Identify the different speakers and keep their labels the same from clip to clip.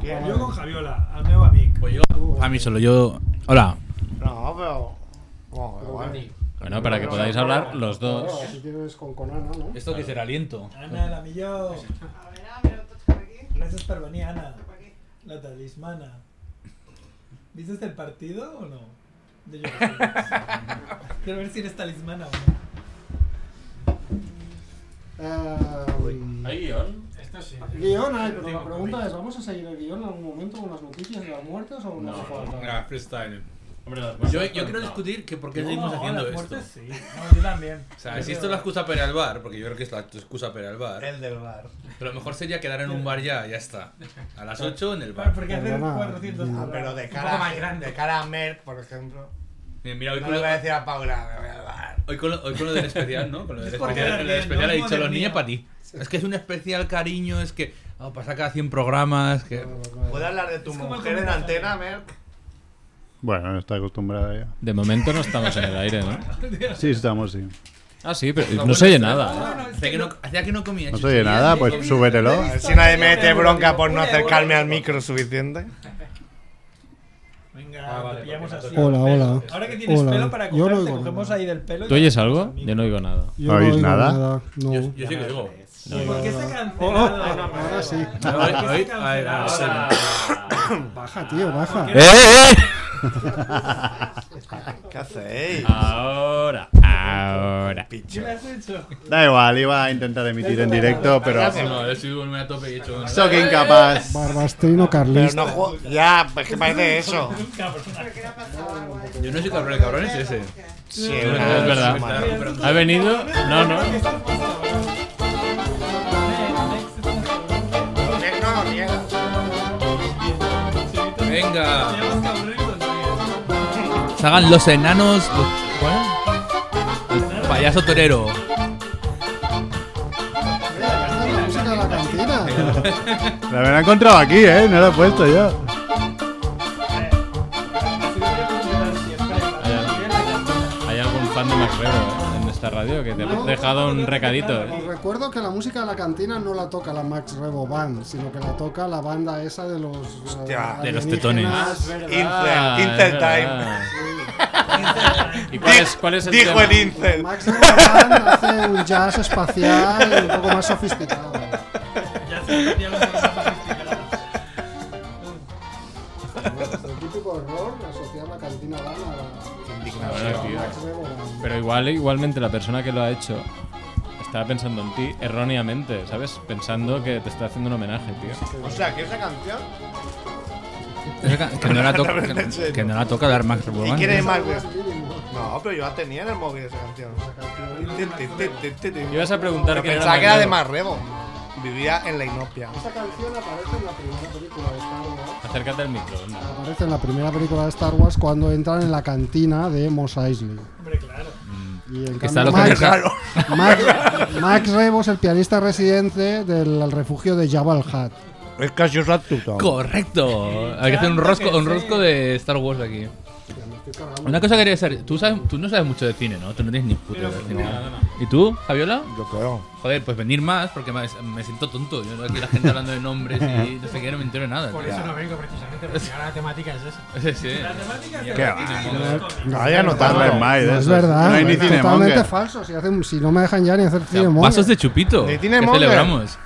Speaker 1: Que jo con Javiola, el meu amic.
Speaker 2: Pues yo, a mí solo yo. Hola.
Speaker 3: No, pero. Bueno, vale.
Speaker 2: Bueno, para que podáis hablar los dos.
Speaker 3: Ahora, Si quieres con, con Ana, ¿no?
Speaker 2: Esto que será aliento.
Speaker 1: Anna, la millor.
Speaker 4: A veure, mireu tots cap aquí.
Speaker 1: Gràcies per venir, Anna.
Speaker 4: Cap aquí.
Speaker 1: La talismana. ¿Viste el partido o no? De Juventus. Quiero ver si eres talismana o no.
Speaker 3: Eh,
Speaker 5: ¿Hay guión?
Speaker 6: Esto sí.
Speaker 3: guión ¿eh? hay, pero la pregunta es, ¿vamos a seguir el guión en algún momento con las noticias de las muertes o no,
Speaker 5: No,
Speaker 3: hace falta?
Speaker 2: Venga, freestyle.
Speaker 5: Hombre, las muertes
Speaker 2: Yo,
Speaker 5: no.
Speaker 2: yo quiero discutir que por qué seguimos
Speaker 1: No,
Speaker 2: haciendo
Speaker 1: las
Speaker 2: esto.
Speaker 1: muertes sí. No, yo también.
Speaker 2: O sea, si esto es la excusa para ir al bar, porque yo creo que es la excusa para ir al bar.
Speaker 6: El del bar.
Speaker 2: Pero lo mejor sería quedar en un bar ya, ya está. A las 8 en el
Speaker 1: Bueno,
Speaker 2: bar.
Speaker 1: porque hacer
Speaker 3: Perdona,
Speaker 1: 400
Speaker 3: ya.
Speaker 1: programas.
Speaker 6: Ah, Pero de
Speaker 4: Un poco
Speaker 6: cara,
Speaker 4: más grande.
Speaker 6: de cara a Merck, por ejemplo.
Speaker 2: Mira, mira, hoy
Speaker 6: No
Speaker 2: con
Speaker 6: le
Speaker 2: lo,
Speaker 6: voy a decir a Paula, me voy al bar.
Speaker 2: hoy con lo- hoy con lo del especial, ¿no? Con lo del
Speaker 1: Es por
Speaker 2: especial,
Speaker 1: quedar
Speaker 2: en el
Speaker 1: bien,
Speaker 2: especial
Speaker 1: no es
Speaker 2: he dicho los
Speaker 1: modernidad.
Speaker 2: niños para ti. Es que es un especial cariño, es que oh, pasa cada 100 programas. que
Speaker 6: ¿Puedo hablar de tu
Speaker 1: Es como el
Speaker 6: mujer en
Speaker 1: comentario.
Speaker 6: antena, Merck?
Speaker 7: Bueno, no está acostumbrada ya.
Speaker 8: De momento no estamos en el aire, ¿no?
Speaker 7: Sí, estamos, sí.
Speaker 8: Ah, sí, pero no se oye nada. ¿eh?
Speaker 1: Bueno, es
Speaker 2: Hacía que no, hacía que no comía.
Speaker 7: No se
Speaker 2: chuches.
Speaker 7: oye nada, pues súbetelo.
Speaker 6: A ver si nadie me mete bronca por no acercarme al micro suficiente.
Speaker 1: Venga,
Speaker 5: Ah, vale,
Speaker 1: te pillamos
Speaker 5: porque
Speaker 1: así.
Speaker 5: no
Speaker 3: Hola, hola.
Speaker 1: Ahora que tienes
Speaker 3: Hola.
Speaker 1: pelo para
Speaker 3: Yo no
Speaker 1: coger, te
Speaker 3: oigo
Speaker 1: cogemos
Speaker 3: nada.
Speaker 1: ahí del pelo. y
Speaker 8: ¿Tú
Speaker 1: te
Speaker 8: oyes
Speaker 1: pasamos
Speaker 8: algo?
Speaker 1: al
Speaker 8: Yo no oigo nada.
Speaker 3: Yo
Speaker 7: ¿No oís
Speaker 3: oigo
Speaker 7: nada?
Speaker 8: Ah,
Speaker 3: No.
Speaker 2: Yo, yo sí que digo.
Speaker 1: micro. ¿Y por qué se
Speaker 3: Oh,
Speaker 1: cancela?
Speaker 3: oh, ahora sí.
Speaker 2: Ahora- ahí- ahí- ahora sí.
Speaker 3: Baja, tío, baja.
Speaker 8: ¡Eh, eh!
Speaker 2: eh.
Speaker 6: ¿Qué hacéis?
Speaker 3: Ah.
Speaker 8: Ahora, ahora.
Speaker 1: ¿Qué le has hecho?
Speaker 7: Da igual, iba a intentar emitir en directo, pero
Speaker 2: No, yo estoy volviendo a tope y he hecho. un-
Speaker 7: soy incapaz.
Speaker 3: Barbastrino
Speaker 6: Pero
Speaker 3: Carlista.
Speaker 6: no juego. Ya, pues que parece eso.
Speaker 4: Però què n'ha passat? alguna cosa?
Speaker 2: Yo no soy cabrón, el cabrón es ese.
Speaker 6: Sí,
Speaker 8: Es
Speaker 6: una-
Speaker 8: verdad.
Speaker 6: una-
Speaker 8: ¿Ha venido? No, no.
Speaker 6: No, no, niega.
Speaker 2: Venga.
Speaker 1: Tenemos cabrón
Speaker 2: Sagan los enanos. Los, ¿Cuál? El payaso torero.
Speaker 3: La música de la cantina.
Speaker 7: La habrán encontrado aquí, ¿eh? No lo he puesto yo.
Speaker 8: Hay algún fan de Macrero ¿eh? en esta radio que te ha dejado un recadito.
Speaker 3: Os
Speaker 8: ¿eh?
Speaker 3: recuerdo que la música de la cantina no la toca la Max Rebo Band, sino que la toca la banda esa de los. eh,
Speaker 6: Hostia.
Speaker 8: De los
Speaker 3: alienígenas.
Speaker 8: tetones.
Speaker 6: Incel, Incel
Speaker 2: Ah,
Speaker 6: Time.
Speaker 8: ¿Y cuál es, cuál es el
Speaker 6: Dijo
Speaker 8: tema?
Speaker 6: el Incel.
Speaker 3: Max Rebo Band hace un jazz espacial un poco más sofisticado.
Speaker 1: Ya se teníamos
Speaker 3: Es el típico error de asociar la cantina Band a la-
Speaker 8: Bueno,
Speaker 3: a
Speaker 8: tío.
Speaker 3: la Max Rebo Band.
Speaker 8: Pero igual, igualmente la persona que lo ha hecho estaba pensando en ti erróneamente, ¿sabes? Pensando que te está haciendo un homenaje, tío.
Speaker 6: O sea, que esa canción.
Speaker 2: Que no la toca. Que, que no la toca dar Max
Speaker 6: ¿Y
Speaker 2: Rubén.
Speaker 6: quién es más?
Speaker 3: Es
Speaker 6: pues-
Speaker 3: mínimo.
Speaker 6: No, pero yo la tenía en el móvil esa canción.
Speaker 8: Ibas a preguntar
Speaker 6: Pero
Speaker 8: quién era
Speaker 6: pensaba que era de
Speaker 8: Macrebo.
Speaker 6: Marrebo. Vivía en la inopia.
Speaker 3: Esta canción aparece en la primera película de Star Wars.
Speaker 8: Acércate al micro. anda.
Speaker 3: Aparece en la primera película de Star Wars cuando entran en la cantina de Mos Eisley.
Speaker 1: Hombre, claro.
Speaker 3: Y en
Speaker 2: Que está
Speaker 3: cambio
Speaker 2: loco de
Speaker 3: Max-
Speaker 2: raro.
Speaker 3: Max, Max Rebo es el pianista residente del refugio de Jabal Hat.
Speaker 6: Es que yo soy tuto.
Speaker 2: Correcto. Hay que hacer un rosco, un rosco de Star Wars aquí. Una cosa que quería hacer. Tú, sabes, tú no sabes mucho de cine, ¿no? Tú no tienes ni puta idea de cine. ¿Y tú, Javiola?
Speaker 6: Yo creo.
Speaker 2: Joder, pues venir más porque me, me siento tonto. Yo aquí la gente hablando de nombres y no sé qué, no me entero de nada.
Speaker 6: eso
Speaker 2: tío.
Speaker 6: no
Speaker 4: vengo precisamente, porque ahora la temática es esa.
Speaker 2: Sí, sí.
Speaker 7: Qué va.
Speaker 6: No, ya no
Speaker 7: Darle en
Speaker 6: tanto.
Speaker 7: más de
Speaker 3: No es
Speaker 7: eso.
Speaker 3: verdad,
Speaker 7: No hay ni
Speaker 3: es totalmente
Speaker 7: cinemonger.
Speaker 3: falso. Si, hacen- si no me dejan ya ni hacer
Speaker 2: O sea,
Speaker 3: cine
Speaker 2: vasos de chupito.
Speaker 6: De
Speaker 2: ¿Qué
Speaker 6: Cinemonger.
Speaker 2: celebramos?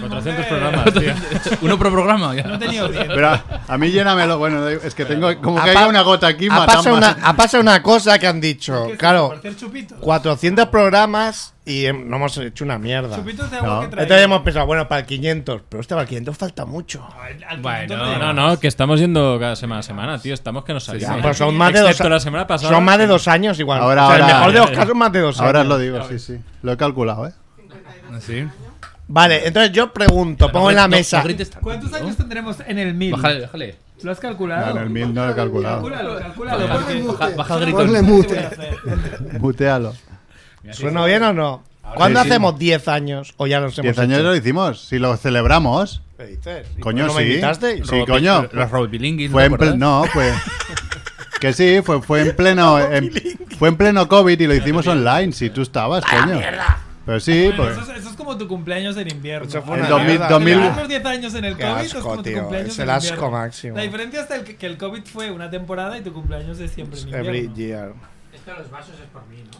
Speaker 8: 400 programas, tío.
Speaker 2: Uno por programa. Ya.
Speaker 1: No tenía audiencia.
Speaker 7: Pero a, a mí llénamelo. Bueno, da- es que tengo como
Speaker 6: Ha
Speaker 7: que
Speaker 6: pa-
Speaker 7: haya una gota aquí,
Speaker 6: Ha pasado
Speaker 7: matamos.
Speaker 6: una, ha pasado una cosa que han dicho. Claro,
Speaker 1: Hacer chupitos.
Speaker 6: 400 programas y hem- no hemos hecho una mierda.
Speaker 1: Chupitos de agua
Speaker 7: No.
Speaker 1: que traía.
Speaker 6: Entonces hemos pensado, bueno, para el 500. Pero este para el 500 falta mucho.
Speaker 1: Al- al punto
Speaker 8: Bueno,
Speaker 1: de-
Speaker 8: no, no, que estamos yendo cada semana a semana, tío. Estamos que nos salimos.
Speaker 6: Ya, pero son más de dos,
Speaker 8: Excepto la semana pasada.
Speaker 6: son más de dos años igual.
Speaker 7: Ahora,
Speaker 6: o sea, el
Speaker 7: ahora.
Speaker 6: mejor de los casos más de dos
Speaker 7: Ahora os
Speaker 6: años.
Speaker 7: lo digo, sí, sí. Lo he calculado, ¿eh?
Speaker 8: Ah,
Speaker 2: Sí.
Speaker 6: Vale, entonces yo pregunto, pongo en la
Speaker 2: No, no
Speaker 6: mesa.
Speaker 2: grites tanto,
Speaker 1: ¿Cuántos
Speaker 2: ¿no?
Speaker 1: años tendremos en el 1000?
Speaker 2: Bájale, bájale.
Speaker 1: ¿Lo has
Speaker 7: No,
Speaker 1: calculado?
Speaker 7: en el mil no lo he calculado.
Speaker 1: Calcúlalo, calcúlalo.
Speaker 2: Baja,
Speaker 1: porque-
Speaker 2: baja- baja el grito.
Speaker 3: Ponle mute.
Speaker 7: Mutealo.
Speaker 6: ¿Suena bien o no? ¿Cuándo hacemos 10 años o ya nos hemos
Speaker 7: 10 años
Speaker 6: hecho?
Speaker 7: lo hicimos. Si lo celebramos.
Speaker 6: ¿Qué dices? ¿Y
Speaker 7: Coño,
Speaker 6: por qué no me
Speaker 7: sí.
Speaker 6: invitasteis?
Speaker 7: Sí,
Speaker 2: Robo-
Speaker 7: coño.
Speaker 2: Los robopilinguis.
Speaker 7: Fue
Speaker 2: ¿te
Speaker 7: en
Speaker 2: acuerdas?
Speaker 7: plen- no, fue que sí, fue, fue en pleno en- fue en pleno COVID y lo hicimos online, si tú estabas, coño. Pero sí,
Speaker 1: Bueno,
Speaker 7: pues
Speaker 1: eso, es, eso es como tu cumpleaños en invierno.
Speaker 6: Eso fue
Speaker 7: El
Speaker 6: una
Speaker 7: 2000
Speaker 6: mierda.
Speaker 7: 2000
Speaker 1: Celebrar los 10 años en el
Speaker 6: Qué
Speaker 1: COVID es
Speaker 6: asco,
Speaker 1: como tu
Speaker 6: tío,
Speaker 1: cumpleaños
Speaker 6: es
Speaker 1: en
Speaker 6: el asco
Speaker 1: invierno.
Speaker 6: máximo.
Speaker 1: La diferencia es el que, que el COVID fue una temporada y tu cumpleaños es siempre en invierno.
Speaker 6: Every year.
Speaker 4: Esto de los vasos es por mí, ¿no?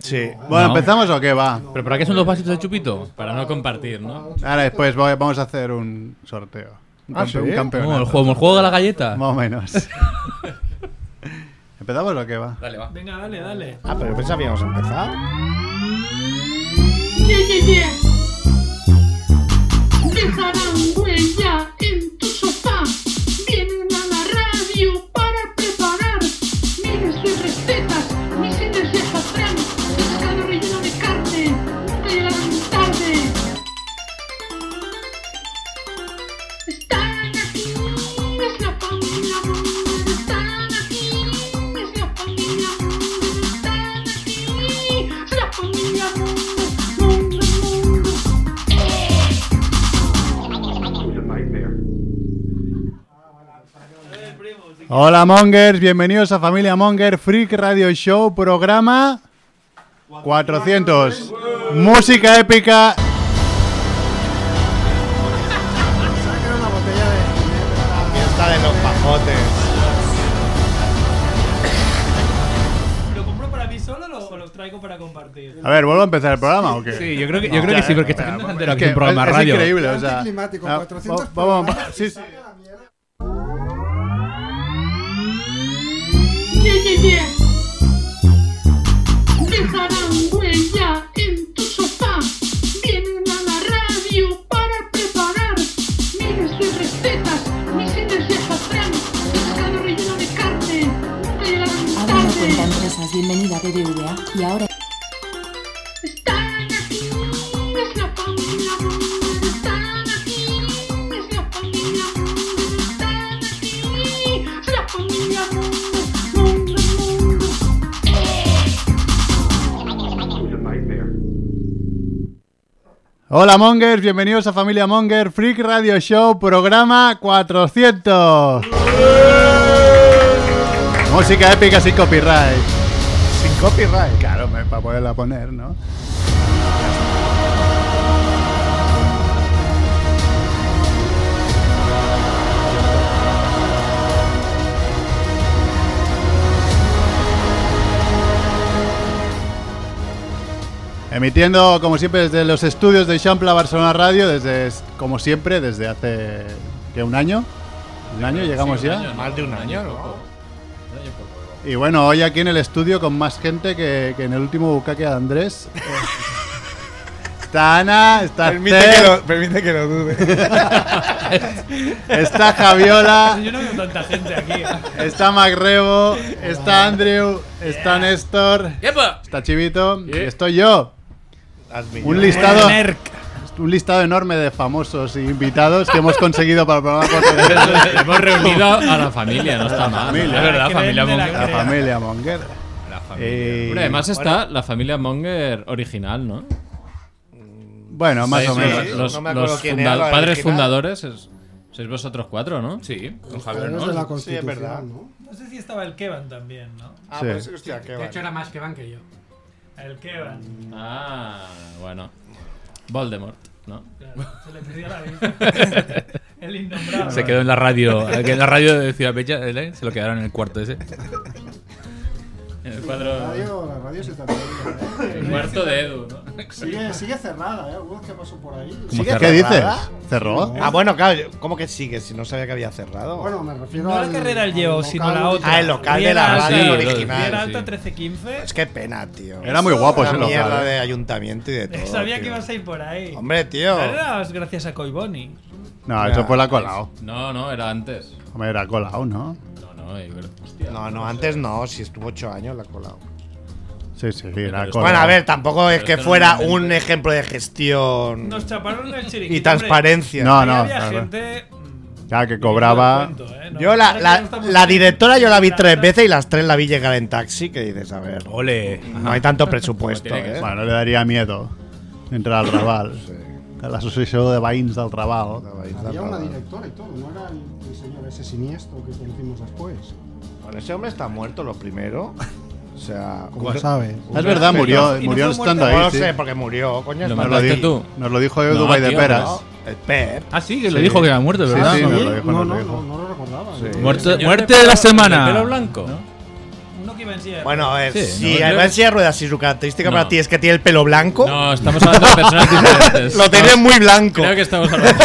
Speaker 6: Sí.
Speaker 7: Bueno,
Speaker 2: No.
Speaker 7: ¿empezamos o qué va?
Speaker 2: ¿Pero para qué son los vasitos de chupito?
Speaker 8: Para no compartir, ¿no?
Speaker 7: Ahora después voy- vamos a hacer un sorteo. Un,
Speaker 6: Ah,
Speaker 7: campe-
Speaker 6: ¿sí?
Speaker 7: un campeonato.
Speaker 2: No, el juego, el juego de la galleta.
Speaker 7: Más o menos. ¿Empezamos o qué va?
Speaker 2: Dale, va.
Speaker 1: Venga, dale, dale.
Speaker 6: Ah, pero yo pensaba que íbamos a empezar.
Speaker 5: Yeah, yeah, yeah. Dejarán huella en tu sofá. Vienen a la radio para preparar miles de recetas, misiles de azafrán, pescado relleno de carne. Nunca llegarán tarde. Están aquí, es la familia Munger. Están aquí, es la familia Munger. Están aquí, es la familia Munger. Munger, Munger.
Speaker 7: Hola Mongers, bienvenidos a Familia Monger Freak Radio Show, programa 400. Música épica.
Speaker 6: Fiesta de los pajotes.
Speaker 1: ¿Lo compro para mí solo o lo, o lo traigo para compartir?
Speaker 7: A ver, ¿vuelvo a empezar el programa o qué?
Speaker 2: Sí, yo creo que, yo creo que sí, porque está gente entera
Speaker 7: Es
Speaker 2: aquí
Speaker 7: que
Speaker 2: en programa
Speaker 7: es- es
Speaker 2: radio.
Speaker 7: increíble, o sea.
Speaker 3: Anticlimático,
Speaker 7: Ah,
Speaker 3: 400
Speaker 7: va- vamos,
Speaker 3: programas
Speaker 7: va-
Speaker 3: y
Speaker 7: sí, sí.
Speaker 5: Yeah, yeah, yeah. Dejarán huella en tu sofá. Vienen a la radio para preparar miles de recetas, misiles de azafrán, pescado relleno de carne. Nunca
Speaker 3: Ah,
Speaker 5: llegarán
Speaker 9: Abre una
Speaker 5: tarde.
Speaker 3: pues
Speaker 9: cuenta empresas, bienvenida a BBVA y ahora
Speaker 5: Están aquí, es la familia Munger. Están aquí, es la familia Munger. Están aquí, es la familia Munger. Munger, Munger.
Speaker 7: Hola Mongers, bienvenidos a Familia Monger Freak Radio Show, programa 400. Música épica sin copyright.
Speaker 6: Sin copyright.
Speaker 7: Claro, me- para poderla poner, ¿no? Emitiendo, como siempre, desde los estudios de Champla Barcelona Radio, desde, como siempre, desde hace, ¿qué, un año? ¿Un año llegamos
Speaker 8: Sí, un
Speaker 7: ya?
Speaker 8: año, ¿no?
Speaker 6: Más de un año, ¿no?
Speaker 8: poco. Un año poco.
Speaker 7: Y bueno, hoy aquí en el estudio con más gente que, que en el último bucaque de Andrés. está Ana, está
Speaker 6: Permite que,
Speaker 7: Esther,
Speaker 6: lo, permite que lo dude.
Speaker 7: está Javiola,
Speaker 1: Yo no veo tanta gente aquí.
Speaker 7: está Macrebo, está Andrew, está Néstor, está Chivito y estoy yo.
Speaker 6: Hazme
Speaker 7: Un
Speaker 6: yo.
Speaker 7: listado, un listado enorme de famosos e invitados que hemos conseguido para el programa 400.
Speaker 8: Hemos reunido a la familia, no está mal.
Speaker 7: familia.
Speaker 8: Es verdad,
Speaker 1: La
Speaker 8: familia
Speaker 1: creen de la
Speaker 8: Monger.
Speaker 7: La familia Monger.
Speaker 8: La
Speaker 7: Eh,
Speaker 8: Bueno, además está la familia Monger original, ¿no?
Speaker 7: Bueno, más o
Speaker 8: Sí,
Speaker 7: menos.
Speaker 6: sí.
Speaker 8: Los,
Speaker 6: No me acuerdo
Speaker 8: los
Speaker 6: quién
Speaker 8: funda-
Speaker 6: era la
Speaker 8: padres
Speaker 6: original.
Speaker 8: fundadores es- sois vosotros cuatro, ¿no?
Speaker 2: Sí, con Javier,
Speaker 3: Padres de la
Speaker 2: ¿no?
Speaker 6: Sí, es
Speaker 3: Constitución,
Speaker 6: verdad.
Speaker 3: ¿no?
Speaker 1: No sé si estaba el Kevan también, ¿no?
Speaker 6: Ah,
Speaker 7: Sí.
Speaker 6: por eso que estoy aquí,
Speaker 4: De
Speaker 6: vale.
Speaker 4: hecho, era más que van que yo.
Speaker 1: El Kevan.
Speaker 8: Ah, bueno. Voldemort, ¿no?
Speaker 1: Claro, se le perdió la vista. el innombrable.
Speaker 2: Se quedó en la radio, eh, que en la radio de Ciudad Bella, ¿eh? se lo quedaron en el cuarto ese.
Speaker 8: En el
Speaker 3: La
Speaker 8: cuadro.
Speaker 3: radio, la radio se te olvida, ¿eh?
Speaker 8: El cuarto de Edu, ¿no?
Speaker 3: Sigue, sigue cerrada, ¿eh? Algunos que pasó por ahí.
Speaker 2: ¿Cómo
Speaker 6: ¿Sigue
Speaker 7: ¿Qué dices?
Speaker 6: cerrada?
Speaker 7: ¿Cerró?
Speaker 6: Ah, bueno, claro, yo- ¿cómo que sigue? Si no sabía que había cerrado.
Speaker 3: Bueno, me refiero
Speaker 1: No
Speaker 3: a
Speaker 1: la carrera al llevo, sino la otra.
Speaker 6: Ah, el local de la
Speaker 1: Riera
Speaker 6: radio
Speaker 1: Alta,
Speaker 6: original,
Speaker 1: Riera
Speaker 6: sí.
Speaker 1: Alta 1315.
Speaker 6: es que pena, tío.
Speaker 7: Era muy guapo
Speaker 6: Una
Speaker 7: ese local.
Speaker 6: mierda
Speaker 7: ¿eh?
Speaker 6: de ayuntamiento y de todo.
Speaker 1: Sabía que
Speaker 6: tío.
Speaker 1: ibas a ir por ahí.
Speaker 6: Hombre, tío.
Speaker 1: Eras gracias a Coiboni.
Speaker 7: No, eso fue la colao.
Speaker 8: No, no, era antes.
Speaker 7: Hombre, era colao, ¿no?
Speaker 8: No, no, eh, pero- hostia.
Speaker 6: No, no, antes no, si estuvo ocho años la ha colado.
Speaker 7: Sí, sí, era
Speaker 8: Bueno,
Speaker 7: colao.
Speaker 6: Bueno, a ver, tampoco es
Speaker 8: Pero
Speaker 6: que
Speaker 8: esto
Speaker 6: fuera
Speaker 8: normalmente-
Speaker 6: un ejemplo de gestión
Speaker 1: Nos chaparon el chiringuito.
Speaker 6: y transparencia.
Speaker 7: No,
Speaker 1: Hombre,
Speaker 7: no.
Speaker 1: ahí había
Speaker 7: claro.
Speaker 1: gente. mm,
Speaker 7: Ya, que
Speaker 1: viviendo
Speaker 7: cobraba-
Speaker 1: el cuento, ¿eh? No,
Speaker 6: Yo la,
Speaker 1: ahora
Speaker 6: la-
Speaker 1: que no estamos-
Speaker 6: la directora yo la vi tres veces y las tres la vi llegar en taxi, que dices, a ver,
Speaker 2: Ole.
Speaker 6: no hay tanto presupuesto.
Speaker 8: Tiene que
Speaker 6: ¿eh?
Speaker 7: Bueno, le daría miedo entrar al Raval. A la asociación de Bains del Raval.
Speaker 3: Había una directora y todo, no era el, el señor ese siniestro que conocimos después.
Speaker 6: Bueno, ese hombre está muerto, lo primero.
Speaker 7: O sea,
Speaker 3: Como sabes.
Speaker 7: es verdad, murió,
Speaker 6: Y no
Speaker 7: murió
Speaker 6: fue
Speaker 7: estando
Speaker 6: muerte.
Speaker 7: ahí.
Speaker 6: No lo
Speaker 7: sí.
Speaker 6: sé, porque murió, coño.
Speaker 8: Lo
Speaker 6: es
Speaker 7: Nos
Speaker 6: más-
Speaker 7: lo,
Speaker 8: ¿Mataste
Speaker 7: di-
Speaker 8: tú?
Speaker 7: nos lo dijo Edu
Speaker 8: No,
Speaker 7: Bay de
Speaker 8: tío,
Speaker 7: Peras.
Speaker 8: no.
Speaker 7: El Pep.
Speaker 2: Ah, sí, que lo
Speaker 7: Sí.
Speaker 2: dijo que era muerto, ¿verdad?
Speaker 7: Sí,
Speaker 3: ¿Ah,
Speaker 7: nos
Speaker 3: sí?
Speaker 7: lo dijo,
Speaker 3: no,
Speaker 7: nos lo
Speaker 3: no,
Speaker 7: dijo.
Speaker 3: no, no lo recordaba.
Speaker 7: Sí.
Speaker 3: ¿no?
Speaker 2: Muerte,
Speaker 8: Señor
Speaker 2: muerte
Speaker 8: de
Speaker 2: de la
Speaker 8: pelo-
Speaker 2: semana.
Speaker 8: de pelo blanco.
Speaker 10: Uno que iba en silla.
Speaker 6: Bueno, a ver,
Speaker 2: Sí,
Speaker 6: si
Speaker 8: no,
Speaker 6: va
Speaker 8: yo-
Speaker 6: en silla de ruedas, si su característica
Speaker 8: No.
Speaker 6: para ti es que tiene el pelo blanco,
Speaker 8: No, estamos hablando de personas diferentes.
Speaker 6: lo tenía
Speaker 8: Estamos-
Speaker 6: muy blanco.
Speaker 8: Creo que estamos hablando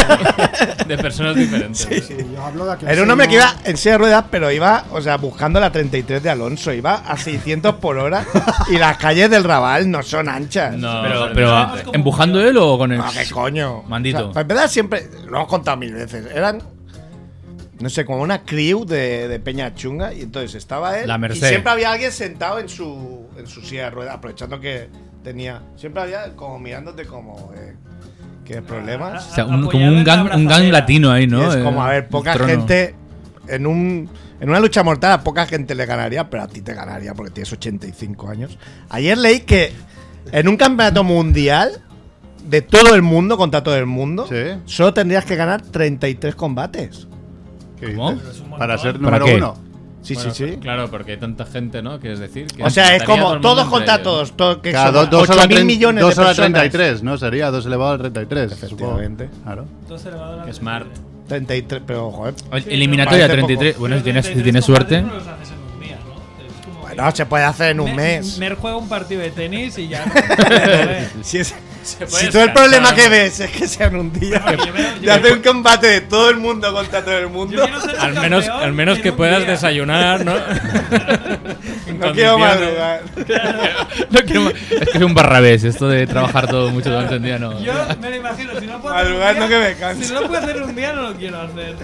Speaker 8: de personas diferentes.
Speaker 3: Sí, yo hablo de aquel
Speaker 6: Era un hombre que
Speaker 3: señor-
Speaker 6: iba en silla de ruedas, pero iba, o sea, buscando la 33 de Alonso. Iba a 600 por hora y las calles del Raval no son anchas.
Speaker 8: No,
Speaker 2: Pero,
Speaker 8: no,
Speaker 2: pero
Speaker 8: no.
Speaker 2: ah, ¿empujando él o con el.?
Speaker 6: No, qué coño.
Speaker 2: Mandito.
Speaker 6: Ah, O sea, para empezar, siempre. Lo hemos contado mil veces. Eran. No sé, como una crew de, de Peña Chunga. Y entonces estaba él.
Speaker 2: La
Speaker 6: y
Speaker 2: Merced.
Speaker 6: siempre había alguien sentado en su, en su silla de ruedas, aprovechando que tenía. Siempre había como mirándote como. Eh, ¿Qué problemas?
Speaker 2: O sea, un-
Speaker 10: Apoyado
Speaker 2: como
Speaker 10: en
Speaker 2: un
Speaker 10: la
Speaker 2: gang, un gang
Speaker 10: abrazadera.
Speaker 2: latino ahí, ¿no?
Speaker 6: Y es
Speaker 2: Eh,
Speaker 6: como, a ver, poca
Speaker 2: trono.
Speaker 6: gente. En, un, en una lucha mortal a poca gente le ganaría, pero a ti te ganaría porque tienes 85 años. Ayer leí que en un campeonato mundial de todo el mundo, contra todo el mundo,
Speaker 7: Sí.
Speaker 6: solo tendrías que ganar 33 combates.
Speaker 7: ¿Qué
Speaker 2: ¿Cómo?
Speaker 7: dices?
Speaker 10: Pero es un montón.
Speaker 7: Para ser
Speaker 2: ¿Para
Speaker 7: número
Speaker 2: qué?
Speaker 7: uno.
Speaker 6: Sí,
Speaker 8: Bueno,
Speaker 6: sí, sí.
Speaker 8: Claro, porque hay tanta gente, ¿no? Quieres decir. que
Speaker 6: O sea, es
Speaker 8: mataría a
Speaker 6: como
Speaker 8: todo el mundo
Speaker 6: todos
Speaker 8: entre
Speaker 6: contra
Speaker 8: ellos.
Speaker 6: todos. todo- que
Speaker 7: Cada
Speaker 6: son
Speaker 7: do- dos a la
Speaker 6: 8.000
Speaker 7: tren-
Speaker 6: millones
Speaker 7: dos
Speaker 6: de
Speaker 7: a la
Speaker 6: personas.
Speaker 7: 33, ¿no? Sería 2 elevado al 33. supongo.
Speaker 6: Efectivamente.
Speaker 7: Claro.
Speaker 10: Dos elevado a la
Speaker 8: Que
Speaker 10: vez.
Speaker 8: smart.
Speaker 6: 33, pero joder.
Speaker 2: El- Eliminatoria
Speaker 6: Parece
Speaker 2: 33.
Speaker 6: poco.
Speaker 2: Bueno, si
Speaker 10: Pero
Speaker 2: tienes,
Speaker 10: 33
Speaker 2: si tienes
Speaker 10: combates
Speaker 2: suerte.
Speaker 10: No los haces en un día, ¿no? Es como que-
Speaker 6: Bueno, se puede hacer en un
Speaker 10: Me-
Speaker 6: mes.
Speaker 10: Mer juega un partido de tenis y ya. no- Joder.
Speaker 6: Si, es-
Speaker 8: puede
Speaker 6: si todo el
Speaker 8: descansar,
Speaker 6: problema que
Speaker 8: ¿no?
Speaker 6: ves es que sean un día
Speaker 10: Yo quiero-
Speaker 6: de hacer un combate de todo el mundo contra todo el mundo,
Speaker 10: Yo quiero ser el
Speaker 8: Al menos,
Speaker 10: campeón
Speaker 8: al menos
Speaker 10: en
Speaker 8: que
Speaker 10: un
Speaker 8: puedas
Speaker 10: día.
Speaker 8: desayunar, ¿no?
Speaker 6: no quiero
Speaker 8: madre.
Speaker 6: madrugar.
Speaker 2: No quiero ma- es que es un barrabés esto de trabajar todo mucho durante el día, no.
Speaker 10: Yo me lo imagino, si no puedo hacer
Speaker 6: Madrugar
Speaker 10: un
Speaker 6: no que
Speaker 10: día,
Speaker 6: me canso.
Speaker 10: Si no lo puedo hacer un día, no lo quiero hacer.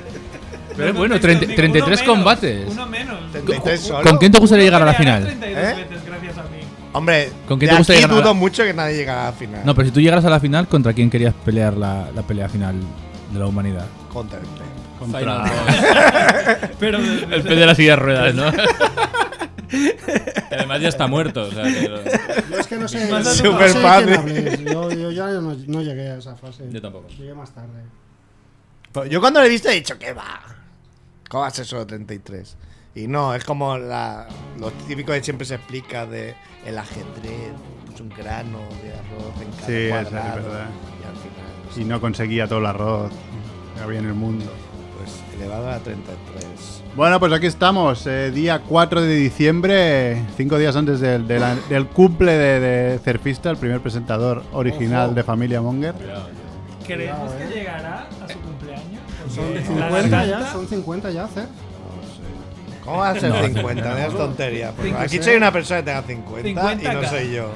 Speaker 2: Pero
Speaker 10: No
Speaker 2: bueno,
Speaker 10: contesto
Speaker 2: 30
Speaker 10: ni-
Speaker 2: 33
Speaker 10: uno menos,
Speaker 2: combates.
Speaker 10: Uno menos.
Speaker 2: ¿Con,
Speaker 6: 33 solo.
Speaker 2: con quién te gustaría llegar a la
Speaker 10: Me hará
Speaker 2: final?
Speaker 10: 32
Speaker 6: ¿Eh?
Speaker 10: veces, gracias a mí.
Speaker 6: Hombre,
Speaker 2: ¿Con quién
Speaker 6: de
Speaker 2: te gusta
Speaker 6: aquí
Speaker 2: llegar a la-
Speaker 6: dudo mucho que nadie llegará a la final.
Speaker 2: No, pero si tú llegaras a la final, ¿contra quién querías pelear la, la pelea final de la humanidad?
Speaker 6: Contra el Pep.
Speaker 8: Final
Speaker 2: Contra
Speaker 8: boss.
Speaker 10: Pero
Speaker 2: el pez de las sillas de ruedas, ¿no?
Speaker 8: Que Además ya está muerto. O sea, que lo-
Speaker 3: Yo es que no sé.
Speaker 6: Más
Speaker 3: no sé
Speaker 6: súper
Speaker 3: de quién
Speaker 6: fácil.
Speaker 3: habléis. Yo, yo ya no, no llegué a esa fase.
Speaker 8: Yo tampoco.
Speaker 3: Llegué más tarde.
Speaker 6: Pero Pues Yo cuando lo he visto he dicho, ¿qué va? ¿Cómo va a ser solo 33? Y no, es como la, lo típico de siempre se explica de el ajedrez, pues un grano de arroz en cada
Speaker 7: Sí, eso es
Speaker 6: cuadrado,
Speaker 7: verdad.
Speaker 6: Y al final,
Speaker 7: Y no conseguía todo el arroz que había en el mundo.
Speaker 6: pues elevado a 33.
Speaker 7: Bueno, pues aquí estamos, eh, día 4 de diciembre, cinco días antes del, de la- del cumple de, de Cerfista, el primer presentador original de Familia Monger.
Speaker 10: ¿Creemos que
Speaker 3: Cuidado, eh.
Speaker 10: llegará a su cumpleaños?
Speaker 3: Son
Speaker 10: Porque la
Speaker 3: 50 ya,
Speaker 10: garganta-
Speaker 3: son 50 ya, Cer.
Speaker 6: ¿Cómo va a ser 50? No es tontería. Pues
Speaker 3: Cinco,
Speaker 6: aquí
Speaker 3: seis.
Speaker 6: soy una persona que tenga 50, y
Speaker 10: 50K.
Speaker 6: no soy yo.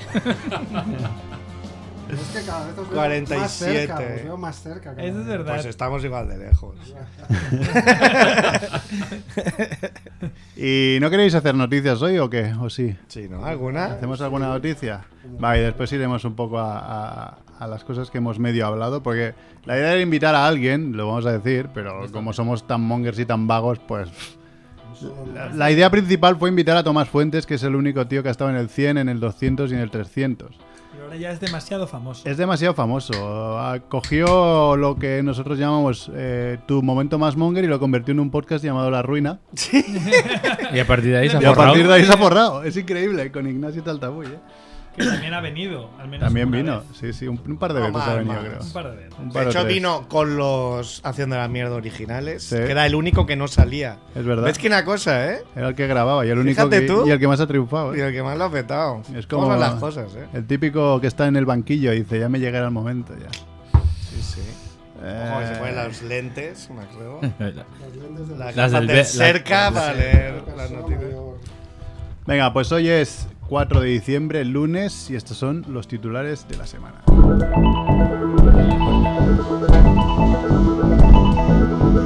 Speaker 3: Es que cada vez os veo
Speaker 6: 47.
Speaker 3: más cerca. Os veo más cerca. cada
Speaker 10: Eso es
Speaker 3: vez.
Speaker 10: verdad.
Speaker 6: Pues estamos igual de lejos.
Speaker 7: ¿Y no queréis hacer noticias hoy o qué? ¿O sí?
Speaker 6: Sí, ¿no? ¿Alguna?
Speaker 7: ¿Hacemos alguna noticia? Va, y después iremos un poco a, a- a las cosas que hemos medio hablado, porque la idea era invitar a alguien, lo vamos a decir, pero como somos tan mongers y tan vagos, pues... La, la idea principal fue invitar a Tomás Fuentes, que es el único tío que ha estado en el 100, en el 200 y en el 300.
Speaker 10: Pero ahora ya es demasiado famoso.
Speaker 7: Es demasiado famoso. Ah, Cogió lo que nosotros llamamos eh, tu momento más monger y lo convirtió en un podcast llamado La Ruina.
Speaker 2: Y a partir de ahí se ha
Speaker 7: Y a
Speaker 2: forrado.
Speaker 7: partir de ahí se ha forrado. Es increíble, con Ignacio Taltabuy. ¿eh?
Speaker 10: Que también ha venido, al menos
Speaker 7: También
Speaker 10: una
Speaker 7: vino.
Speaker 10: vez.
Speaker 7: Sí, sí, un, un par de
Speaker 6: No
Speaker 7: veces
Speaker 6: mal,
Speaker 7: ha venido,
Speaker 6: mal.
Speaker 7: creo.
Speaker 10: Un par de veces.
Speaker 7: Un par
Speaker 6: De
Speaker 7: o
Speaker 6: hecho,
Speaker 7: tres.
Speaker 6: vino con los Haciendo la Mierda originales,
Speaker 7: Sí.
Speaker 6: que era el único que no salía.
Speaker 7: Es verdad.
Speaker 6: ¿Ves que una cosa, eh?
Speaker 7: Era el que grababa y el único
Speaker 6: Fíjate
Speaker 7: que,
Speaker 6: tú.
Speaker 7: y el que más ha triunfado.
Speaker 6: Y
Speaker 7: ¿eh?
Speaker 6: el que más lo ha petado.
Speaker 7: Es
Speaker 6: ¿Cómo
Speaker 7: como
Speaker 6: son las cosas, eh?
Speaker 7: El típico que está en el banquillo y dice, ya me llegará el momento. ya.
Speaker 6: Sí, sí.
Speaker 7: Eh.
Speaker 6: Ojo, que se ponen los lentes, me acuerdo.
Speaker 3: Los lentes de la
Speaker 6: Las gafas
Speaker 2: Las del
Speaker 6: de
Speaker 2: ve-
Speaker 6: cerca para leer las
Speaker 3: persona
Speaker 6: noticias.
Speaker 3: mayor.
Speaker 7: Venga, pues hoy es 4 de diciembre, lunes, y estos son los titulares de la semana.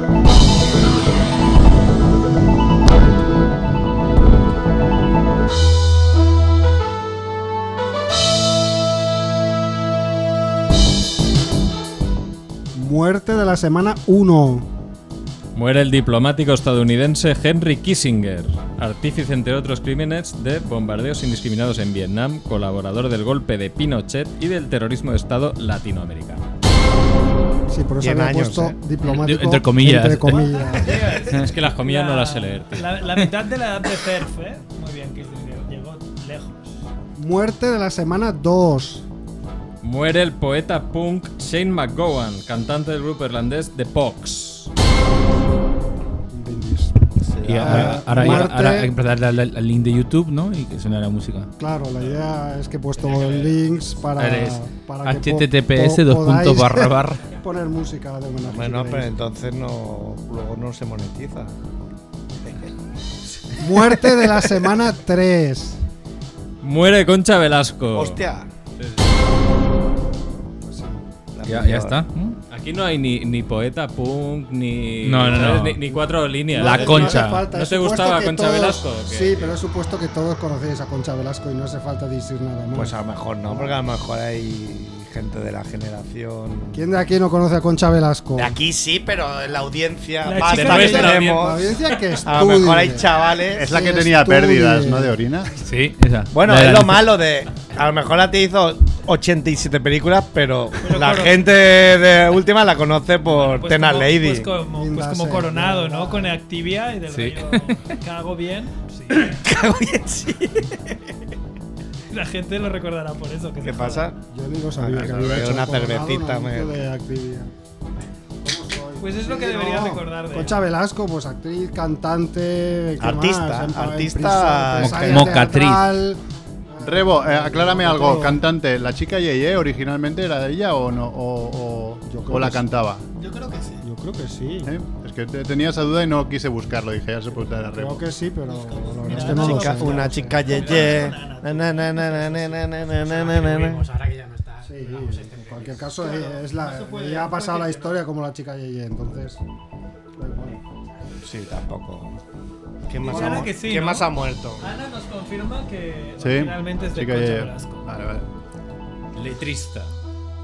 Speaker 3: Muerte de la semana 1.
Speaker 8: Muere el diplomático estadounidense Henry Kissinger, artífice entre otros crímenes de bombardeos indiscriminados en Vietnam, colaborador del golpe de Pinochet y del terrorismo de Estado latinoamericano.
Speaker 3: Sí, por eso
Speaker 6: 100
Speaker 3: había
Speaker 6: años,
Speaker 3: puesto
Speaker 6: eh.
Speaker 3: diplomático.
Speaker 2: Entre comillas.
Speaker 3: entre comillas.
Speaker 8: Es que las comillas no las sé leer. tío.
Speaker 10: La, la mitad de la edad de Perf, ¿eh? Muy bien, que llegó
Speaker 3: Muerte de la semana 2.
Speaker 8: Muere el poeta punk Shane McGowan, cantante del grupo irlandés The Pox.
Speaker 2: Y ahora,
Speaker 3: Ah,
Speaker 2: ahora,
Speaker 3: Marte.
Speaker 2: ahora hay que darle al, al link de YouTube, ¿no? Y que suene la música.
Speaker 3: Claro, la idea es que he puesto links para,
Speaker 2: Eres
Speaker 3: para que po-
Speaker 2: https
Speaker 3: po-
Speaker 2: dos
Speaker 3: podáis
Speaker 2: puntos barra barra.
Speaker 3: poner música de homenaje.
Speaker 6: Bueno,
Speaker 3: si
Speaker 6: pero
Speaker 3: queréis.
Speaker 6: entonces no, luego no se monetiza.
Speaker 3: Muerte de la semana 3.
Speaker 8: Muere Concha Velasco.
Speaker 6: ¡Hostia! La
Speaker 2: Ya, ya
Speaker 6: mejor.
Speaker 2: está. ¿no?
Speaker 8: Aquí no hay ni, ni poeta punk, ni,
Speaker 2: No, no, no.
Speaker 8: Ni, ni cuatro líneas.
Speaker 2: La
Speaker 3: hace-
Speaker 2: Concha.
Speaker 3: hace falta,
Speaker 8: ¿No
Speaker 3: he
Speaker 8: te
Speaker 3: supuesto
Speaker 8: gustaba
Speaker 3: que
Speaker 8: Concha
Speaker 3: todos-
Speaker 8: Velasco o qué?
Speaker 3: Sí, pero he supuesto que todos conocéis a Concha Velasco y no hace falta decir nada más.
Speaker 6: Pues a lo mejor no, porque a lo mejor hay gente de la generación.
Speaker 3: ¿Quién de aquí no conoce a Concha Velasco?
Speaker 6: De aquí sí, pero en la audiencia
Speaker 10: La
Speaker 6: basta
Speaker 10: chica
Speaker 6: que
Speaker 8: de la
Speaker 3: La
Speaker 6: tenemos.
Speaker 3: audiencia que
Speaker 6: A lo mejor hay
Speaker 3: estudie.
Speaker 6: chavales.
Speaker 7: Es la que
Speaker 3: Sí,
Speaker 7: tenía
Speaker 3: estudie.
Speaker 7: pérdidas, ¿no? De orina.
Speaker 2: Sí, esa.
Speaker 6: Bueno,
Speaker 2: La de
Speaker 6: es
Speaker 2: la
Speaker 6: lo
Speaker 2: lista.
Speaker 6: malo de. A lo mejor la te hizo 87 películas, pero,
Speaker 10: Pero
Speaker 6: la
Speaker 10: claro.
Speaker 6: gente de última la conoce por
Speaker 10: Pues
Speaker 6: Tenar
Speaker 10: como-
Speaker 6: Lady.
Speaker 10: Pues como, pues
Speaker 3: Linda
Speaker 10: como
Speaker 3: sea,
Speaker 10: coronado,
Speaker 3: linda.
Speaker 10: ¿no? Con Activia y del
Speaker 2: Sí.
Speaker 10: rollo, cago bien. Sí.
Speaker 6: Cago en sí.
Speaker 10: La gente lo recordará por eso. Que
Speaker 6: ¿Qué
Speaker 10: se
Speaker 6: pasa?
Speaker 3: Yo ni lo sabía
Speaker 6: Ah,
Speaker 3: que
Speaker 6: claro,
Speaker 3: había
Speaker 6: que
Speaker 3: hecho
Speaker 6: una
Speaker 3: Colorado
Speaker 6: cervecita,
Speaker 3: un
Speaker 6: me-
Speaker 3: anuncio de Activia. ¿Cómo soy?
Speaker 10: Pues es lo que deberías recordar de
Speaker 3: Concha Velasco, pues actriz, cantante, ¿qué
Speaker 6: Artista,
Speaker 3: más? Empa-
Speaker 6: artista,
Speaker 3: empresa- empresaria
Speaker 2: mocatriz.
Speaker 3: teatral.
Speaker 7: Rebo, eh, aclárame algo.
Speaker 3: Todo.
Speaker 7: Cantante, ¿la chica Yeye originalmente era de ella o no? ¿O, o-
Speaker 3: Yo creo
Speaker 7: o la
Speaker 3: que sí.
Speaker 7: cantaba?
Speaker 1: Yo creo que sí.
Speaker 3: Yo creo que sí.
Speaker 7: ¿Eh? Es que te- tenía esa duda y no quise buscarlo. Dije, ya se puede dar a Rebo.
Speaker 3: Creo que sí, pero la verdad
Speaker 1: Mira,
Speaker 3: es que no lo
Speaker 6: Chica-
Speaker 3: sé.
Speaker 6: una chica yeye. Na, na, na, na, na, na, na, na, na, na, na, na.
Speaker 4: Pues ahora que ya no está.
Speaker 3: Sí,
Speaker 4: digamos, este
Speaker 3: en
Speaker 4: nivel.
Speaker 3: cualquier caso, eh, es la, ya ha pasado la historia como la chica Yeye, entonces. da igual.
Speaker 6: Sí, tampoco. ¿Quién más,
Speaker 10: Bueno,
Speaker 6: ha, mu-
Speaker 10: que sí,
Speaker 6: ¿quién
Speaker 10: ¿no?
Speaker 6: más ha muerto?
Speaker 10: Ana nos confirma que
Speaker 7: Sí.
Speaker 10: realmente es de
Speaker 7: chica
Speaker 10: Concha
Speaker 7: Yeye.
Speaker 10: Velasco.
Speaker 7: Vale, vale.
Speaker 8: Letrista.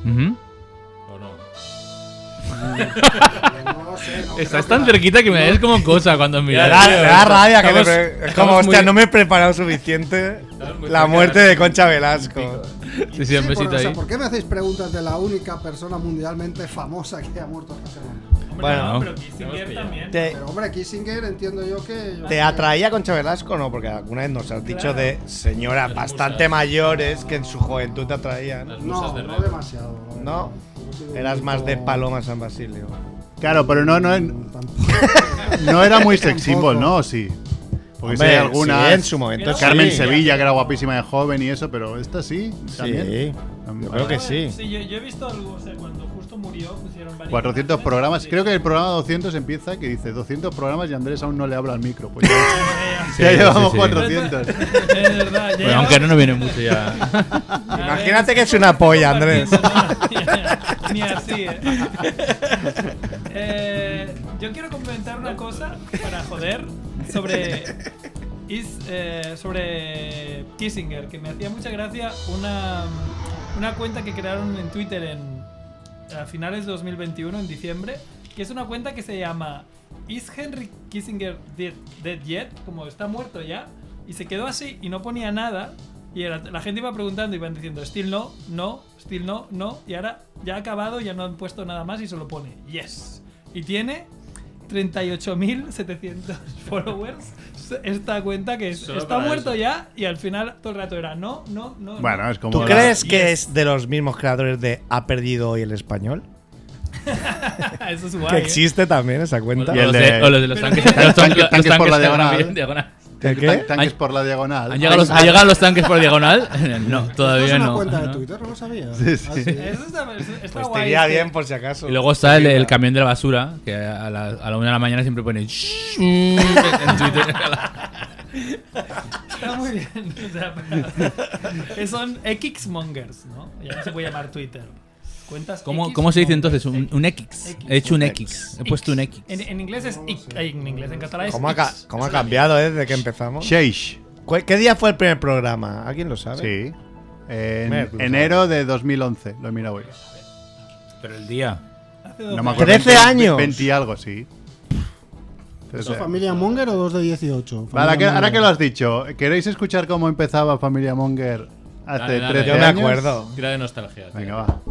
Speaker 2: Ujú.
Speaker 8: ¿O no?
Speaker 3: No lo sé, no creo
Speaker 2: Estás
Speaker 3: que
Speaker 2: tan
Speaker 3: la-
Speaker 2: cerquita que me des como cosa cuando
Speaker 6: Me
Speaker 2: miras.
Speaker 6: da, me da rabia que le
Speaker 8: Estamos-
Speaker 6: pre- Es
Speaker 8: estamos
Speaker 6: como, hostia,
Speaker 8: muy-
Speaker 6: no me he preparado suficiente
Speaker 8: Estamos muy
Speaker 6: la
Speaker 8: cerca
Speaker 6: muerte
Speaker 8: de-
Speaker 6: de Concha Velasco.
Speaker 2: Sí, sí, un
Speaker 3: Sí, por,
Speaker 2: besito
Speaker 3: o sea,
Speaker 2: ahí.
Speaker 3: ¿Por qué me hacéis preguntas de la única persona mundialmente famosa que ha muerto esta semana?
Speaker 10: Hombre,
Speaker 6: Bueno,
Speaker 10: no, pero Kissinger
Speaker 8: pillado.
Speaker 10: también.
Speaker 6: ¿Te,
Speaker 3: Pero hombre, Kissinger entiendo yo que.
Speaker 6: te atraía Concha Velasco o no? Porque alguna vez nos has dicho de señoras bastante mayores que en su juventud te atraían.
Speaker 3: No, no demasiado. la verdad.
Speaker 6: No,
Speaker 3: Yo soy un
Speaker 6: eras más de
Speaker 3: poco-
Speaker 6: Paloma San Basilio.
Speaker 7: Claro, pero no, no,
Speaker 3: Tampoco.
Speaker 7: no era muy sex
Speaker 3: Tampoco.
Speaker 7: symbol, ¿no? ¿O Sí. Porque si
Speaker 6: Hombre,
Speaker 7: hay alguna.
Speaker 6: sí, en su momento. sí.
Speaker 7: Carmen Sevilla, que era guapísima de joven y eso, pero esta sí.
Speaker 6: Sí.
Speaker 7: También.
Speaker 6: Yo creo que
Speaker 10: Ah,
Speaker 6: sí.
Speaker 10: yo, yo he visto algo, o sea, cuando justo murió pusieron varias
Speaker 7: 400
Speaker 10: imágenes.
Speaker 7: programas.
Speaker 10: Sí.
Speaker 7: Creo que el programa 200 empieza que dice 200 programas y Andrés aún no le habla al micro. Pues ya,
Speaker 10: Sí,
Speaker 7: ya
Speaker 2: Sí,
Speaker 7: llevamos
Speaker 2: sí, sí.
Speaker 7: 400.
Speaker 10: Es verdad, ya
Speaker 2: Bueno,
Speaker 10: llevamos-
Speaker 2: aunque no, no viene mucho ya.
Speaker 10: A ver,
Speaker 6: Imagínate que es una polla, Andrés.
Speaker 10: compartiendo, ¿no? Ni así, ¿eh? Eh, Yo quiero comentar una cosa para joder sobre. is- eh, sobre Kissinger, que me hacía mucha gracia una, una cuenta que crearon en Twitter en, a finales de 2021, en diciembre, que es una cuenta que se llama ¿Is Henry Kissinger dead, dead yet? Como está muerto ya. Y se quedó así y no ponía nada. Y era- la gente iba preguntando, iban diciendo, still no, no, still no, no. Y ahora ya ha acabado, ya no han puesto nada más y solo pone yes. Y tiene 38.700 followers. Esta cuenta que es,
Speaker 8: Solo
Speaker 10: está
Speaker 8: para
Speaker 10: muerto
Speaker 8: eso.
Speaker 10: ya y al final todo el rato era no, no, no. no".
Speaker 7: Bueno, es como.
Speaker 6: ¿Tú
Speaker 7: la-
Speaker 6: crees que
Speaker 10: Yes.
Speaker 6: es de los mismos creadores de Ha perdido hoy el español?
Speaker 10: Eso es guay.
Speaker 6: Que
Speaker 10: ¿eh?
Speaker 6: existe también esa cuenta.
Speaker 7: Y el
Speaker 2: O los
Speaker 7: de-
Speaker 2: de- o los de los
Speaker 10: Pero
Speaker 2: tanques.
Speaker 10: tiene-
Speaker 2: Los tanques, los
Speaker 7: Tanques por la
Speaker 2: tanques
Speaker 7: diagonal.
Speaker 2: también, diagonal.
Speaker 6: ¿Qué,
Speaker 7: tan-
Speaker 6: qué?
Speaker 7: Tanques por la diagonal.
Speaker 2: ¿Han llegado, los, ¿Han llegado los tanques por diagonal? No,
Speaker 3: ¿Esto
Speaker 2: todavía
Speaker 3: es una
Speaker 2: no.
Speaker 3: cuenta de
Speaker 2: No.
Speaker 3: Twitter? No lo sabía.
Speaker 7: Sí, sí.
Speaker 3: Ah, sí.
Speaker 10: Eso está, eso está
Speaker 6: Pues te
Speaker 10: guay.
Speaker 6: iría
Speaker 10: que-
Speaker 6: bien por si acaso.
Speaker 2: Y luego está el, el camión de la basura, que a la, a la una de la mañana siempre pone "Shh",
Speaker 7: Mm.
Speaker 2: en Twitter.
Speaker 10: Está muy bien. o sea, pero- son Xmongers, ¿no? Ya no se puede llamar Twitter. Cuentas
Speaker 2: ¿Cómo,
Speaker 10: X
Speaker 2: cómo se dice
Speaker 10: mongers.
Speaker 2: entonces? Un, un X.
Speaker 10: X.
Speaker 2: He hecho un X. He puesto un X.
Speaker 10: En, en inglés es X. ay, En inglés, en catalán es
Speaker 6: ¿Cómo ha, ca-
Speaker 10: X.
Speaker 6: cómo ha cambiado eh, desde que empezamos?
Speaker 7: Sheish.
Speaker 6: ¿Cu- ¿Qué día fue el primer programa? ¿Alguien lo sabe?
Speaker 7: Sí. En
Speaker 6: Mer,
Speaker 2: pues,
Speaker 6: tú
Speaker 7: enero de 2011. Lo he mirado hoy.
Speaker 2: Pero el día.
Speaker 10: Hace dos
Speaker 7: No me
Speaker 10: meses.
Speaker 7: acuerdo.
Speaker 6: 13 años.
Speaker 7: 20 y algo, sí. Entonces,
Speaker 3: ¿Son
Speaker 7: eh,
Speaker 3: familia Monger o dos de 18?
Speaker 7: Vale, ahora que,
Speaker 3: Familia
Speaker 7: ahora que
Speaker 3: Monger.
Speaker 7: lo has dicho, ¿queréis escuchar cómo empezaba Familia Monger hace
Speaker 8: Dale, dale.
Speaker 7: 13
Speaker 6: Yo me
Speaker 7: años?
Speaker 6: acuerdo.
Speaker 8: Tira de nostalgia. tira.
Speaker 7: Venga, va.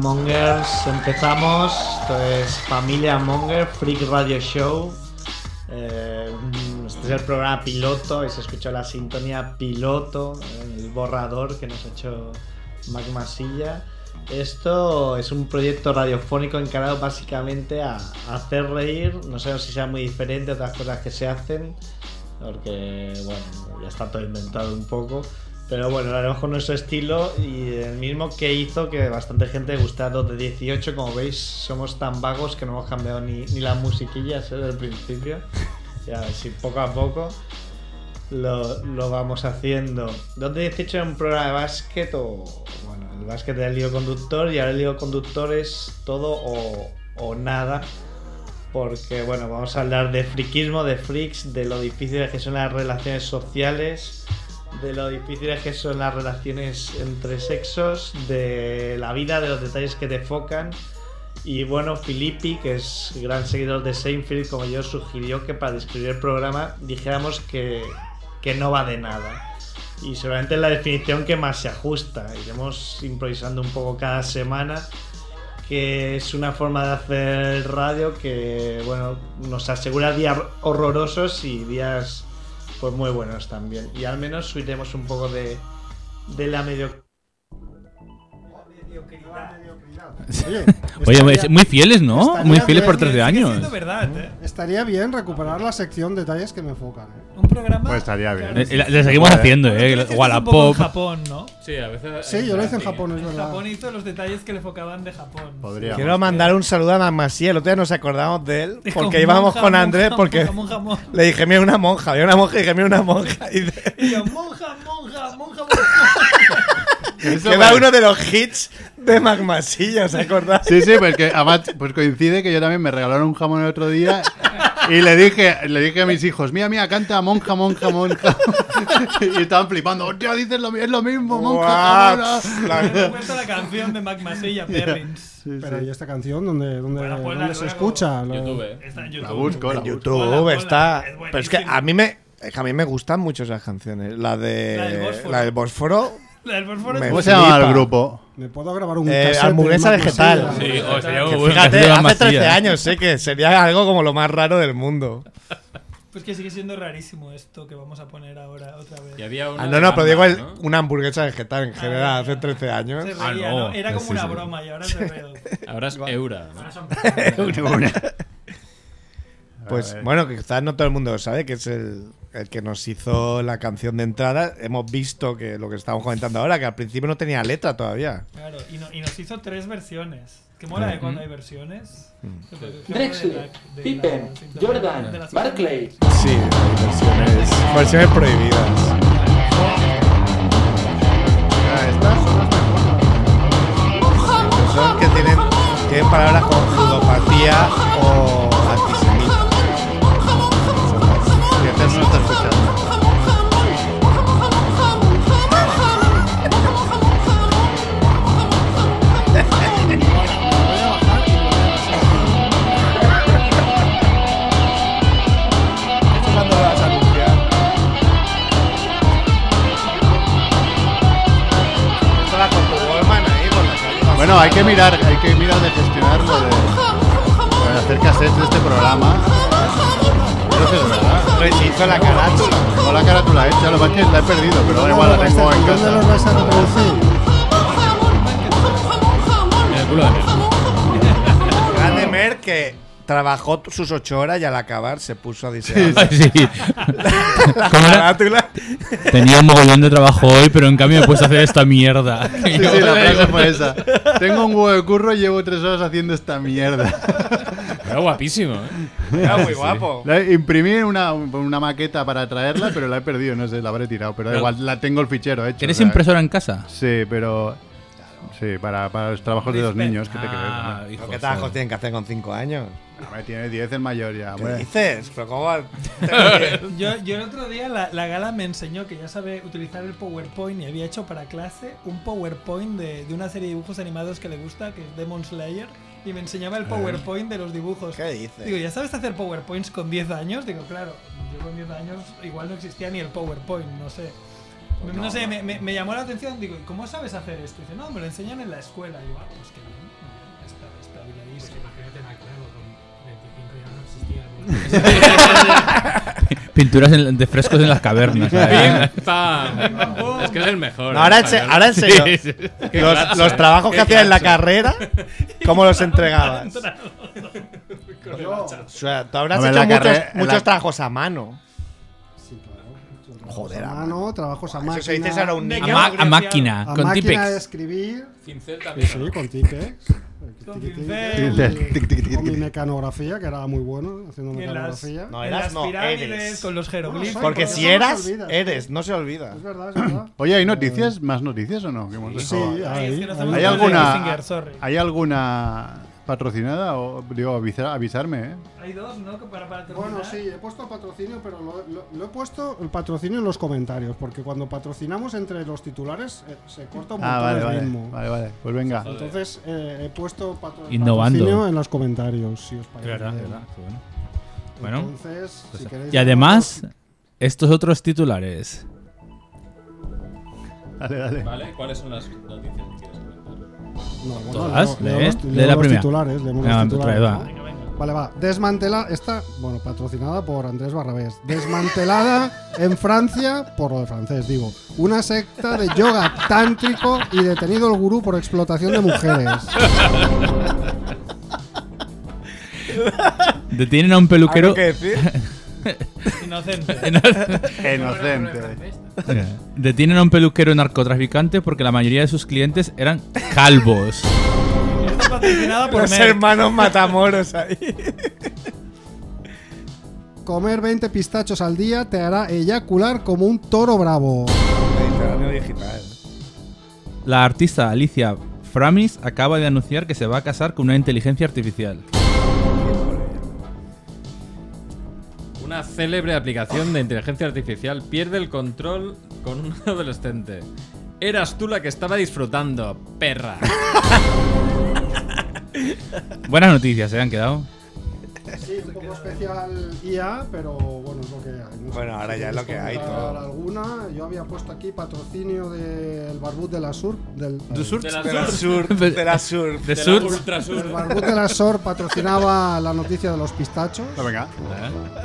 Speaker 6: Mongers, empezamos. Esto es Familia Monger, Freak Radio Show. Eh, este es el programa piloto y se escuchó la sintonía piloto, el borrador que nos ha hecho Mac Masilla. Esto es un proyecto radiofónico encarado básicamente a hacer reír. No sé si sea muy diferente a otras cosas que se hacen, porque bueno, ya está todo inventado un poco. Pero bueno, lo haremos con nuestro estilo y el mismo que hizo que bastante gente gustado de 18. Como veis, somos tan vagos que no hemos cambiado ni, ni la musiquilla ¿sí? desde el principio. Ya, si poco a poco lo, lo vamos haciendo. 218 era un programa de básquet o. Bueno, el básquet era el lío conductor y ahora el lío conductor es todo o, o nada. Porque, bueno, vamos a hablar de friquismo, de freaks, de lo difíciles que son las relaciones sociales, de lo difíciles que son las relaciones entre sexos, de la vida, de los detalles que te focan. Y bueno, Filippi, que es gran seguidor de Seinfeld, como yo, sugirió que para describir el programa dijéramos que, que no va de nada. Y seguramente es la definición que más se ajusta. Iremos improvisando un poco cada semana, que es una forma de hacer radio que, bueno, nos asegura días horrorosos y días pues muy buenos también. Y al menos subiremos un poco de, de la medio
Speaker 3: Oye,
Speaker 2: Oye,
Speaker 3: estaría-
Speaker 2: muy fieles, ¿no?
Speaker 3: estaría
Speaker 2: Muy fieles
Speaker 3: bien-
Speaker 2: por 13 años.
Speaker 10: verdad, ¿eh?
Speaker 3: Estaría bien recuperar la sección detalles que me enfocan. ¿eh?
Speaker 10: Un programa.
Speaker 7: Pues estaría bien.
Speaker 2: Eh, la- la seguimos
Speaker 7: Vale.
Speaker 2: haciendo, eh.
Speaker 10: Hiciste un poco en
Speaker 2: Wallapop.
Speaker 10: Japón, ¿no?
Speaker 8: Sí, a veces.
Speaker 3: Sí, yo lo hice en Japón, es
Speaker 10: En
Speaker 3: verdad.
Speaker 10: Japón hizo los detalles que le focaban de Japón.
Speaker 7: Podríamos.
Speaker 5: Quiero mandar un saludo a Mac Masí. El otro día nos acordamos de él
Speaker 10: Dijo,
Speaker 5: porque íbamos
Speaker 10: "Monja,
Speaker 5: con
Speaker 10: monja,
Speaker 5: Andrés porque
Speaker 10: monja, monja, monja".
Speaker 5: le dije, mira una monja, mira una monja y dije, mira una monja. Y de-
Speaker 10: Y yo, monja, monja, monja, monja.
Speaker 5: que va uno de los hits de Mac Masí, ¿os acordáis?
Speaker 7: Sí, sí, porque además pues coincide que yo también me regalaron un jamón el otro día y le dije, le dije a mis hijos, mira, mira, canta monja, monja, monja. Y estaban flipando, hostia, dices lo, mi- es lo mismo, monja,
Speaker 5: Guau,
Speaker 7: jamón, ah".
Speaker 10: Me he puesto la canción de Mac Masella, Perrins.
Speaker 3: Pero ¿y esta canción dónde, dónde,
Speaker 10: Bueno, pues la-
Speaker 3: dónde se
Speaker 10: luego-
Speaker 3: escucha? La-
Speaker 10: Está en YouTube.
Speaker 7: La busco, la
Speaker 5: En
Speaker 7: busco.
Speaker 5: YouTube
Speaker 10: Hola, hola,
Speaker 5: está.
Speaker 10: es
Speaker 5: pero es que
Speaker 10: buenísimo.
Speaker 5: a mí me. es que a mí me gustan mucho esas canciones. La
Speaker 10: La del
Speaker 5: de.
Speaker 10: Bósforo.
Speaker 5: La del Bósforo.
Speaker 10: La del Bósforo
Speaker 5: Me-
Speaker 10: es-
Speaker 7: ¿Cómo se llama
Speaker 5: flipa.
Speaker 7: el grupo?
Speaker 3: ¿Me puedo grabar un
Speaker 5: Eh,
Speaker 3: cassette de
Speaker 5: hamburguesa
Speaker 3: Mac
Speaker 5: vegetal.
Speaker 3: Masilla?
Speaker 2: Sí, o sería
Speaker 5: Que
Speaker 2: muy bueno.
Speaker 5: fíjate,
Speaker 2: Cassette
Speaker 5: hace
Speaker 2: Masía.
Speaker 5: 13 años, sé que sería algo como lo más raro del mundo.
Speaker 10: Pues que sigue siendo rarísimo esto que vamos a poner ahora otra vez.
Speaker 8: Y había una
Speaker 5: Ah, no,
Speaker 8: de
Speaker 5: no, pero
Speaker 8: gamba,
Speaker 5: digo el-
Speaker 8: ¿no?
Speaker 5: una hamburguesa vegetal en
Speaker 10: Ah,
Speaker 5: general, hace 13 años.
Speaker 10: Se reía,
Speaker 2: Ah, no.
Speaker 10: ¿no? Era como
Speaker 8: Sí,
Speaker 10: una
Speaker 8: sí.
Speaker 10: broma y ahora se veo.
Speaker 8: Ahora es Eura. ¿no?
Speaker 11: Ahora son
Speaker 5: Pues
Speaker 7: A ver.
Speaker 5: bueno, quizás no todo el mundo lo sabe, que es el, el que nos hizo la canción de entrada. Hemos visto que lo que estamos comentando ahora, que al principio no tenía letra todavía.
Speaker 10: Claro, y, no- y nos hizo tres versiones. Que mola de cuando hay versiones.
Speaker 6: Drexler,
Speaker 10: Pippen, Jordan, Barclay.
Speaker 5: Sí, hay versiones, versiones prohibidas.
Speaker 7: Ah, estas son las mejores.
Speaker 5: Son que tienen, tienen palabras como ludopatía o antisemita.
Speaker 7: Y estas no las estoy escuchando.
Speaker 5: Esto cuando lo vas a anunciar. Esto va con tu Walkman ahí por la calle.
Speaker 7: Bueno, hay que mirar, hay que mirar de gestionarlo de, de hacer cassettes de este programa. No sé, de verdad.
Speaker 5: Hombre, se hizo la carátula.
Speaker 7: No la carátula hecha, lo más que la he perdido, pero da
Speaker 3: ¿Dónde
Speaker 7: igual, la
Speaker 3: lo vais a-
Speaker 7: tengo en
Speaker 3: ¿Dónde
Speaker 7: casa.
Speaker 3: lo vais a reproducir?
Speaker 8: En el culo de Merck.
Speaker 5: Grande Mer que trabajó t- sus ocho horas y al acabar se puso a diseñar
Speaker 2: Ay, sí.
Speaker 5: la
Speaker 2: ¿Cómo era?
Speaker 5: carátula.
Speaker 2: Tenía un mogollón de trabajo hoy, pero en cambio me he puesto a hacer esta mierda.
Speaker 7: Sí, sí, la frase fue esa. Tengo un huevo de curro y llevo tres horas haciendo esta mierda.
Speaker 8: Era guapísimo, ¿eh?
Speaker 5: Era muy guapo.
Speaker 7: La imprimí en una, una maqueta para traerla, pero la he perdido, no sé, la habré tirado, pero da
Speaker 2: Pero-
Speaker 7: igual, la tengo el fichero hecho.
Speaker 2: ¿Tienes
Speaker 7: o sea,
Speaker 2: impresora en casa?
Speaker 7: Sí, pero... Sí, para, para los trabajos de los niños, ¿qué te crees?
Speaker 2: Ah, hijo,
Speaker 5: ¿Qué trabajos
Speaker 2: joder.
Speaker 5: tienen que hacer con cinco años?
Speaker 7: No, hombre, tiene 10 el mayor ya,
Speaker 5: ¿Qué
Speaker 7: hombre.
Speaker 5: dices? ¿Pero cómo va?
Speaker 10: Yo, yo el otro día la, la gala me enseñó que ya sabe utilizar el PowerPoint y había hecho para clase un PowerPoint de, de una serie de dibujos animados que le gusta, que es Demon Slayer, y me enseñaba el PowerPoint de los dibujos.
Speaker 5: ¿Qué dices?
Speaker 10: Digo, ¿ya sabes hacer PowerPoints con 10 años? Digo, claro, yo con 10 años igual no existía ni el PowerPoint, no sé. Pues No,
Speaker 12: no,
Speaker 10: sé,
Speaker 12: no.
Speaker 10: Me, me- me llamó la atención, digo, ¿y cómo sabes hacer esto? Y dice, no, me lo enseñan en la escuela. Y yo, ah, pues qué bien, muy bien, está
Speaker 4: Pues
Speaker 10: espabiladísimo.
Speaker 4: imagínate McLeod con 25 ya no existía.
Speaker 2: Pinturas en- de frescos en las cavernas. ¿eh? ¿sabes?
Speaker 8: Pim, pam. Es que es el mejor.
Speaker 6: No, ahora, en,
Speaker 8: ¿eh?
Speaker 6: se- ahora en serio,
Speaker 8: Sí, sí. Qué
Speaker 6: los,
Speaker 8: clase,
Speaker 6: los
Speaker 8: ¿eh?
Speaker 6: trabajos que
Speaker 8: Qué
Speaker 6: hacías en la
Speaker 8: clase.
Speaker 6: carrera, ¿cómo los entregabas? O sea, tú habrás
Speaker 7: No, en
Speaker 6: hecho
Speaker 7: la
Speaker 6: muchos,
Speaker 7: carre- en
Speaker 6: muchos
Speaker 7: la-
Speaker 6: trabajos a mano. Joder, a
Speaker 3: Ah, no, trabajos a máquina.
Speaker 6: Eso se dices ahora un niño.
Speaker 2: A, ma- a máquina,
Speaker 3: A
Speaker 2: con
Speaker 3: máquina
Speaker 2: Tipex.
Speaker 3: de escribir.
Speaker 8: Cincel
Speaker 3: Sí,
Speaker 8: también.
Speaker 3: sí, con Tipex.
Speaker 10: Con
Speaker 3: Tiqui, tiqui.
Speaker 10: pincel.
Speaker 3: Con- Con mi mecanografía, que era muy bueno haciendo
Speaker 10: Y en las,
Speaker 3: mecanografafía.
Speaker 6: No,
Speaker 10: en
Speaker 6: eras,
Speaker 10: las
Speaker 6: no,
Speaker 10: pirámides,
Speaker 6: eres.
Speaker 10: con los jeroglíficos.
Speaker 6: Porque
Speaker 3: Eso
Speaker 6: si
Speaker 3: no Eh, se
Speaker 6: eras,
Speaker 3: olvida.
Speaker 6: eres, no se olvida.
Speaker 3: Es verdad, es verdad.
Speaker 7: Oye, ¿hay noticias? ¿Más noticias o no? Que hemos
Speaker 3: Sí,
Speaker 7: dejado?
Speaker 10: Ay, es que
Speaker 3: ahí.
Speaker 10: nos
Speaker 3: ahí.
Speaker 10: hemos
Speaker 7: ¿Hay
Speaker 10: Hablando de
Speaker 7: alguna,
Speaker 10: Kissinger, sorry.
Speaker 7: ¿Hay alguna patrocinada? O, digo, avisa- avisarme, ¿eh?
Speaker 10: Hay dos, ¿no? Que Para, para terminar.
Speaker 3: Bueno, sí, he puesto patrocinio, pero lo, lo- lo he puesto el patrocinio en los comentarios, porque cuando patrocinamos entre los titulares eh, se corta un montón
Speaker 7: Ah, vale,
Speaker 3: el
Speaker 7: vale,
Speaker 3: ritmo.
Speaker 7: vale, vale. Pues venga.
Speaker 3: Entonces eh, he puesto patro-
Speaker 2: Innovando.
Speaker 3: patrocinio en los comentarios, si os parece.
Speaker 2: Verdad,
Speaker 3: bien.
Speaker 2: verdad, qué bueno. Bueno. pues
Speaker 3: Entonces, si queréis
Speaker 2: Y además, estos otros titulares.
Speaker 7: Dale, dale.
Speaker 8: Vale, ¿cuáles son las noticias que quieres comentar?
Speaker 3: No, bueno,
Speaker 2: Todas,
Speaker 3: leo-
Speaker 2: lee,
Speaker 3: leo los,
Speaker 2: lee
Speaker 3: leo
Speaker 2: la
Speaker 3: los
Speaker 2: primera.
Speaker 3: titulares, leemos los
Speaker 2: Venga,
Speaker 3: titulares,
Speaker 2: otra vez,
Speaker 3: ¿no?
Speaker 10: Venga, venga.
Speaker 3: Vale, va. Desmantela esta, bueno, patrocinada por Andrés Barrabés. Desmantelada en Francia, por lo de francés, digo. Una secta de yoga tántrico y detenido el gurú por explotación de mujeres.
Speaker 2: Detienen a un peluquero.
Speaker 6: ¿Algo que decir?
Speaker 10: Inocente.
Speaker 7: Inocente.
Speaker 2: Detienen a un peluquero narcotraficante porque la mayoría de sus clientes eran calvos.
Speaker 10: Está patrocinada por
Speaker 6: Los
Speaker 10: Merck.
Speaker 6: hermanos matamoros ahí.
Speaker 3: Comer 20 pistachos al día te hará eyacular como un toro bravo.
Speaker 6: Mediterráneo digital.
Speaker 2: La artista Alicia Framis acaba de anunciar que se va a casar con una inteligencia artificial.
Speaker 8: Una célebre aplicación de inteligencia artificial pierde el control con un adolescente. Eras tú la que estaba disfrutando, perra.
Speaker 2: Buenas noticias, se han quedado.
Speaker 3: Sí, un poco especial IA, pero bueno, es lo que hay. No sé
Speaker 6: Bueno, ahora
Speaker 3: si
Speaker 6: ya es lo
Speaker 3: queréis
Speaker 6: que hay,
Speaker 3: comentar
Speaker 6: todo.
Speaker 3: alguna. Yo había puesto aquí patrocinio del barbud de la sur. Del,
Speaker 8: De la
Speaker 6: De la
Speaker 8: surf,
Speaker 6: surf, de la surf.
Speaker 2: De
Speaker 8: de la
Speaker 2: Sur.
Speaker 8: ultrasur.
Speaker 3: El barbud de la SOR patrocinaba la noticia de los pistachos.
Speaker 7: No, venga.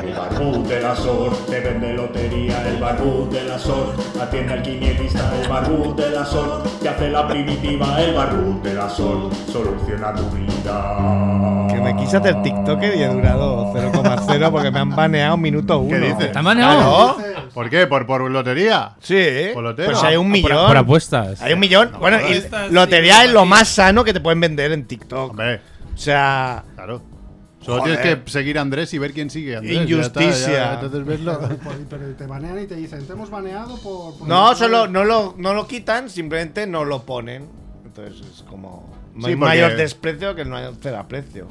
Speaker 13: El barbú de la SOR te vende lotería, el barbú de la SOR atiende al quinielista, el barbú de la SOR te hace la primitiva, el barbú de la SOR soluciona tu vida.
Speaker 6: Que me quise hacer TikToker y he durado 0,0 porque me han baneado minuto uno.
Speaker 7: dices?
Speaker 2: ¿Te han baneado?
Speaker 6: Claro.
Speaker 7: ¿Por qué? ¿Por, por lotería?
Speaker 6: Sí.
Speaker 7: Por lotero.
Speaker 6: Pues hay un
Speaker 2: Ah, Por,
Speaker 6: millón.
Speaker 2: por apuestas.
Speaker 6: Hay un millón. bueno, y
Speaker 10: apuestas,
Speaker 6: lotería
Speaker 10: sí,
Speaker 6: es lo
Speaker 10: sí.
Speaker 6: más sano que te pueden vender en TikTok.
Speaker 7: Hombre,
Speaker 6: O sea,
Speaker 7: claro. Solo
Speaker 6: Joder.
Speaker 7: tienes que seguir a Andrés y ver quién sigue. a Andrés. Ya está, ya-
Speaker 6: Injusticia.
Speaker 7: entonces verlo.
Speaker 3: Pero- Pero te banean y te dicen, te hemos baneado por... por-
Speaker 6: no solo no lo, no lo quitan, simplemente no lo ponen. Entonces es como no
Speaker 7: Sí, porque-
Speaker 6: hay mayor desprecio que no hay aprecio.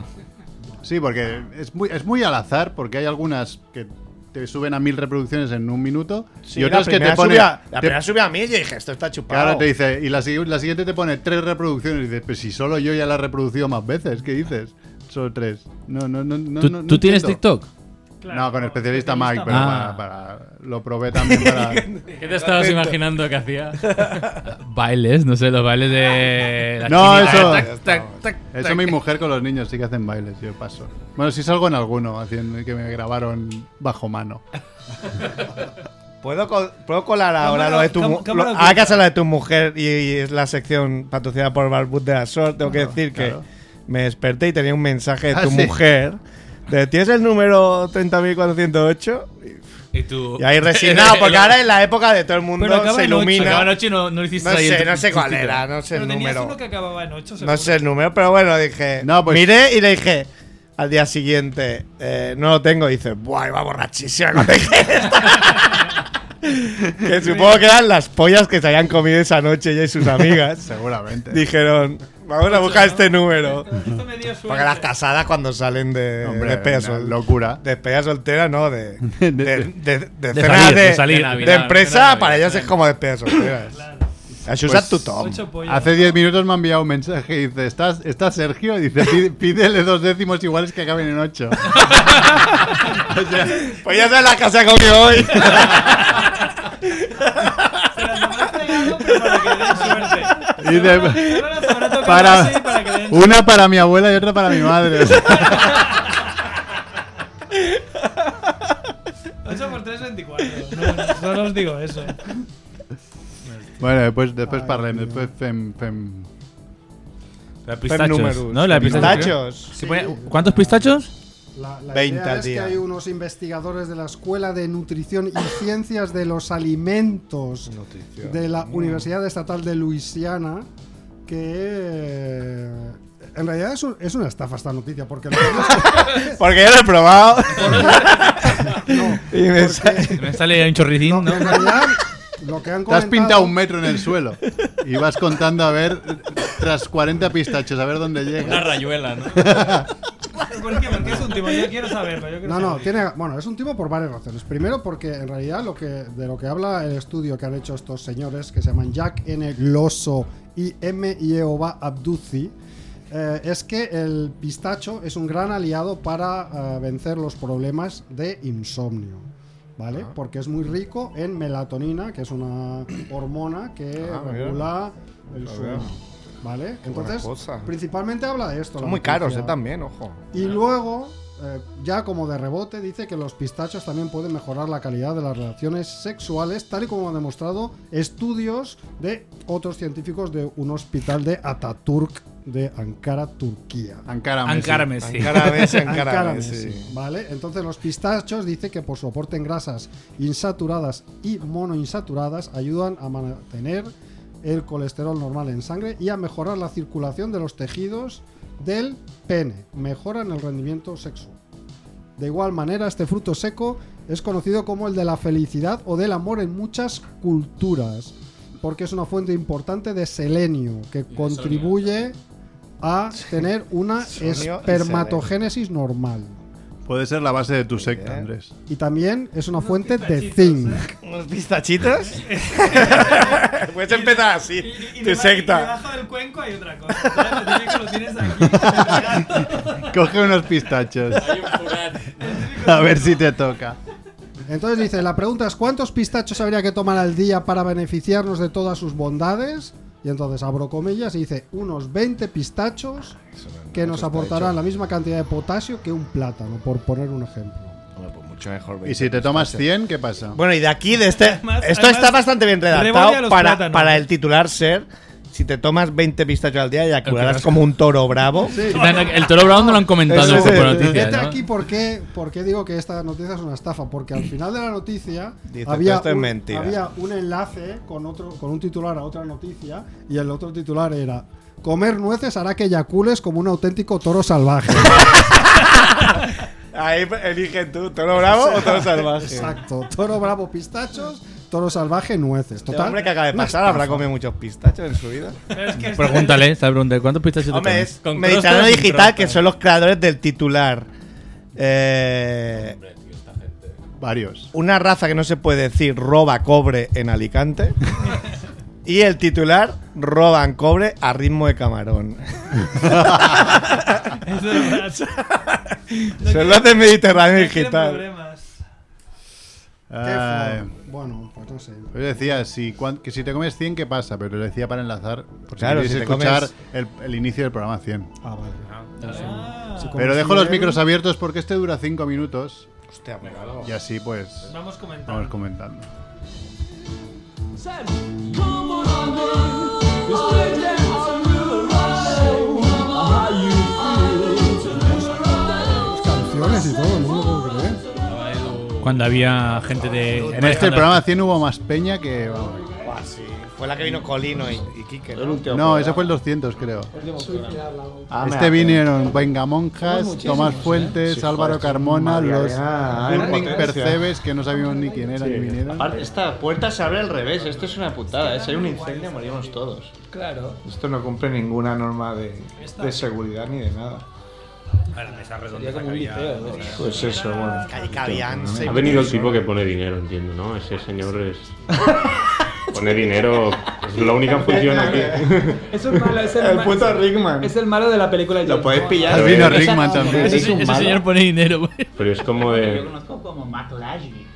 Speaker 7: Sí, porque es muy, es muy al azar, porque hay algunas que te suben a mil reproducciones en un minuto y otras que te ponen.
Speaker 6: la
Speaker 7: te-
Speaker 6: primera sube a mí y dije, esto está
Speaker 7: Claro,
Speaker 6: chupado.
Speaker 7: te dice, y la, sigui- la siguiente te pone tres reproducciones y dices, pues si solo yo ya la he reproducido más veces, ¿qué dices? Solo tres. No, no, no, no.
Speaker 2: ¿Tú,
Speaker 7: no- no
Speaker 2: tú tienes
Speaker 7: entiendo.
Speaker 2: TikTok?
Speaker 7: no, con especialista Mike, pero
Speaker 2: Ah.
Speaker 7: para, para- lo probé también para.
Speaker 8: ¿Qué te estabas imaginando que hacía?
Speaker 2: Bailes, no sé, los bailes de. la
Speaker 7: No,
Speaker 2: chinita,
Speaker 7: eso-
Speaker 2: tac, tac, tac,
Speaker 7: Eso
Speaker 2: tac.
Speaker 7: mi mujer con los niños sí que hacen bailes, yo paso. Bueno, sí salgo en alguno, haciendo que me grabaron bajo mano.
Speaker 6: ¿Puedo, col- puedo colar ahora
Speaker 10: Cámara-
Speaker 6: lo de tu
Speaker 10: cam-
Speaker 6: mujer?
Speaker 10: cámara
Speaker 6: Ahora que
Speaker 10: oculta.
Speaker 6: has hablado de tu mujer y, y es la sección patrocinada por Barbud de la Sor, tengo que decir
Speaker 7: claro.
Speaker 6: que me desperté y tenía un mensaje de
Speaker 7: Ah,
Speaker 6: tu
Speaker 7: sí.
Speaker 6: mujer. De, ¿Tienes el número 30.408?
Speaker 2: Y tú.
Speaker 7: Oh.
Speaker 6: Y ahí resignado, porque ahora en la época de todo el mundo
Speaker 10: Pero acaba
Speaker 6: se
Speaker 10: en ocho,
Speaker 6: ilumina.
Speaker 2: Acaba
Speaker 6: No
Speaker 2: noche y no, no lo hiciste ahí en
Speaker 6: sé,
Speaker 2: tu-
Speaker 6: no sé
Speaker 2: tu
Speaker 6: cuál
Speaker 2: TikTok.
Speaker 6: era, no sé
Speaker 10: Pero
Speaker 6: el
Speaker 10: tenías uno
Speaker 6: número.
Speaker 10: que acababa en 8,
Speaker 6: No sé el número, pero bueno, dije.
Speaker 7: No, pues-
Speaker 6: Miré y le dije al día siguiente, eh, no lo tengo. Y dice, ¡buah, iba borrachísima cuando dije esto". Que supongo que eran las pollas que se habían comido esa noche ella y sus amigas.
Speaker 7: Seguramente.
Speaker 6: Dijeron, vamos a buscar este número.
Speaker 10: Esto me dio suerte.
Speaker 6: Porque las casadas cuando salen de
Speaker 7: Hombre,
Speaker 6: despedida
Speaker 7: una
Speaker 6: sol-
Speaker 7: locura.
Speaker 6: despedida soltera, no, de, de, de, de
Speaker 2: De
Speaker 6: cenas
Speaker 2: salir,
Speaker 6: de,
Speaker 2: de salir.
Speaker 6: de
Speaker 8: Navidad,
Speaker 6: empresa,
Speaker 8: cena de
Speaker 6: para
Speaker 8: Navidad,
Speaker 6: ellas es como despedida soltera. Así usa tu tom.
Speaker 10: Ocho
Speaker 7: Pues,
Speaker 10: pollas.
Speaker 7: Hace 10 minutos me ha enviado un mensaje y dice, ¿estás, está Sergio? Y dice, "Pí- pídele dos décimos iguales que acaben en ocho.
Speaker 6: Pues ya sabes la casa que ha comido hoy.
Speaker 10: Se las para que den suerte.
Speaker 7: Y de-
Speaker 10: Solo las habrá tocado
Speaker 7: para,
Speaker 10: así para que den suerte.
Speaker 7: una para mi abuela y otra para mi madre.
Speaker 10: 8 por 3, 24. No, no, solo os digo eso.
Speaker 7: bueno, después, después parlem, después fem, fem.
Speaker 2: La pistachos. ¿no? La
Speaker 6: Pistachos.
Speaker 2: Si pone- ¿Cuántos pistachos?
Speaker 3: La, la
Speaker 6: 20
Speaker 3: idea
Speaker 6: al
Speaker 3: es
Speaker 6: día.
Speaker 3: que hay unos investigadores de la Escuela de Nutrición y Ciencias de los Alimentos
Speaker 6: Nutrición.
Speaker 3: de la
Speaker 6: Mm.
Speaker 3: Universidad Estatal de Luisiana que eh, en realidad es, un- es una estafa esta noticia porque lo que-
Speaker 6: Porque yo lo he probado.
Speaker 3: No,
Speaker 6: Y me
Speaker 3: porque-
Speaker 6: sale-
Speaker 2: Me sale ahí un chorricín, ¿no?
Speaker 3: en realidad lo que han
Speaker 7: Te has
Speaker 3: comentado-
Speaker 7: pintado un metro en el suelo y vas contando a ver tras 40 pistachos, a ver dónde llega.
Speaker 8: Una rayuela, ¿no?
Speaker 10: ¿Por qué? Porque es un tipo. Yo quiero saberlo. Yo quiero
Speaker 3: No, no,
Speaker 10: saberlo.
Speaker 3: tiene, bueno, es un tipo por varias razones. Primero porque en realidad lo que, de lo que habla el estudio que han hecho estos señores que se llaman Jack N. Glosso y M. Yehoba Abduzi eh, es que el pistacho es un gran aliado para eh, vencer los problemas de insomnio. ¿Vale?
Speaker 6: Ah.
Speaker 3: Porque es muy rico en melatonina, que es una hormona que
Speaker 6: Ah, mira.
Speaker 3: regula el
Speaker 6: Lo
Speaker 3: sueño.
Speaker 6: veo.
Speaker 3: ¿Vale?
Speaker 6: Buena
Speaker 3: ¿Eh? Entonces,
Speaker 6: cosa.
Speaker 3: principalmente habla de esto.
Speaker 6: Son
Speaker 3: la
Speaker 6: muy caros,
Speaker 3: noticia.
Speaker 6: eh, también, ojo.
Speaker 3: Y luego, eh, ya como de rebote, dice que los pistachos también pueden mejorar la calidad de las relaciones sexuales, tal y como han demostrado estudios de otros científicos de un hospital de Ataturk de Ankara, Turquía.
Speaker 7: Ankara
Speaker 2: Messi. Ankara Messi.
Speaker 6: Ankara Messi, Ankara
Speaker 3: Ankara
Speaker 6: Messi.
Speaker 3: Messi, ¿Vale? Entonces los pistachos dice que por su aporte en grasas insaturadas y monoinsaturadas ayudan a mantener el colesterol normal en sangre y a mejorar la circulación de los tejidos del pene. Mejoran el rendimiento sexual. De igual manera, este fruto seco es conocido como el de la felicidad o del amor en muchas culturas, porque es una fuente importante de selenio que contribuye a tener una
Speaker 6: Selenio y
Speaker 3: espermatogénesis normal.
Speaker 7: Puede ser la base de tu secta, Andrés.
Speaker 3: Y también es una fuente de zinc.
Speaker 6: ¿eh? ¿Unos pistachitos? Puedes empezar así,
Speaker 10: Y
Speaker 6: tu
Speaker 10: deba- Y
Speaker 6: secta.
Speaker 10: debajo del cuenco hay otra cosa. ¿sabes? Lo típico lo tienes aquí.
Speaker 7: Coge unos pistachos.
Speaker 10: Hay un furán.
Speaker 7: A ver si te toca.
Speaker 3: Entonces dice, la pregunta es ¿cuántos pistachos habría que tomar al día para beneficiarnos de todas sus bondades? Y entonces abro comillas y dice, unos 20 pistachos que nos
Speaker 6: está
Speaker 3: aportarán
Speaker 6: hecho.
Speaker 3: la misma cantidad de potasio que un plátano, por poner un ejemplo.
Speaker 6: Hombre, pues mucho mejor.
Speaker 7: Y si te tomas 100, ¿qué pasa?
Speaker 6: Bueno, y de aquí, de este.
Speaker 10: Además-
Speaker 6: esto
Speaker 10: además,
Speaker 6: está bastante bien
Speaker 10: rebolla los
Speaker 6: redactado para,
Speaker 10: plátanos.
Speaker 6: para el titular ser. Si te tomas 20 pistachos al día,
Speaker 2: El que
Speaker 6: eyacularás
Speaker 2: no-
Speaker 6: como un toro bravo.
Speaker 2: El toro brown no lo han comentado
Speaker 6: Eso
Speaker 2: en
Speaker 6: es,
Speaker 2: esta
Speaker 6: eh,
Speaker 2: noticia,
Speaker 3: Vete
Speaker 2: ¿no?
Speaker 3: aquí porque, porque digo que esta noticia es una estafa, porque al final de la noticia
Speaker 6: Dice,
Speaker 3: había,
Speaker 6: esto es
Speaker 3: un,
Speaker 6: mentira.
Speaker 3: había un enlace con otro con un titular a otra noticia y el otro titular era comer nueces hará que eyacules como un auténtico toro salvaje.
Speaker 6: Ahí eligen tú, toro bravo o toro salvaje.
Speaker 3: Exacto, toro bravo pistachos, toro salvaje nueces.
Speaker 6: El
Speaker 3: Total.
Speaker 6: hombre que acaba de
Speaker 3: una
Speaker 6: pasar
Speaker 3: estafa.
Speaker 6: habrá comido muchos pistachos en su vida.
Speaker 10: Pero es que esto-
Speaker 2: este- Pregúntale, está preguntando Eh, ¿cuántos pistachos te
Speaker 6: Hombre,
Speaker 2: comes?
Speaker 6: es
Speaker 8: Con
Speaker 6: Mediterráneo
Speaker 8: crostas y
Speaker 6: Digital, que
Speaker 8: crostas.
Speaker 6: son los creadores del titular. Eh,
Speaker 7: Varios.
Speaker 6: una raza que no se puede decir roba cobre en Alicante. y el titular, roban cobre a ritmo de camarón.
Speaker 10: Eso es verdad. No
Speaker 6: son
Speaker 10: quiero-
Speaker 6: los de Mediterráneo
Speaker 10: no quiero
Speaker 6: Digital.
Speaker 10: problemas.
Speaker 3: Qué
Speaker 7: Ay.
Speaker 3: feo. Bueno, pues no sé.
Speaker 7: Yo decía, si, cuan- que si te comes 100, ¿qué pasa? Pero lo decía para enlazar. Por
Speaker 6: Claro,
Speaker 7: si
Speaker 6: si
Speaker 7: queréis
Speaker 6: te
Speaker 7: escuchar
Speaker 6: comes-
Speaker 7: el, el inicio del programa 100.
Speaker 3: Ah, vale.
Speaker 10: Ah,
Speaker 3: Si comes
Speaker 7: Pero dejo los
Speaker 3: bien-
Speaker 7: micros abiertos porque este dura 5 minutos
Speaker 6: Hostia, me
Speaker 7: y así pues
Speaker 10: Vamos comentando.
Speaker 7: vamos comentando.
Speaker 3: Canciones y todo, no me lo puedo creer.
Speaker 2: Cuando había gente de.
Speaker 7: En este programa 100 hubo más peña que... vamos.
Speaker 6: Buah, sí. Fue la que vino Colino y, y Quique. ¿no?
Speaker 7: No, ese fue el 200 creo.
Speaker 12: Ah, me
Speaker 7: Este
Speaker 12: hace-
Speaker 5: eh.
Speaker 7: vinieron Venga Monjas, Tomás Fuentes,
Speaker 12: Sí, joder,
Speaker 7: Álvaro
Speaker 12: esto es
Speaker 7: Carmona,
Speaker 12: María
Speaker 7: los
Speaker 6: ah,
Speaker 12: Elena, hay
Speaker 7: Burning
Speaker 12: potencia.
Speaker 7: Percebes, que no sabíamos ni quién eran y vinieron.
Speaker 12: Aparte, esta puerta se abre al revés. Esto es una putada. ¿eh? Si hay un incendio, morimos todos.
Speaker 10: Claro.
Speaker 12: Esto no cumple ninguna norma de, de seguridad ni de nada. Pues eso, bueno.
Speaker 6: Ahí cabían
Speaker 14: Ha
Speaker 6: seis
Speaker 14: venido el
Speaker 6: personas.
Speaker 14: tipo que pone dinero, entiendo, ¿no? Ese señor es. Pone dinero. Es la única función aquí.
Speaker 15: Es un malo, es el,
Speaker 12: El
Speaker 15: ma-
Speaker 12: puto Rickman.
Speaker 15: es el malo de la película.
Speaker 12: Lo podéis pillar.
Speaker 7: Al
Speaker 14: vino
Speaker 12: Esa-
Speaker 7: Rickman también.
Speaker 12: ese es
Speaker 2: Ese,
Speaker 12: un
Speaker 2: ese
Speaker 12: malo.
Speaker 2: señor pone dinero, güey.
Speaker 14: Pero es como de.
Speaker 15: conozco como Matt Lashby.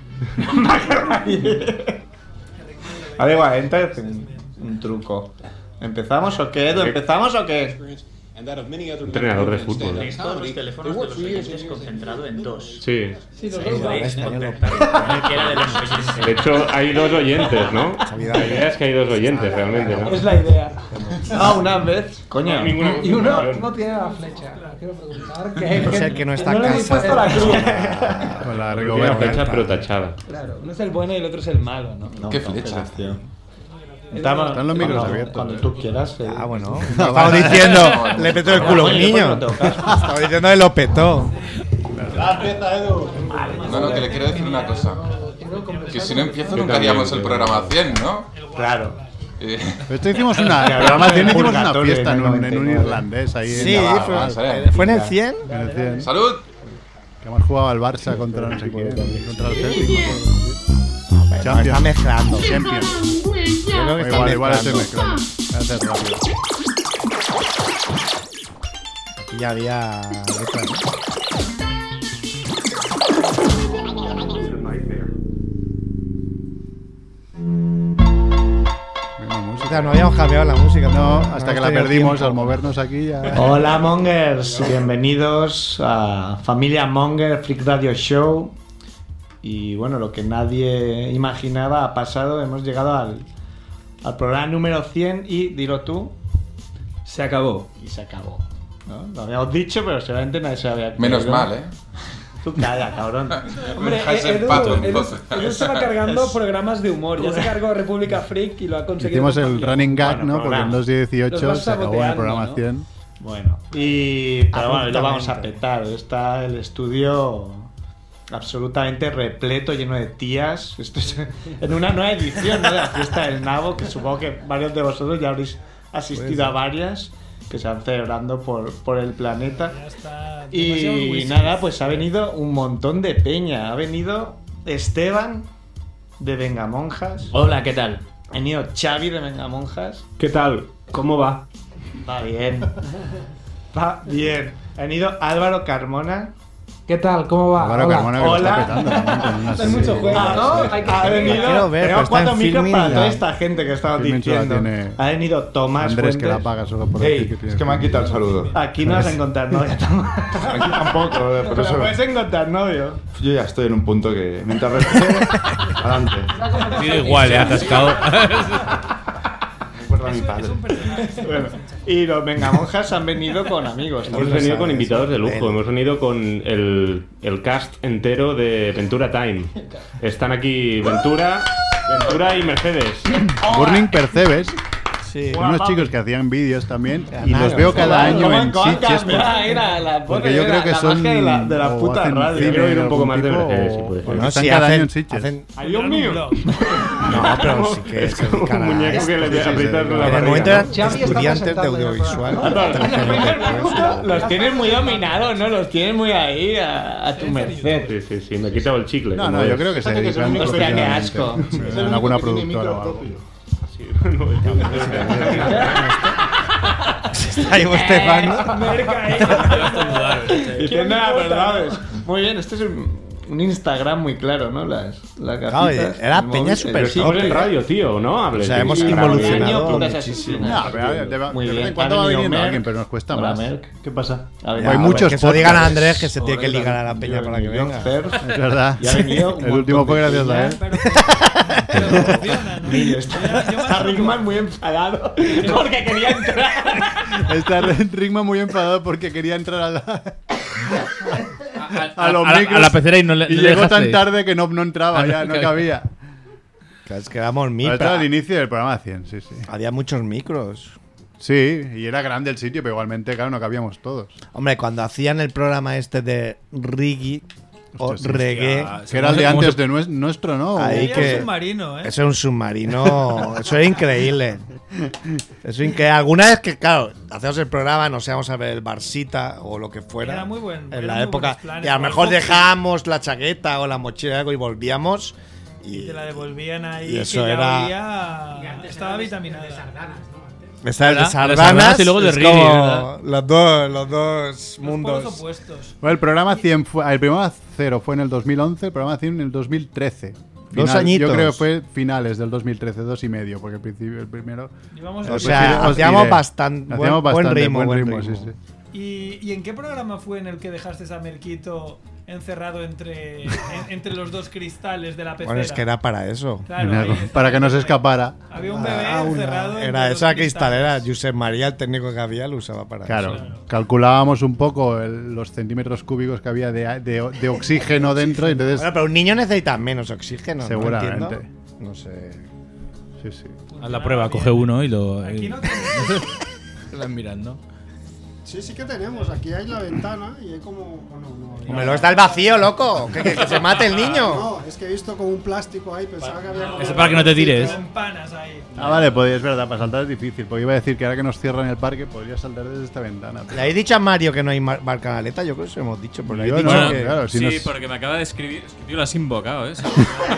Speaker 12: Además, Ah, entra. en-
Speaker 6: un truco. ¿Empezamos o qué, Edu? ¿Empezamos o qué?
Speaker 8: Entrenador de fútbol.
Speaker 16: Estaban los teléfonos de los oyentes concentrado en dos.
Speaker 8: Sí.
Speaker 16: Sí,
Speaker 8: los
Speaker 16: los
Speaker 8: dos.
Speaker 16: dos. Cualquiera de los oyentes.
Speaker 8: De hecho, hay dos oyentes, ¿no? La idea es que hay dos oyentes realmente, ¿no?
Speaker 10: Es la idea.
Speaker 6: Ah, una vez. Coño.
Speaker 10: Y uno no tiene la flecha. Quiero preguntar que.
Speaker 5: No sé, que no está
Speaker 10: le habéis puesto la cruz.
Speaker 8: Con la
Speaker 7: recoberta.
Speaker 8: flecha pero tachada.
Speaker 10: Claro, uno es el bueno y el otro es el malo, ¿no?
Speaker 8: ¿Qué flecha?
Speaker 6: Estamos-
Speaker 7: Están los micros
Speaker 6: cuando-
Speaker 7: abiertos.
Speaker 6: Cuando tú quieras. Ah,
Speaker 5: eh. bueno. Estaba diciendo, le petó el culo a un niño. Estaba diciendo que lo petó.
Speaker 2: No, no, que le quiero decir una cosa. Que si no empiezo nunca haríamos el programa 100, ¿no? Eh.
Speaker 6: Claro.
Speaker 7: Esto hicimos una. El programa 100 hicimos una fiesta en un, en un irlandés ahí. en
Speaker 5: Sí,
Speaker 7: Navarra.
Speaker 5: fue- eh, ¿fue en el 100?
Speaker 7: En el 100.
Speaker 2: ¡Salud!
Speaker 7: Que hemos jugado al Barça contra no sé quién. Contra el Celtic.
Speaker 5: Champions. Está mezclando.
Speaker 7: Champions.
Speaker 5: Yo creo que está
Speaker 7: Igual, igual estoy
Speaker 5: mezclando.
Speaker 7: mezclando. Voy a hacer rápido.
Speaker 5: Aquí ya había. O sea, no habíamos cambiado la música.
Speaker 7: No,
Speaker 5: No,
Speaker 7: hasta que la
Speaker 5: había
Speaker 7: perdimos
Speaker 5: tiempo.
Speaker 7: al movernos aquí ya.
Speaker 6: Hola Mongers, bienvenidos a Familia Monger Freak Radio Show. Y bueno, lo que nadie imaginaba ha pasado, hemos llegado al, al programa número 100 y dilo tú. Se acabó. Y se acabó. ¿no? Lo habíamos dicho, pero seguramente nadie se lo había
Speaker 2: Menos
Speaker 6: creído.
Speaker 2: mal, ¿eh?
Speaker 6: Tú calla, cabrón.
Speaker 2: Me dejáis en paz, entonces.
Speaker 10: Él se va cargando programas de humor. Ya se cargó República Freak y lo ha conseguido.
Speaker 7: Hicimos el running gag, ¿no? Porque en
Speaker 6: programa.
Speaker 7: 2 y 18
Speaker 10: Los vas
Speaker 7: se acabó el
Speaker 10: saboteando,
Speaker 7: programa
Speaker 10: ¿no?
Speaker 7: 100.
Speaker 6: Bueno, y pero bueno,
Speaker 7: Absolutamente.
Speaker 6: lo vamos a petar. Está el estudio absolutamente repleto, lleno de tías. Esto es en una nueva edición ¿no? de la fiesta del nabo, que supongo que varios de vosotros ya habréis
Speaker 17: Puede
Speaker 6: asistido
Speaker 17: ser.
Speaker 6: a varias que se van celebrando por, por el planeta.
Speaker 17: Está demasiado
Speaker 6: Y
Speaker 17: whisky.
Speaker 6: nada, pues ha venido un montón de peña. Ha venido Esteban de Vengamonjas.
Speaker 16: Hola, ¿qué tal?
Speaker 6: Ha venido Xavi de Vengamonjas.
Speaker 16: ¿Qué tal? ¿Cómo va?
Speaker 6: Va bien. Va bien. Ha venido Álvaro Carmona.
Speaker 10: ¿Qué tal? ¿Cómo va?
Speaker 7: Álvaro
Speaker 6: Hola.
Speaker 7: Carmona que lo está
Speaker 6: Hola.
Speaker 7: petando. también con unas-
Speaker 10: Hay mucho juego,
Speaker 6: Ah,
Speaker 10: ¿no? Hay que-
Speaker 6: Ha venido.
Speaker 7: Quiero ver, pero
Speaker 6: tenemos
Speaker 7: está
Speaker 6: cuatro
Speaker 7: en
Speaker 6: micros
Speaker 7: Filmin
Speaker 6: para
Speaker 7: ya.
Speaker 6: toda esta gente que estaba
Speaker 7: Filmin solo
Speaker 6: diciendo.
Speaker 7: tiene
Speaker 6: Ha venido Tomás
Speaker 7: Andrés que
Speaker 6: Fuentes.
Speaker 7: la paga solo por
Speaker 16: Ey,
Speaker 7: decir que tiene
Speaker 16: es que me han quitado el saludo.
Speaker 6: Aquí no vas a encontrar novio. Aquí
Speaker 16: tampoco, eh, pero
Speaker 6: Pero
Speaker 16: eso-
Speaker 6: puedes encontrar novio.
Speaker 16: Yo ya estoy en un punto que mientras respire, adelante.
Speaker 18: Sigue igual, eh, atascado.
Speaker 16: Recuerda a mi padre.
Speaker 6: Bueno, y los Vengamonjas han venido con amigos.
Speaker 8: Hemos venido con invitados de lujo, hemos venido con el, el cast entero de Ventura Time. Están aquí Ventura, Ventura y Mercedes.
Speaker 7: Burning Percebes.
Speaker 6: Sí.
Speaker 7: Son unos chicos que hacían vídeos también y los veo cada año en Sitges.
Speaker 6: Mira, mira, la-
Speaker 7: Porque yo
Speaker 6: mira,
Speaker 7: creo que
Speaker 6: la
Speaker 7: son
Speaker 6: magia de la, de la
Speaker 7: o
Speaker 6: puta
Speaker 7: hacen
Speaker 6: radio.
Speaker 7: cine
Speaker 8: Quiero ir un poco
Speaker 7: algún
Speaker 8: más de
Speaker 7: tipo,
Speaker 8: Mercedes, si
Speaker 7: o-
Speaker 8: puede ser.
Speaker 7: porque
Speaker 8: No,
Speaker 7: están
Speaker 8: sí,
Speaker 7: cada
Speaker 8: hacen-
Speaker 7: año en Sitges.
Speaker 5: hacen-
Speaker 6: ¡Ay, Dios mío!
Speaker 5: No, pero sí que es el canal.
Speaker 8: muñeco
Speaker 5: este.
Speaker 8: que le
Speaker 5: Sí, sí, sí,
Speaker 8: aprietas
Speaker 5: sí.
Speaker 8: la
Speaker 5: En el
Speaker 8: barriga,
Speaker 5: momento
Speaker 8: ¿no?
Speaker 5: eran
Speaker 6: Xavi está
Speaker 5: estudiantes de
Speaker 6: presentando ya el programa.
Speaker 5: audiovisual.
Speaker 6: Los tienes muy dominados, ¿no? Los tienes muy ahí a, a tu merced.
Speaker 8: Sí, sí, sí, me he quitado el chicle.
Speaker 7: No,
Speaker 8: como
Speaker 7: no, yo
Speaker 8: ves.
Speaker 7: creo que se dedican
Speaker 6: Hostia, qué asco.
Speaker 7: profesionalmente. En alguna productora o algo.
Speaker 8: Sí, bueno,
Speaker 5: Ahí vos
Speaker 6: Eh,
Speaker 5: te van.
Speaker 6: Diciendo las verdades. Muy bien, este es un, un Instagram muy claro, ¿no? Las, las
Speaker 5: Claro,
Speaker 6: gafitas,
Speaker 5: era
Speaker 6: el
Speaker 5: peña
Speaker 6: móvil,
Speaker 5: súper
Speaker 6: el
Speaker 5: Sí,
Speaker 8: Estamos en
Speaker 6: chicle.
Speaker 8: radio, tío, ¿no?
Speaker 5: O
Speaker 8: Hables
Speaker 5: sea,
Speaker 8: de
Speaker 5: hemos
Speaker 8: Instagram.
Speaker 5: evolucionado
Speaker 6: Año, putas
Speaker 5: muchísimo.
Speaker 6: asesinas.
Speaker 7: No, pero a ver, te va-
Speaker 6: Muy
Speaker 7: de vez
Speaker 6: bien.
Speaker 7: en cuando
Speaker 6: Ha
Speaker 7: va
Speaker 6: venido
Speaker 7: viniendo
Speaker 6: Merck.
Speaker 7: alguien, pero nos cuesta
Speaker 6: Hola,
Speaker 7: más.
Speaker 6: Merck. ¿Qué pasa? Ha
Speaker 7: Hay
Speaker 6: venido-
Speaker 7: muchos
Speaker 5: Que se lo digan a
Speaker 7: podcasts.
Speaker 5: Andrés que se tiene que
Speaker 6: Hola,
Speaker 5: ligar a la peña para que
Speaker 6: Yo- yo
Speaker 5: venga.
Speaker 6: surf.
Speaker 7: Es verdad.
Speaker 6: Y ha venido un
Speaker 7: El último
Speaker 6: montón
Speaker 7: fue ¿eh?
Speaker 6: de
Speaker 7: gracias a él.
Speaker 6: peña. Mira, está, está Rickman muy enfadado porque quería entrar.
Speaker 7: Está Rigma muy enfadado porque quería entrar a la.
Speaker 18: a- a la-
Speaker 7: micros
Speaker 18: a la pecera y no le- no le
Speaker 7: llegó tan
Speaker 18: dejasteis.
Speaker 7: tarde que no, no entraba,
Speaker 18: Ah,
Speaker 7: ya
Speaker 18: no
Speaker 7: no cabía.
Speaker 18: cabía.
Speaker 5: Claro, es que éramos mil.
Speaker 7: Pero esto
Speaker 5: pero
Speaker 7: al inicio del programa 100, sí, sí.
Speaker 5: Había muchos micros.
Speaker 7: Sí, y era grande el sitio, pero igualmente, claro, no cabíamos todos.
Speaker 5: Hombre, cuando hacían el programa este de Riggy o
Speaker 7: Hostia, sí,
Speaker 5: reggae.
Speaker 17: Ah,
Speaker 7: hostia. Que era el de antes de nues- nuestro, ¿no?
Speaker 5: Ahí
Speaker 7: Era un
Speaker 5: que,
Speaker 7: submarino, ¿eh?
Speaker 5: Eso es un submarino. eso es increíble. Eso es increíble. Alguna vez que, claro, hacíamos el programa, nos íbamos a ver el Barcita o lo que fuera.
Speaker 17: Era muy buen-
Speaker 5: En
Speaker 17: eran
Speaker 5: la
Speaker 17: muy
Speaker 5: época.
Speaker 17: buenos planes.
Speaker 5: y a lo
Speaker 17: O el
Speaker 5: mejor
Speaker 17: hockey.
Speaker 5: dejábamos la chaqueta o la mochila o algo y volvíamos.
Speaker 17: Y
Speaker 5: Y
Speaker 17: te la devolvían ahí.
Speaker 5: y eso
Speaker 17: que ya
Speaker 5: era-
Speaker 17: olía- estaba vitaminada.
Speaker 5: está el de
Speaker 18: ¿Verdad? El de
Speaker 5: Sardanas,
Speaker 18: Sardanas y luego el de
Speaker 5: es
Speaker 18: Rini,
Speaker 5: como
Speaker 18: ¿verdad?
Speaker 5: Los dos, los dos mundos.
Speaker 17: opuestos.
Speaker 7: Bueno, el programa 100 fue, el programa 0 fue en el 2011, el programa 100 en el 2013.
Speaker 6: Dos
Speaker 7: final-
Speaker 6: añitos.
Speaker 7: Yo creo que fue finales del 2013, dos y medio, porque el principio, el primero.
Speaker 10: Llevamos
Speaker 7: el
Speaker 6: O sea,
Speaker 7: primero os
Speaker 6: hacíamos
Speaker 7: diré.
Speaker 6: bastante-
Speaker 7: Hacíamos
Speaker 6: buen- buen
Speaker 7: bastante,
Speaker 6: ritmo, buen
Speaker 7: sí,
Speaker 6: ritmo.
Speaker 7: sí.
Speaker 10: ¿Y, y en qué programa fue en el que dejaste a Merquito encerrado entre, en- entre los dos cristales de la pecera?
Speaker 6: Bueno, es que era para eso.
Speaker 10: Claro, ahí está.
Speaker 7: para que no se escapara.
Speaker 10: Había un bebé encerrado entre
Speaker 6: Ah, Era
Speaker 10: dos
Speaker 6: esa
Speaker 10: cristales.
Speaker 6: cristalera. Josep María, el técnico que había, lo usaba para
Speaker 7: Claro,
Speaker 6: eso.
Speaker 7: calculábamos un poco el- los centímetros cúbicos que había de, a- de o- de oxígeno dentro, y entonces
Speaker 6: Bueno, pero un niño necesita menos oxígeno. ¿no?
Speaker 7: Seguramente.
Speaker 6: Entiendo. No sé.
Speaker 7: Sí, sí.
Speaker 2: Haz la prueba, coge uno y lo. eh.
Speaker 3: Aquí no
Speaker 2: Están mirando.
Speaker 3: Sí, sí que tenemos. Aquí hay la ventana y hay como. oh, no, no, hay-
Speaker 6: Hombre, lo está el vacío, loco. Que, que- que se mate el niño.
Speaker 3: No, es que he visto como un plástico ahí, pensaba que había. como-
Speaker 2: Eso para que no te tires.
Speaker 7: Ah, vale, podía, es verdad, para saltar es difícil, porque iba a decir que ahora que nos cierran el parque podría saltar desde esta ventana.
Speaker 6: ¿Le habéis dicho a Mario que no hay mar barcanaleta? Yo creo que se lo hemos dicho. Pero le habéis
Speaker 7: Yo
Speaker 6: dicho
Speaker 7: no,
Speaker 6: que-
Speaker 7: claro,
Speaker 8: sí, porque me acaba de escribir. Es que, tío, lo has invocado, ¿eh?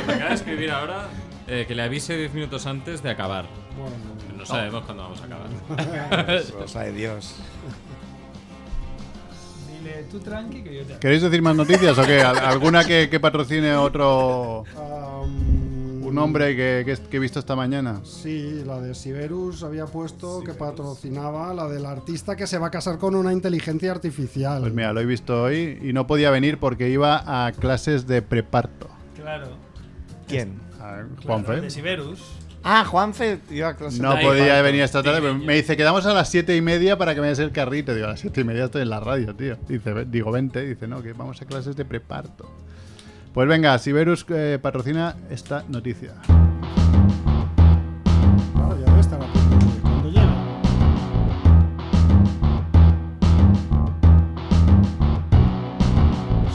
Speaker 8: me acaba de escribir ahora eh, que le avise 10 minutos antes de acabar. No sabemos cuándo vamos a acabar.
Speaker 6: Lo sabe Dios.
Speaker 10: Dile, tú tranqui que yo te...
Speaker 7: ¿Queréis decir más noticias o qué? ¿Al- ¿Alguna que, que patrocine otro. un hombre que, que, que he visto esta mañana?
Speaker 3: Sí, la de Siberus había puesto que patrocinaba la del artista que se va a casar con una inteligencia artificial.
Speaker 7: Pues mira, lo he visto hoy y no podía venir porque iba a clases de preparto.
Speaker 10: Claro.
Speaker 6: ¿Quién?
Speaker 7: Juanfe.
Speaker 10: De Siberus.
Speaker 6: Ah, Juanfe iba a clase.
Speaker 7: No podía venir esta tarde, pero me dice, quedamos a las siete y media para que me des el carrito. Digo, a las siete y media estoy en la radio, tío. Dice, "Ve- digo, vente. Dice, no, que vamos a clases de preparto. Pues venga, Siberus eh, patrocina esta noticia.
Speaker 3: Claro, Ah, ya debe estar a punto de cuando llega.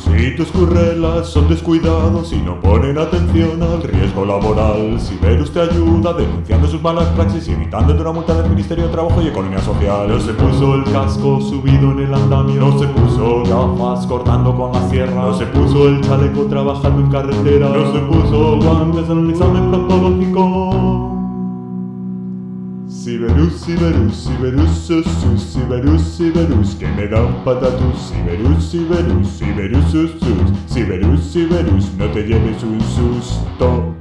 Speaker 13: Si tus currelas son descuidados y no ponen atención al riesgo laboral, Siberus te ayuda denunciando sus malas praxis y evitando una multa del Ministerio de Trabajo y Economía Social. No se puso el casco subido en el andamio, no se puso gafas cortando con la sierra, no se puso el chaleco trabajando en carretera, no se puso guantes en el examen proctológico. Siberus, Siberus, Siberus, sus, sus, Siberus, Siberus, que me da un patatus. Siberus, Siberus, Siberus, sus, sus, Siberus, Siberus, no te lleves un susto.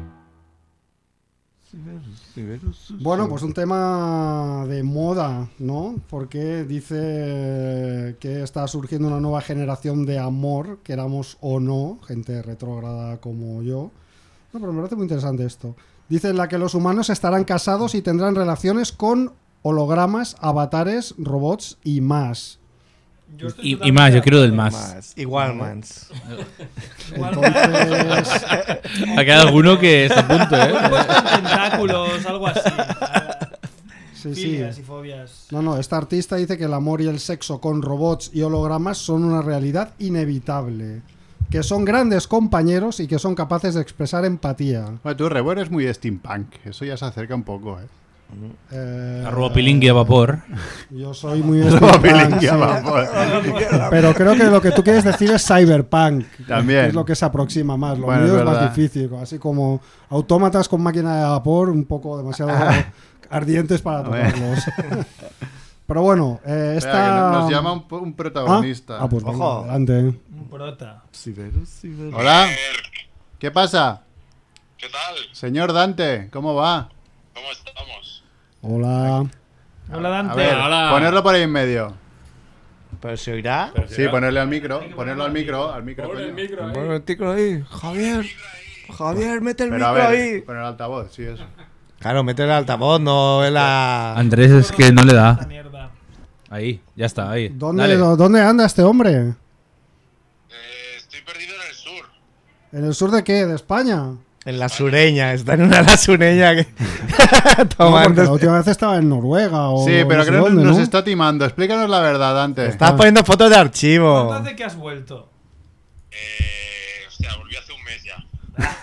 Speaker 3: Bueno, pues un tema de moda, ¿no? Porque dice que está surgiendo una nueva generación de amor, queramos o no, gente retrógrada como yo. No, pero me parece muy interesante esto. Dice en la que los humanos estarán casados y tendrán relaciones con hologramas, avatares, robots y más.
Speaker 2: Y- y más, yo quiero del más.
Speaker 6: Igual, mans.
Speaker 3: Entonces-
Speaker 2: Ha quedado alguno que está a punto, ¿eh?
Speaker 10: Cuerpos con tentáculos, algo así.
Speaker 3: Sí,
Speaker 10: Filias
Speaker 3: sí.
Speaker 10: y fobias.
Speaker 3: No, no, esta artista dice que el amor y el sexo con robots y hologramas son una realidad inevitable. Que son grandes compañeros y que son capaces de expresar empatía.
Speaker 7: Bueno, tú, Rebo, eres muy steampunk. Eso ya se acerca un poco, ¿eh?
Speaker 3: Eh,
Speaker 2: Arroba pilingui a vapor.
Speaker 3: Yo soy muy
Speaker 7: Arroba
Speaker 3: steampunk,
Speaker 7: pilingui
Speaker 3: sí.
Speaker 7: a vapor.
Speaker 3: Pero creo que lo que tú quieres decir es cyberpunk.
Speaker 7: También.
Speaker 3: que Es lo que se aproxima más. Lo
Speaker 7: Bueno,
Speaker 3: mío
Speaker 7: es
Speaker 3: es más
Speaker 7: verdad.
Speaker 3: difícil. Así como autómatas con máquina de vapor, un poco demasiado ardientes para
Speaker 7: Bueno.
Speaker 3: tocarlos. Pero bueno, eh, esta...
Speaker 7: Espera, que no- nos llama un, po- un protagonista.
Speaker 3: Ah, ah, pues venga, adelante.
Speaker 10: Un prota.
Speaker 7: Siberus, Siberus. Hola. ¿Qué pasa?
Speaker 19: ¿Qué tal?
Speaker 7: Señor Dante, ¿cómo va?
Speaker 19: ¿Cómo estamos?
Speaker 3: Hola.
Speaker 10: Hola,
Speaker 7: A ver, ponerlo por ahí en medio.
Speaker 6: ¿Pero se oirá?
Speaker 7: Sí, ponerle al micro, ponerlo al micro, al micro. coño.
Speaker 6: Bueno, el tico ahí. Javier. Javier, mete el
Speaker 7: Pero a
Speaker 6: micro
Speaker 7: ver,
Speaker 6: ahí.
Speaker 7: Poner el altavoz, sí, eso.
Speaker 6: Claro, mete el altavoz, no en la.
Speaker 2: Andrés es que no le da. Ahí, ya está, ahí.
Speaker 3: ¿Dónde, dó- ¿Dónde anda este hombre? estoy perdido en el sur. ¿En el sur de qué? ¿De España?
Speaker 6: En la sureña, está en una la sureña que.
Speaker 3: No, porque
Speaker 6: tomando.
Speaker 3: la última vez estaba en Noruega o
Speaker 7: Sí, pero
Speaker 3: no sé
Speaker 7: creo que
Speaker 3: dónde,
Speaker 7: nos
Speaker 3: ¿no?
Speaker 7: está timando. Explícanos la verdad, Dante.
Speaker 6: Estás poniendo fotos de archivo.
Speaker 10: ¿Cuánto hace que has vuelto?
Speaker 7: Eh,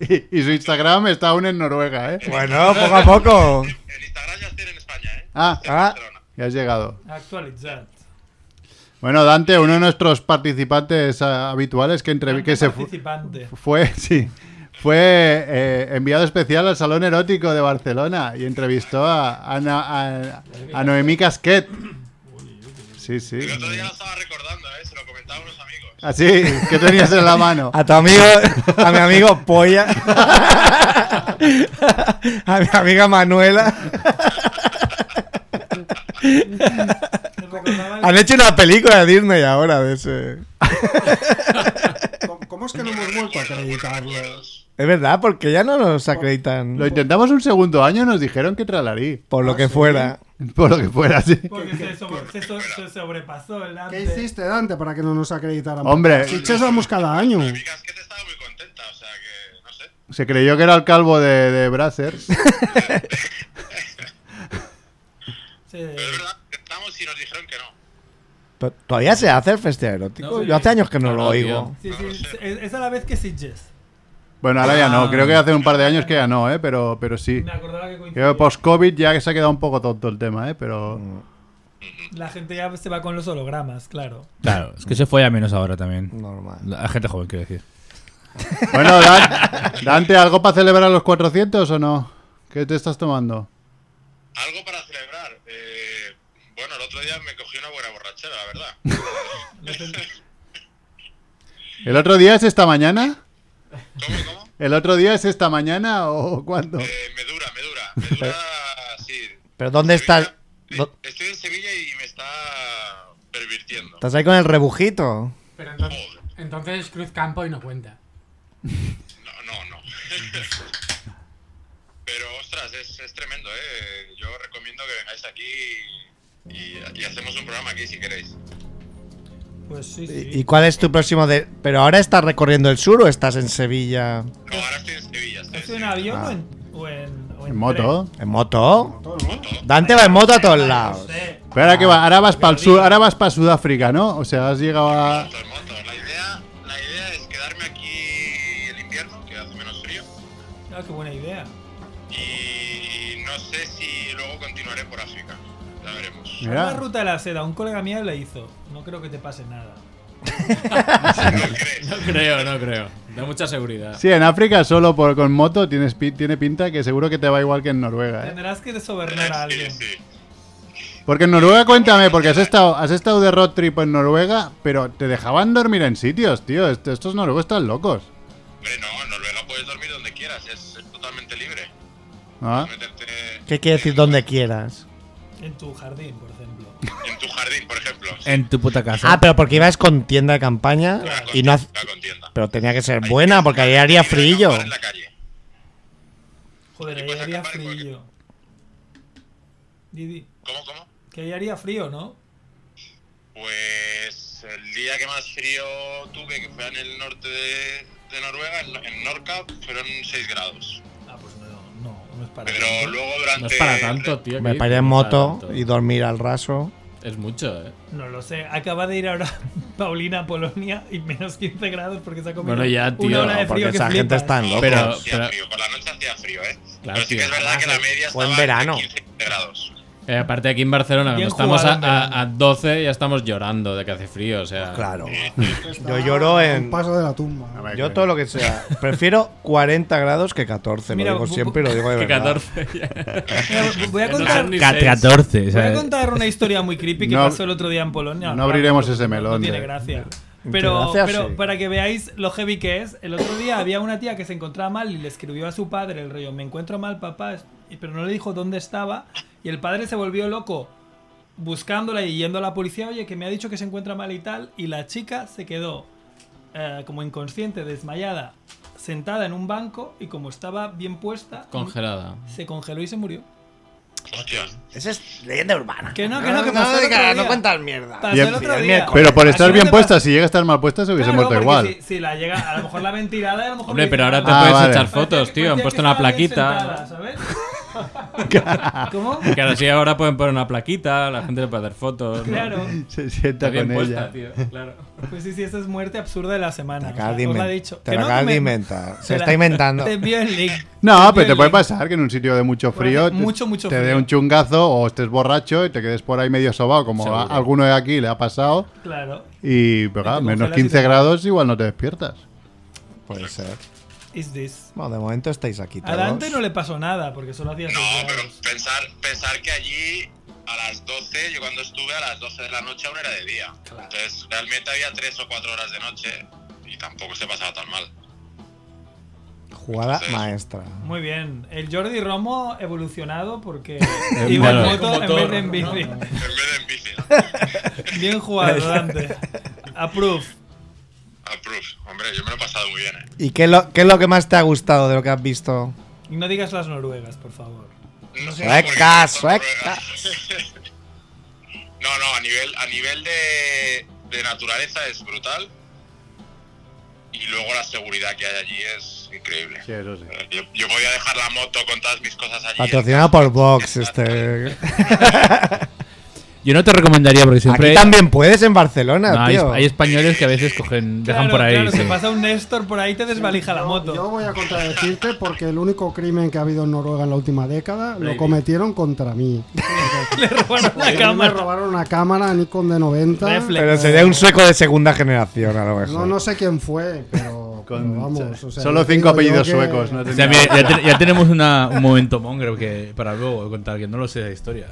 Speaker 7: Y, y su Instagram está aún en Noruega, ¿eh?
Speaker 6: Bueno, poco a poco. El
Speaker 7: Instagram ya está en España, ¿eh? Ah, ya has llegado.
Speaker 10: Actualizad.
Speaker 7: Bueno, Dante, uno de nuestros participantes ah, habituales que, entrevi- que se fu-
Speaker 10: Participante.
Speaker 7: fue, sí, fue eh, enviado especial al Salón Erótico de Barcelona y entrevistó a, a, Na- a- a Noemí Casquet. Ah, Sí, sí. Así, ¿qué tenías en la mano?
Speaker 6: A tu amigo, a mi amigo Polla. a mi amiga Manuela. Han hecho una película de Disney ahora de ese.
Speaker 3: ¿Cómo- ¿Cómo es que no hemos vuelto a acreditarlos?
Speaker 6: Es verdad, porque ya no nos acreditan.
Speaker 7: Lo intentamos un segundo año, nos dijeron que tralarí.
Speaker 6: Por lo que fuera.
Speaker 7: Por lo que fuera, sí.
Speaker 10: Porque se, sobre- se so- se sobrepasó el
Speaker 3: ¿Qué hiciste, Dante, para que no nos acreditaran?
Speaker 7: Hombre.
Speaker 3: Si vamos cada año.
Speaker 7: Se creyó que era el calvo de, de Brazzers.
Speaker 6: Pero ¿Todavía se hace el festival erótico?
Speaker 10: No, sí.
Speaker 6: Yo hace años que no lo oigo.
Speaker 10: Sí, sí, es es a la vez que Sitges.
Speaker 7: Bueno, ahora ya no. Creo que hace un par de años que ya no, ¿eh? Pero, pero sí.
Speaker 10: Me acordaba que
Speaker 7: Creo que post-COVID ya se ha quedado un poco tonto el tema, ¿eh? Pero...
Speaker 3: Mm.
Speaker 10: La gente ya se va con los hologramas, claro.
Speaker 2: Claro, es que se fue a menos ahora también.
Speaker 6: Normal.
Speaker 2: La gente joven, quiero decir.
Speaker 7: Bueno, Dan- Dante, ¿algo para celebrar los 400 o no? ¿Qué te estás tomando?
Speaker 6: Eh,
Speaker 7: ¿El otro día es esta mañana? ¿El otro día es esta mañana o cuándo?
Speaker 6: Eh, Pero, ¿pero dónde estás? Do-
Speaker 19: Estoy Ah, en Sevilla y me está pervirtiendo.
Speaker 6: ¿Estás ahí con el rebujito?
Speaker 4: Pero entonces, entonces Cruz Campo y no cuenta.
Speaker 19: Pero ostras, es, es tremendo, ¿eh? Yo recomiendo que vengáis aquí y, y hacemos un programa aquí si queréis.
Speaker 10: Pues sí, sí.
Speaker 6: ¿Y cuál es tu próximo de.? ¿Pero ahora estás recorriendo el sur o estás en Sevilla?
Speaker 10: ¿Es en avión o en- o en, o en
Speaker 6: Eh, ¿En moto? Dante va en moto a todos lados.
Speaker 7: Pero ahora que va, ahora vas para el sur, ahora vas para Sudáfrica, ¿no? O sea, has llegado a.
Speaker 10: Ah, qué buena idea. Y no sé si luego continuaré por África. Ya veremos.
Speaker 7: Mira.
Speaker 10: La ruta de la seda, un colega mío la hizo. No creo que te pase nada.
Speaker 8: No creo, no creo. Da mucha seguridad.
Speaker 7: Sí, en África solo por con moto tienes pi- tiene pinta que seguro que te va igual que en Noruega, ¿eh?
Speaker 10: Tendrás que desobernar a alguien.
Speaker 7: Porque en Noruega, cuéntame, porque has estado, has estado de road trip en Noruega, pero te dejaban dormir en sitios, tío. Est- Estos noruegos están locos.
Speaker 6: Ah. ¿Qué quiere decir donde quieras?
Speaker 10: En tu jardín, por ejemplo.
Speaker 2: En tu puta casa.
Speaker 6: Ah, pero porque ibas con tienda de campaña y no hace- Pero tenía que ser buena porque ahí haría frío.
Speaker 10: Joder, ahí haría frío. Didi. ¿Cómo, cómo? Que ahí haría frío, ¿no?
Speaker 19: Pues el día que más frío tuve, que fue en el norte de, de Noruega, en, en Norca, fueron 6 grados.
Speaker 10: Ah, pues no, no, no es para
Speaker 19: Pero luego durante...
Speaker 8: No es para tanto, tío.
Speaker 6: Me
Speaker 8: ¿qué
Speaker 6: paré
Speaker 8: dices?
Speaker 6: en
Speaker 8: No es para
Speaker 6: moto
Speaker 8: tanto.
Speaker 6: y dormir al raso.
Speaker 8: Es mucho, eh.
Speaker 10: No lo sé. Acaba de ir ahora Paulina a Polonia y menos 15 grados porque se ha comido
Speaker 8: Bueno, ya, tío.
Speaker 10: una hora de
Speaker 8: No, porque
Speaker 10: frío que
Speaker 8: esa gente
Speaker 10: flipas.
Speaker 8: está en locos. Pero- pero-
Speaker 19: Por la noche hacía frío, ¿eh?
Speaker 8: Claro,
Speaker 19: pero sí
Speaker 8: tío.
Speaker 19: que es verdad que la media
Speaker 6: Fue
Speaker 19: estaba
Speaker 6: en
Speaker 19: entre
Speaker 6: verano.
Speaker 19: 15 grados.
Speaker 8: Eh, aparte aquí en Barcelona,
Speaker 19: Bien
Speaker 8: cuando estamos
Speaker 19: jugado,
Speaker 8: a, a- a 12 ya estamos llorando de que hace frío, o sea...
Speaker 6: Claro. Yo lloro en.
Speaker 3: Paso de la tumba.
Speaker 6: Yo todo lo que sea. Prefiero 40 grados que 14.
Speaker 10: Mira,
Speaker 6: lo digo
Speaker 10: bu- bu-
Speaker 6: siempre y lo digo de
Speaker 8: Que
Speaker 6: verdad.
Speaker 8: 14 ya.
Speaker 10: Mira, voy a
Speaker 8: Ya no
Speaker 10: contar-
Speaker 8: son ni
Speaker 2: Ca-
Speaker 8: seis.
Speaker 2: 14,
Speaker 10: Voy a
Speaker 2: ¿sabes?
Speaker 10: contar una historia muy creepy que
Speaker 7: No-
Speaker 10: pasó el otro día en Polonia.
Speaker 7: no abriremos ese melón
Speaker 10: No tiene
Speaker 7: de-
Speaker 10: gracia.
Speaker 7: de-
Speaker 10: Pero,
Speaker 7: Gracias,
Speaker 10: pero
Speaker 7: sí.
Speaker 10: para que veáis lo heavy que es, el otro día había una tía que se encontraba mal y le escribió a su padre el rollo, me encuentro mal papá, y- pero no le dijo dónde estaba y el padre se volvió loco buscándola y yendo a la policía, oye, que me ha dicho que se encuentra mal y tal, y la chica se quedó eh, como inconsciente, desmayada, sentada en un banco y como estaba bien puesta... mm,
Speaker 8: Congelada.
Speaker 10: Se congeló y se murió.
Speaker 6: Esa es leyenda urbana.
Speaker 10: Que no, que no, que
Speaker 6: no,
Speaker 10: pasó el otro
Speaker 6: diga-
Speaker 10: día.
Speaker 6: no cuentas mierda.
Speaker 10: Pasó
Speaker 7: Bien-
Speaker 10: el otro día.
Speaker 7: pero por
Speaker 10: Así
Speaker 7: estar
Speaker 10: no
Speaker 7: bien
Speaker 10: te
Speaker 7: puesta, si llega a estar mal puesta, se hubiese
Speaker 10: Claro,
Speaker 7: muerto
Speaker 10: porque
Speaker 7: igual.
Speaker 10: Si, si la llega, a lo mejor la ven tirada, a lo mejor.
Speaker 8: Hombre,
Speaker 10: le
Speaker 8: pero
Speaker 10: dicen,
Speaker 8: ahora te
Speaker 10: "Ah,
Speaker 8: puedes
Speaker 10: vale".
Speaker 8: echar
Speaker 10: Parecía-
Speaker 8: fotos, tío. Han
Speaker 10: parecía
Speaker 8: puesto
Speaker 10: que
Speaker 8: una
Speaker 10: estaba bien
Speaker 8: plaquita.
Speaker 10: sentada, ¿sabes? ¿Cómo?
Speaker 8: Que ahora sí, ahora pueden poner una plaquita, la gente le puede hacer fotos. ¿no?
Speaker 10: Claro.
Speaker 7: Se sienta
Speaker 8: Está bien
Speaker 7: con
Speaker 8: puesta,
Speaker 7: ella.
Speaker 8: tío, claro.
Speaker 10: Pues sí, sí, esa es muerte absurda de la semana.
Speaker 6: acabas
Speaker 10: o
Speaker 6: de
Speaker 10: sea, os la
Speaker 6: inven-
Speaker 10: he dicho.
Speaker 6: te
Speaker 10: Que
Speaker 6: la
Speaker 10: no,
Speaker 6: acabas
Speaker 10: que
Speaker 6: de
Speaker 10: me-
Speaker 6: inventar. Se
Speaker 10: te
Speaker 6: está inventando.
Speaker 10: Te envío el link.
Speaker 7: No, pero te
Speaker 10: Violín.
Speaker 7: puede pasar que en un sitio de mucho frío
Speaker 10: hace mucho, mucho
Speaker 7: te dé
Speaker 10: frío.
Speaker 7: un chungazo o estés borracho y te quedes por ahí medio sobado, como a
Speaker 10: Seguro.
Speaker 7: alguno de aquí le ha pasado.
Speaker 10: Claro.
Speaker 7: Y pero, claro, menos
Speaker 10: congelas y
Speaker 7: 15
Speaker 10: te-
Speaker 7: grados igual no te despiertas.
Speaker 6: Puede ser.
Speaker 10: Is this.
Speaker 6: Bueno, de momento estáis aquí
Speaker 10: A
Speaker 6: todos.
Speaker 10: Dante no le pasó nada porque solo hacía. No, pero
Speaker 19: Pensar, pensar que allí a las 12, yo cuando estuve a las 12 de la noche aún era de día. Entonces realmente había 3 o 4 horas de noche y tampoco se pasaba tan mal.
Speaker 6: Jugada maestra.
Speaker 10: Muy bien. El Jordi Romo evolucionado porque
Speaker 6: Eh,
Speaker 10: iba en
Speaker 6: bueno.
Speaker 10: moto en
Speaker 6: Motor,
Speaker 10: vez de en
Speaker 6: ¿no?
Speaker 10: bici.
Speaker 6: En
Speaker 10: bien jugado, Dante. Approve.
Speaker 6: ¿Y qué es, lo, qué es lo que más te ha gustado de lo que has visto?
Speaker 10: Y no digas las noruegas, por favor.
Speaker 6: Suecas, suecas.
Speaker 19: No, no, a nivel, a nivel de, de naturaleza es brutal. Y luego la seguridad que hay allí es increíble.
Speaker 7: Sí, eso sí.
Speaker 19: Eh, Yo, yo podía dejar la moto con todas mis cosas allí.
Speaker 6: Patrocinado por Vox, este.
Speaker 2: Yo no te recomendaría porque siempre.
Speaker 6: Aquí también puedes en Barcelona,
Speaker 2: No, hay,
Speaker 6: tío.
Speaker 2: hay españoles que a veces cogen, dejan
Speaker 10: Claro,
Speaker 2: por ahí.
Speaker 10: claro,
Speaker 2: sí.
Speaker 10: se pasa un Néstor por ahí te desvalija la moto.
Speaker 3: Yo voy a contradecirte porque el único crimen que ha habido en Noruega en la última década lo
Speaker 10: Baby.
Speaker 3: cometieron contra mí.
Speaker 10: Le robaron
Speaker 3: A mí
Speaker 10: la
Speaker 3: Me
Speaker 10: cámara.
Speaker 3: robaron una cámara Nikon de 90.
Speaker 6: Pero sería un sueco de segunda generación, a lo mejor.
Speaker 3: No, no sé quién fue, pero, pero vamos. o sea,
Speaker 7: Solo
Speaker 3: yo te
Speaker 7: cinco
Speaker 3: digo yo
Speaker 7: apellidos
Speaker 3: que-
Speaker 7: suecos, no
Speaker 2: O sea, mira, ya, te- ya tenemos una- un momento monger que, para luego contar que no lo sé la historia.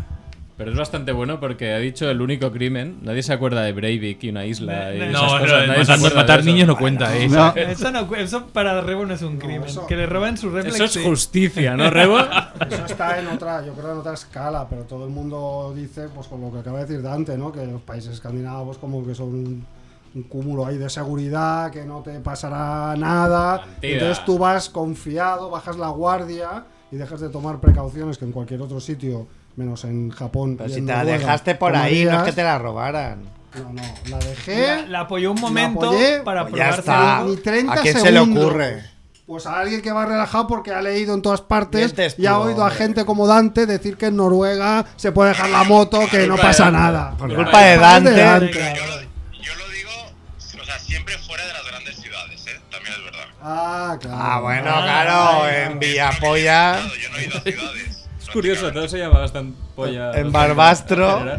Speaker 8: Pero es bastante bueno porque ha dicho el único crimen. Nadie se acuerda de Breivik y una isla. y
Speaker 2: No,
Speaker 8: esas
Speaker 2: no, no,
Speaker 8: cosas. Nadie se
Speaker 2: matar-
Speaker 8: acuerda de
Speaker 2: matar
Speaker 8: eso.
Speaker 2: niños no cuenta, eh.
Speaker 8: No.
Speaker 10: Eso, no cu- eso para Rebo no es un crimen. que le roban su reflex.
Speaker 8: Eso es
Speaker 10: sí.
Speaker 8: justicia, ¿no, Rebo?
Speaker 3: Eso está en otra, yo creo en otra escala, pero todo el mundo dice, pues con lo que acaba de decir Dante, ¿no? Que los países escandinavos como que son un, un cúmulo ahí de seguridad, que no te pasará nada.
Speaker 8: Mentira.
Speaker 3: Entonces tú vas confiado, bajas la guardia y dejas de tomar precauciones que en cualquier otro sitio, menos en Japón.
Speaker 6: Pero
Speaker 3: y
Speaker 6: si
Speaker 3: en
Speaker 6: te la
Speaker 3: Noruega,
Speaker 6: dejaste por ahí, no es
Speaker 3: tomarías.
Speaker 6: que te la robaran.
Speaker 3: No, no, la dejé.
Speaker 10: La, la apoyó un
Speaker 3: la
Speaker 10: momento
Speaker 3: apoyé,
Speaker 10: para
Speaker 6: pues ya
Speaker 10: probarse
Speaker 6: está.
Speaker 10: algo.
Speaker 3: ni 30
Speaker 6: ¿A quién se le
Speaker 3: segundos.
Speaker 6: ocurre?
Speaker 3: Pues a alguien que va relajado porque ha leído en todas partes
Speaker 6: Bien testigo,
Speaker 3: y ha oído a
Speaker 6: hombre.
Speaker 3: gente como Dante decir que en Noruega se puede dejar la moto, que no pasa nada.
Speaker 6: Por culpa de Dante.
Speaker 3: Ah, claro.
Speaker 6: Ah, bueno, claro, en Villapolla,
Speaker 8: Es curioso, todo se llama bastante polla.
Speaker 6: en Barbastro.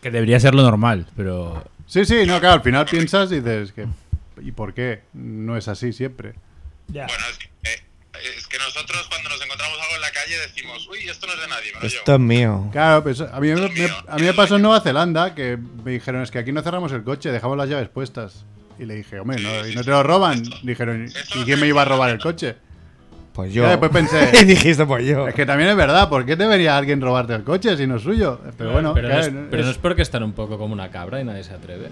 Speaker 2: Que debería ser lo normal, pero.
Speaker 7: Sí, sí, no, claro, al final piensas y dices que. ¿Y por qué? No es así siempre.
Speaker 6: Esto es mío.
Speaker 7: Claro, pues a mí, me, me- a mí me pasó en Nueva Zelanda que me dijeron: es que aquí no cerramos el coche, dejamos las llaves puestas. Y le dije, hombre, no, ¿y no te lo roban? Dijeron, ¿y quién me iba a robar el coche?
Speaker 6: Pues
Speaker 7: Ya
Speaker 6: yo.
Speaker 7: después pensé.
Speaker 6: y dijiste, pues yo.
Speaker 7: Es que también es verdad, ¿por qué debería alguien robarte el coche si no es suyo? Pero bueno,
Speaker 8: pero,
Speaker 7: claro,
Speaker 8: no es, pero no es porque están un poco como una cabra y nadie se atreve.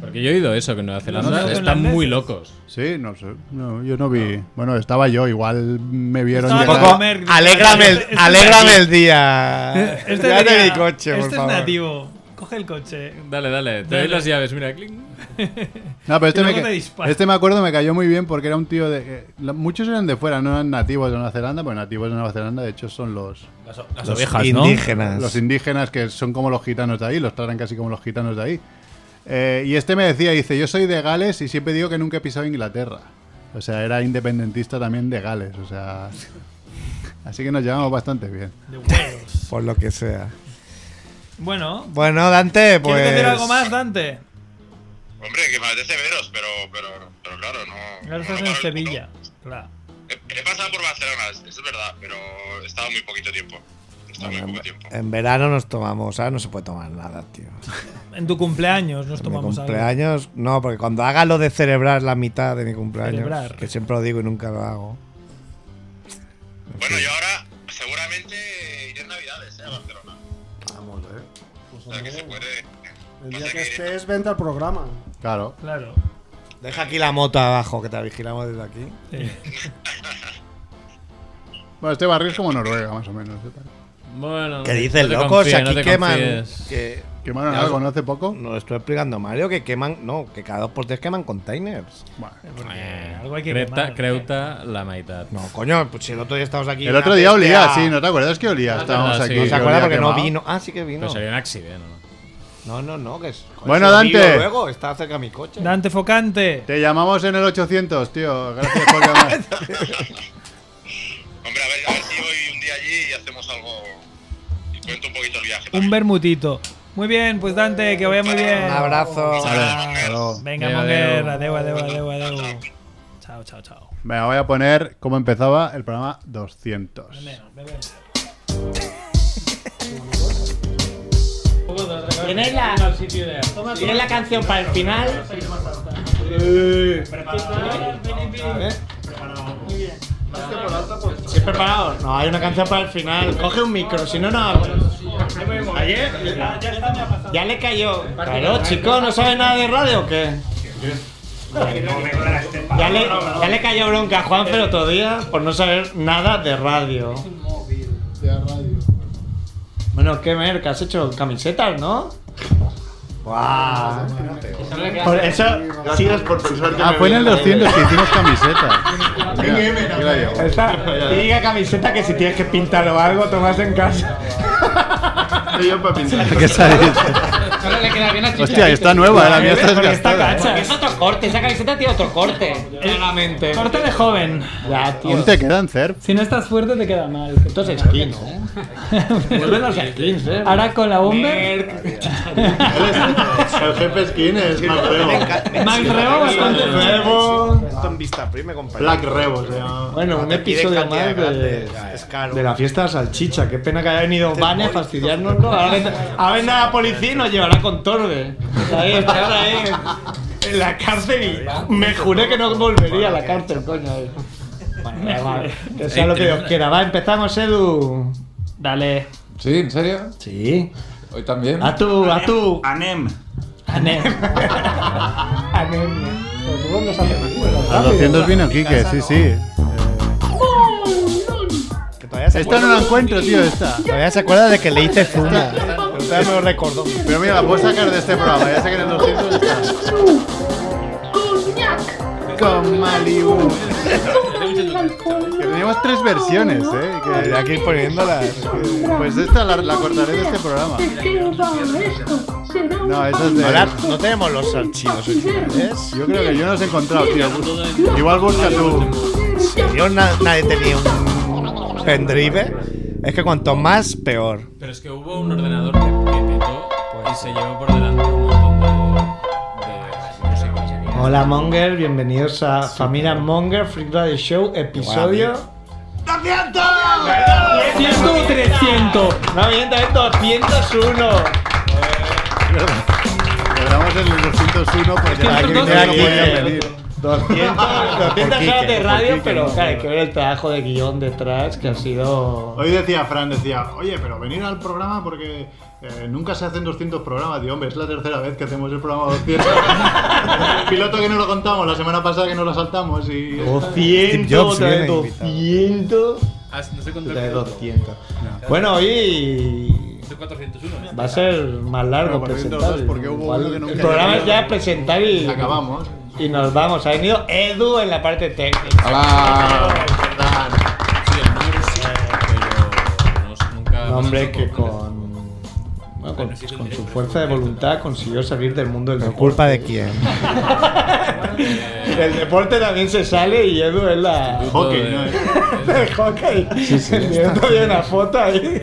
Speaker 8: Porque yo he oído eso, que en Nueva Zelanda
Speaker 7: Los
Speaker 8: están muy
Speaker 7: neozelandeses.
Speaker 8: locos.
Speaker 7: Sí, no sé. No, yo no vi. Bueno, estaba yo, igual me vieron.
Speaker 6: Estaba
Speaker 7: llegar.
Speaker 6: con Homer. Alégrame el- Este- este alégrame es el día.
Speaker 10: Este
Speaker 6: Llévate
Speaker 10: debería-
Speaker 6: mi coche, por
Speaker 10: este
Speaker 6: favor.
Speaker 10: es nativo. Coge el coche.
Speaker 8: Dale, dale, te doy las llaves, mira, clic.
Speaker 7: No, pero
Speaker 10: Y
Speaker 7: este me,
Speaker 10: luego
Speaker 7: ca-
Speaker 10: te dispara.
Speaker 7: este me acuerdo me cayó muy bien porque era un tío de. eh, la- muchos eran de fuera, no eran nativos de Nueva Zelanda, porque nativos de Nueva Zelanda, de hecho, son los.
Speaker 2: Las o- las
Speaker 7: los
Speaker 2: ovejas,
Speaker 6: ¿no? indígenas.
Speaker 7: Los indígenas que son como los gitanos de ahí, los tratan casi como los gitanos de ahí. Eh, y este me decía, dice, yo soy de Gales y siempre digo que nunca he pisado Inglaterra. O sea, era independentista también de Gales, o sea. Así que nos llevamos bastante bien.
Speaker 6: Por lo que sea.
Speaker 10: Bueno.
Speaker 6: Bueno, Dante,
Speaker 10: ¿Quieres decir
Speaker 6: pues.
Speaker 10: algo más, Dante? Hombre, que me apetece veros, pero, pero, pero claro, no. Ahora estás en Sevilla. Claro.
Speaker 6: Bueno, en, en verano nos tomamos. Ahora no se puede tomar nada, tío.
Speaker 10: En tu cumpleaños nos
Speaker 6: Mi
Speaker 10: tomamos algo.
Speaker 6: cumpleaños. No, porque cuando haga lo de celebrar la mitad de mi cumpleaños,
Speaker 10: Celebrar.
Speaker 6: que siempre lo digo y nunca lo hago.
Speaker 3: Vamos, eh. El día que estés, vente al programa.
Speaker 7: Claro.
Speaker 10: Claro.
Speaker 6: Deja aquí la moto abajo, que te vigilamos desde aquí.
Speaker 7: Bueno, este barrio es como Noruega, más o menos. ¿eh?
Speaker 8: Bueno,
Speaker 6: ¿Qué dices,
Speaker 8: no te
Speaker 6: locos?
Speaker 8: confíes,
Speaker 6: aquí
Speaker 8: no te
Speaker 6: queman.
Speaker 8: confíes.
Speaker 6: Que,
Speaker 7: ¿Quemaron algo, no hace poco?
Speaker 6: No, lo estoy explicando, Mario, que queman. No, que cada dos por tres queman containers.
Speaker 8: Eh,
Speaker 10: algo hay que
Speaker 8: Creuta,
Speaker 10: quemar, ¿no?
Speaker 8: Creuta, la mitad.
Speaker 6: No, coño, pues si el otro día estábamos aquí.
Speaker 7: El otro
Speaker 8: Este,
Speaker 7: día
Speaker 8: ah.
Speaker 7: olía, sí, ¿no te acuerdas que olía?
Speaker 6: Ah,
Speaker 7: Estábamos
Speaker 6: verdad,
Speaker 7: aquí.
Speaker 6: sí. No se
Speaker 7: que
Speaker 6: acuerda
Speaker 7: olía
Speaker 6: porque no
Speaker 7: quemado.
Speaker 6: vino. Ah, sí que vino.
Speaker 8: Pero sería un accidente, ¿no?
Speaker 6: No, no, no, que es.
Speaker 7: Bueno,
Speaker 6: si lo
Speaker 7: Dante.
Speaker 6: miro Luego está cerca de mi coche.
Speaker 10: Dante Focante.
Speaker 7: Te llamamos en el 800, tío. Gracias por llamar.
Speaker 10: Un bermutito. Muy bien, pues Dante, que vaya muy bien.
Speaker 5: Un abrazo. Salud.
Speaker 10: Venga,
Speaker 7: Adeu,
Speaker 10: Monger,
Speaker 7: adeu.
Speaker 10: adeu, adeu, adeu, adeu. Chao, chao, chao.
Speaker 7: Venga, voy a poner cómo empezaba el programa 200.
Speaker 6: ¿Tienes la, ¿tienes la canción para el final? ¿Sí preparado? No, hay una canción para el final. Coge un micro, si no, no. Ayer ya le cayó. Claro, chico, ¿no sabe nada de radio o qué? Ya le, ya le cayó bronca a Juan pero otro día por no saber nada de radio. Bueno, qué merca, has hecho camisetas, ¿no? ¡Guau! Por eso,
Speaker 20: Gracias por pensar que
Speaker 7: Ah,
Speaker 20: me
Speaker 7: fue en el
Speaker 20: veía.
Speaker 7: 200 que hicimos camisetas.
Speaker 6: Esta típica camiseta que si tienes que pintar o algo, tomas en casa.
Speaker 20: Yo para pintar.
Speaker 7: ¿Qué
Speaker 6: Solo le queda bien a
Speaker 7: Hostia, está nueva, eh, la mía está desgastada.
Speaker 6: Es otro corte, esa camiseta tiene otro corte. Claramente.
Speaker 10: Corte de joven.
Speaker 6: Ya, tío.
Speaker 7: ¿Aún te quedan, CERF?
Speaker 10: Si no estás fuerte, te queda mal.
Speaker 6: Entonces, skins, ¿eh? Vuelven los skins, ¿eh?
Speaker 10: Ahora con la bomber.
Speaker 20: El jefe skin es Mac Rebo.
Speaker 6: Mac Rebo bastante nuevo.
Speaker 5: Esto en vista prima, compañero.
Speaker 20: Black Rebo, se llama.
Speaker 6: Bueno, un episodio más de,
Speaker 5: Es caro. Este
Speaker 6: de la fiesta de la salchicha. Qué pena que haya venido Vane a fastidiarnos. ¿no? Ahora vendrá- ahora vendrá la policía y nos llevará con torbe. Ahí, estará ahí en la cárcel y me juré que no volvería a la cárcel, coño. Bueno, da igual. que sea lo que Dios quiera. Va, empezamos, Edu. Dale.
Speaker 21: ¿Sí? ¿En serio?
Speaker 6: Sí.
Speaker 21: Hoy también.
Speaker 6: A tú, a tú.
Speaker 22: Anem.
Speaker 6: Anem. Anem.
Speaker 7: Al 200 vino Kike, sí, sí. Esta no la encuentro, tío, esta.
Speaker 5: Todavía se acuerda de que le hice zumba.
Speaker 7: Esta me lo recordó. Pero mira, la puedo sacar de este programa, ya sé que en el 200 está. Con Malibu. Que teníamos tres versiones, eh. Que hay que ir poniéndolas. Pues esta la, la cortaré de este programa. No, esa es de.
Speaker 5: No, la- no tenemos los archivos originales.
Speaker 7: Yo creo que yo no los he encontrado, tío. Igual busca tú.
Speaker 5: Si yo na- nadie tenía un pendrive, es que cuanto más, peor.
Speaker 8: Pero es que hubo un ordenador que, que petó y
Speaker 6: Pues
Speaker 8: se llevó por delante un montón de, de músicos.
Speaker 6: Hola, Monger. Bienvenidos a Familia Monger Freak Radio Show, episodio. ¡200! 300. No, bien, también 201.
Speaker 7: Logramos el 201, pues ya. Aquí,
Speaker 6: Doscientos
Speaker 7: ya no
Speaker 6: doce.
Speaker 7: podía venir.
Speaker 6: 200, 200
Speaker 7: Por
Speaker 6: horas de
Speaker 7: Quique, por
Speaker 6: radio,
Speaker 7: Quique,
Speaker 6: pero
Speaker 7: no.
Speaker 6: claro, hay que ver el trabajo de guión detrás que ha sido.
Speaker 7: Hoy decía Fran, decía, oye, pero venir al programa porque eh, nunca se hacen 200 programas. Digo, hombre, es la tercera vez que hacemos el programa 200. el piloto que no lo contamos, la semana pasada que no lo saltamos y...
Speaker 6: 200, otra vez 200.
Speaker 23: Ah, no sé cuánto
Speaker 6: otra vez 200. Bueno, hoy
Speaker 23: Soy 401.
Speaker 6: va a ser más largo
Speaker 7: Bueno, por ciento
Speaker 6: presentar.
Speaker 7: dos, porque hubo
Speaker 6: Igual
Speaker 7: uno que nunca
Speaker 6: el programa es
Speaker 7: llegó.
Speaker 6: ya presentar y.
Speaker 7: Acabamos.
Speaker 6: Y nos vamos. Ha venido Edu en la parte técnica.
Speaker 8: Sí, el número sí, pero no, sé, nunca.
Speaker 6: Un hombre que con, bueno, con, con su fuerza de voluntad consiguió salir del mundo del deporte.
Speaker 5: ¿Culpa de quién?
Speaker 6: El deporte también se sale y Edu es la.
Speaker 7: Hockey, ¿no?
Speaker 6: Del hockey. Sí, sí. una foto ahí.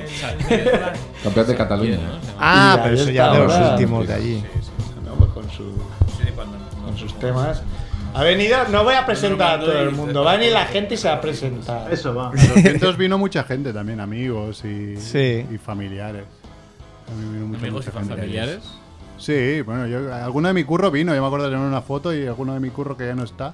Speaker 21: Campeón de Cataluña. ¿no?
Speaker 5: Ah,
Speaker 6: Y
Speaker 5: pero
Speaker 6: ahí
Speaker 5: eso ya de
Speaker 6: está
Speaker 5: los
Speaker 6: ahora.
Speaker 5: últimos de allí.
Speaker 6: No, pues con, su- con sus temas. Ha venido, no voy a presentar a todo el mundo, va a venir la gente y se va a presentar.
Speaker 7: Eso va. A 200 vino mucha gente también, amigos y,
Speaker 6: Sí.
Speaker 7: y familiares. También vino mucha,
Speaker 8: ¿Amigos y
Speaker 7: mucha gente.
Speaker 8: familiares?
Speaker 7: Sí, bueno, yo, alguno de mi curro vino, yo me acuerdo de tener una foto y alguno de mi curro que ya no está.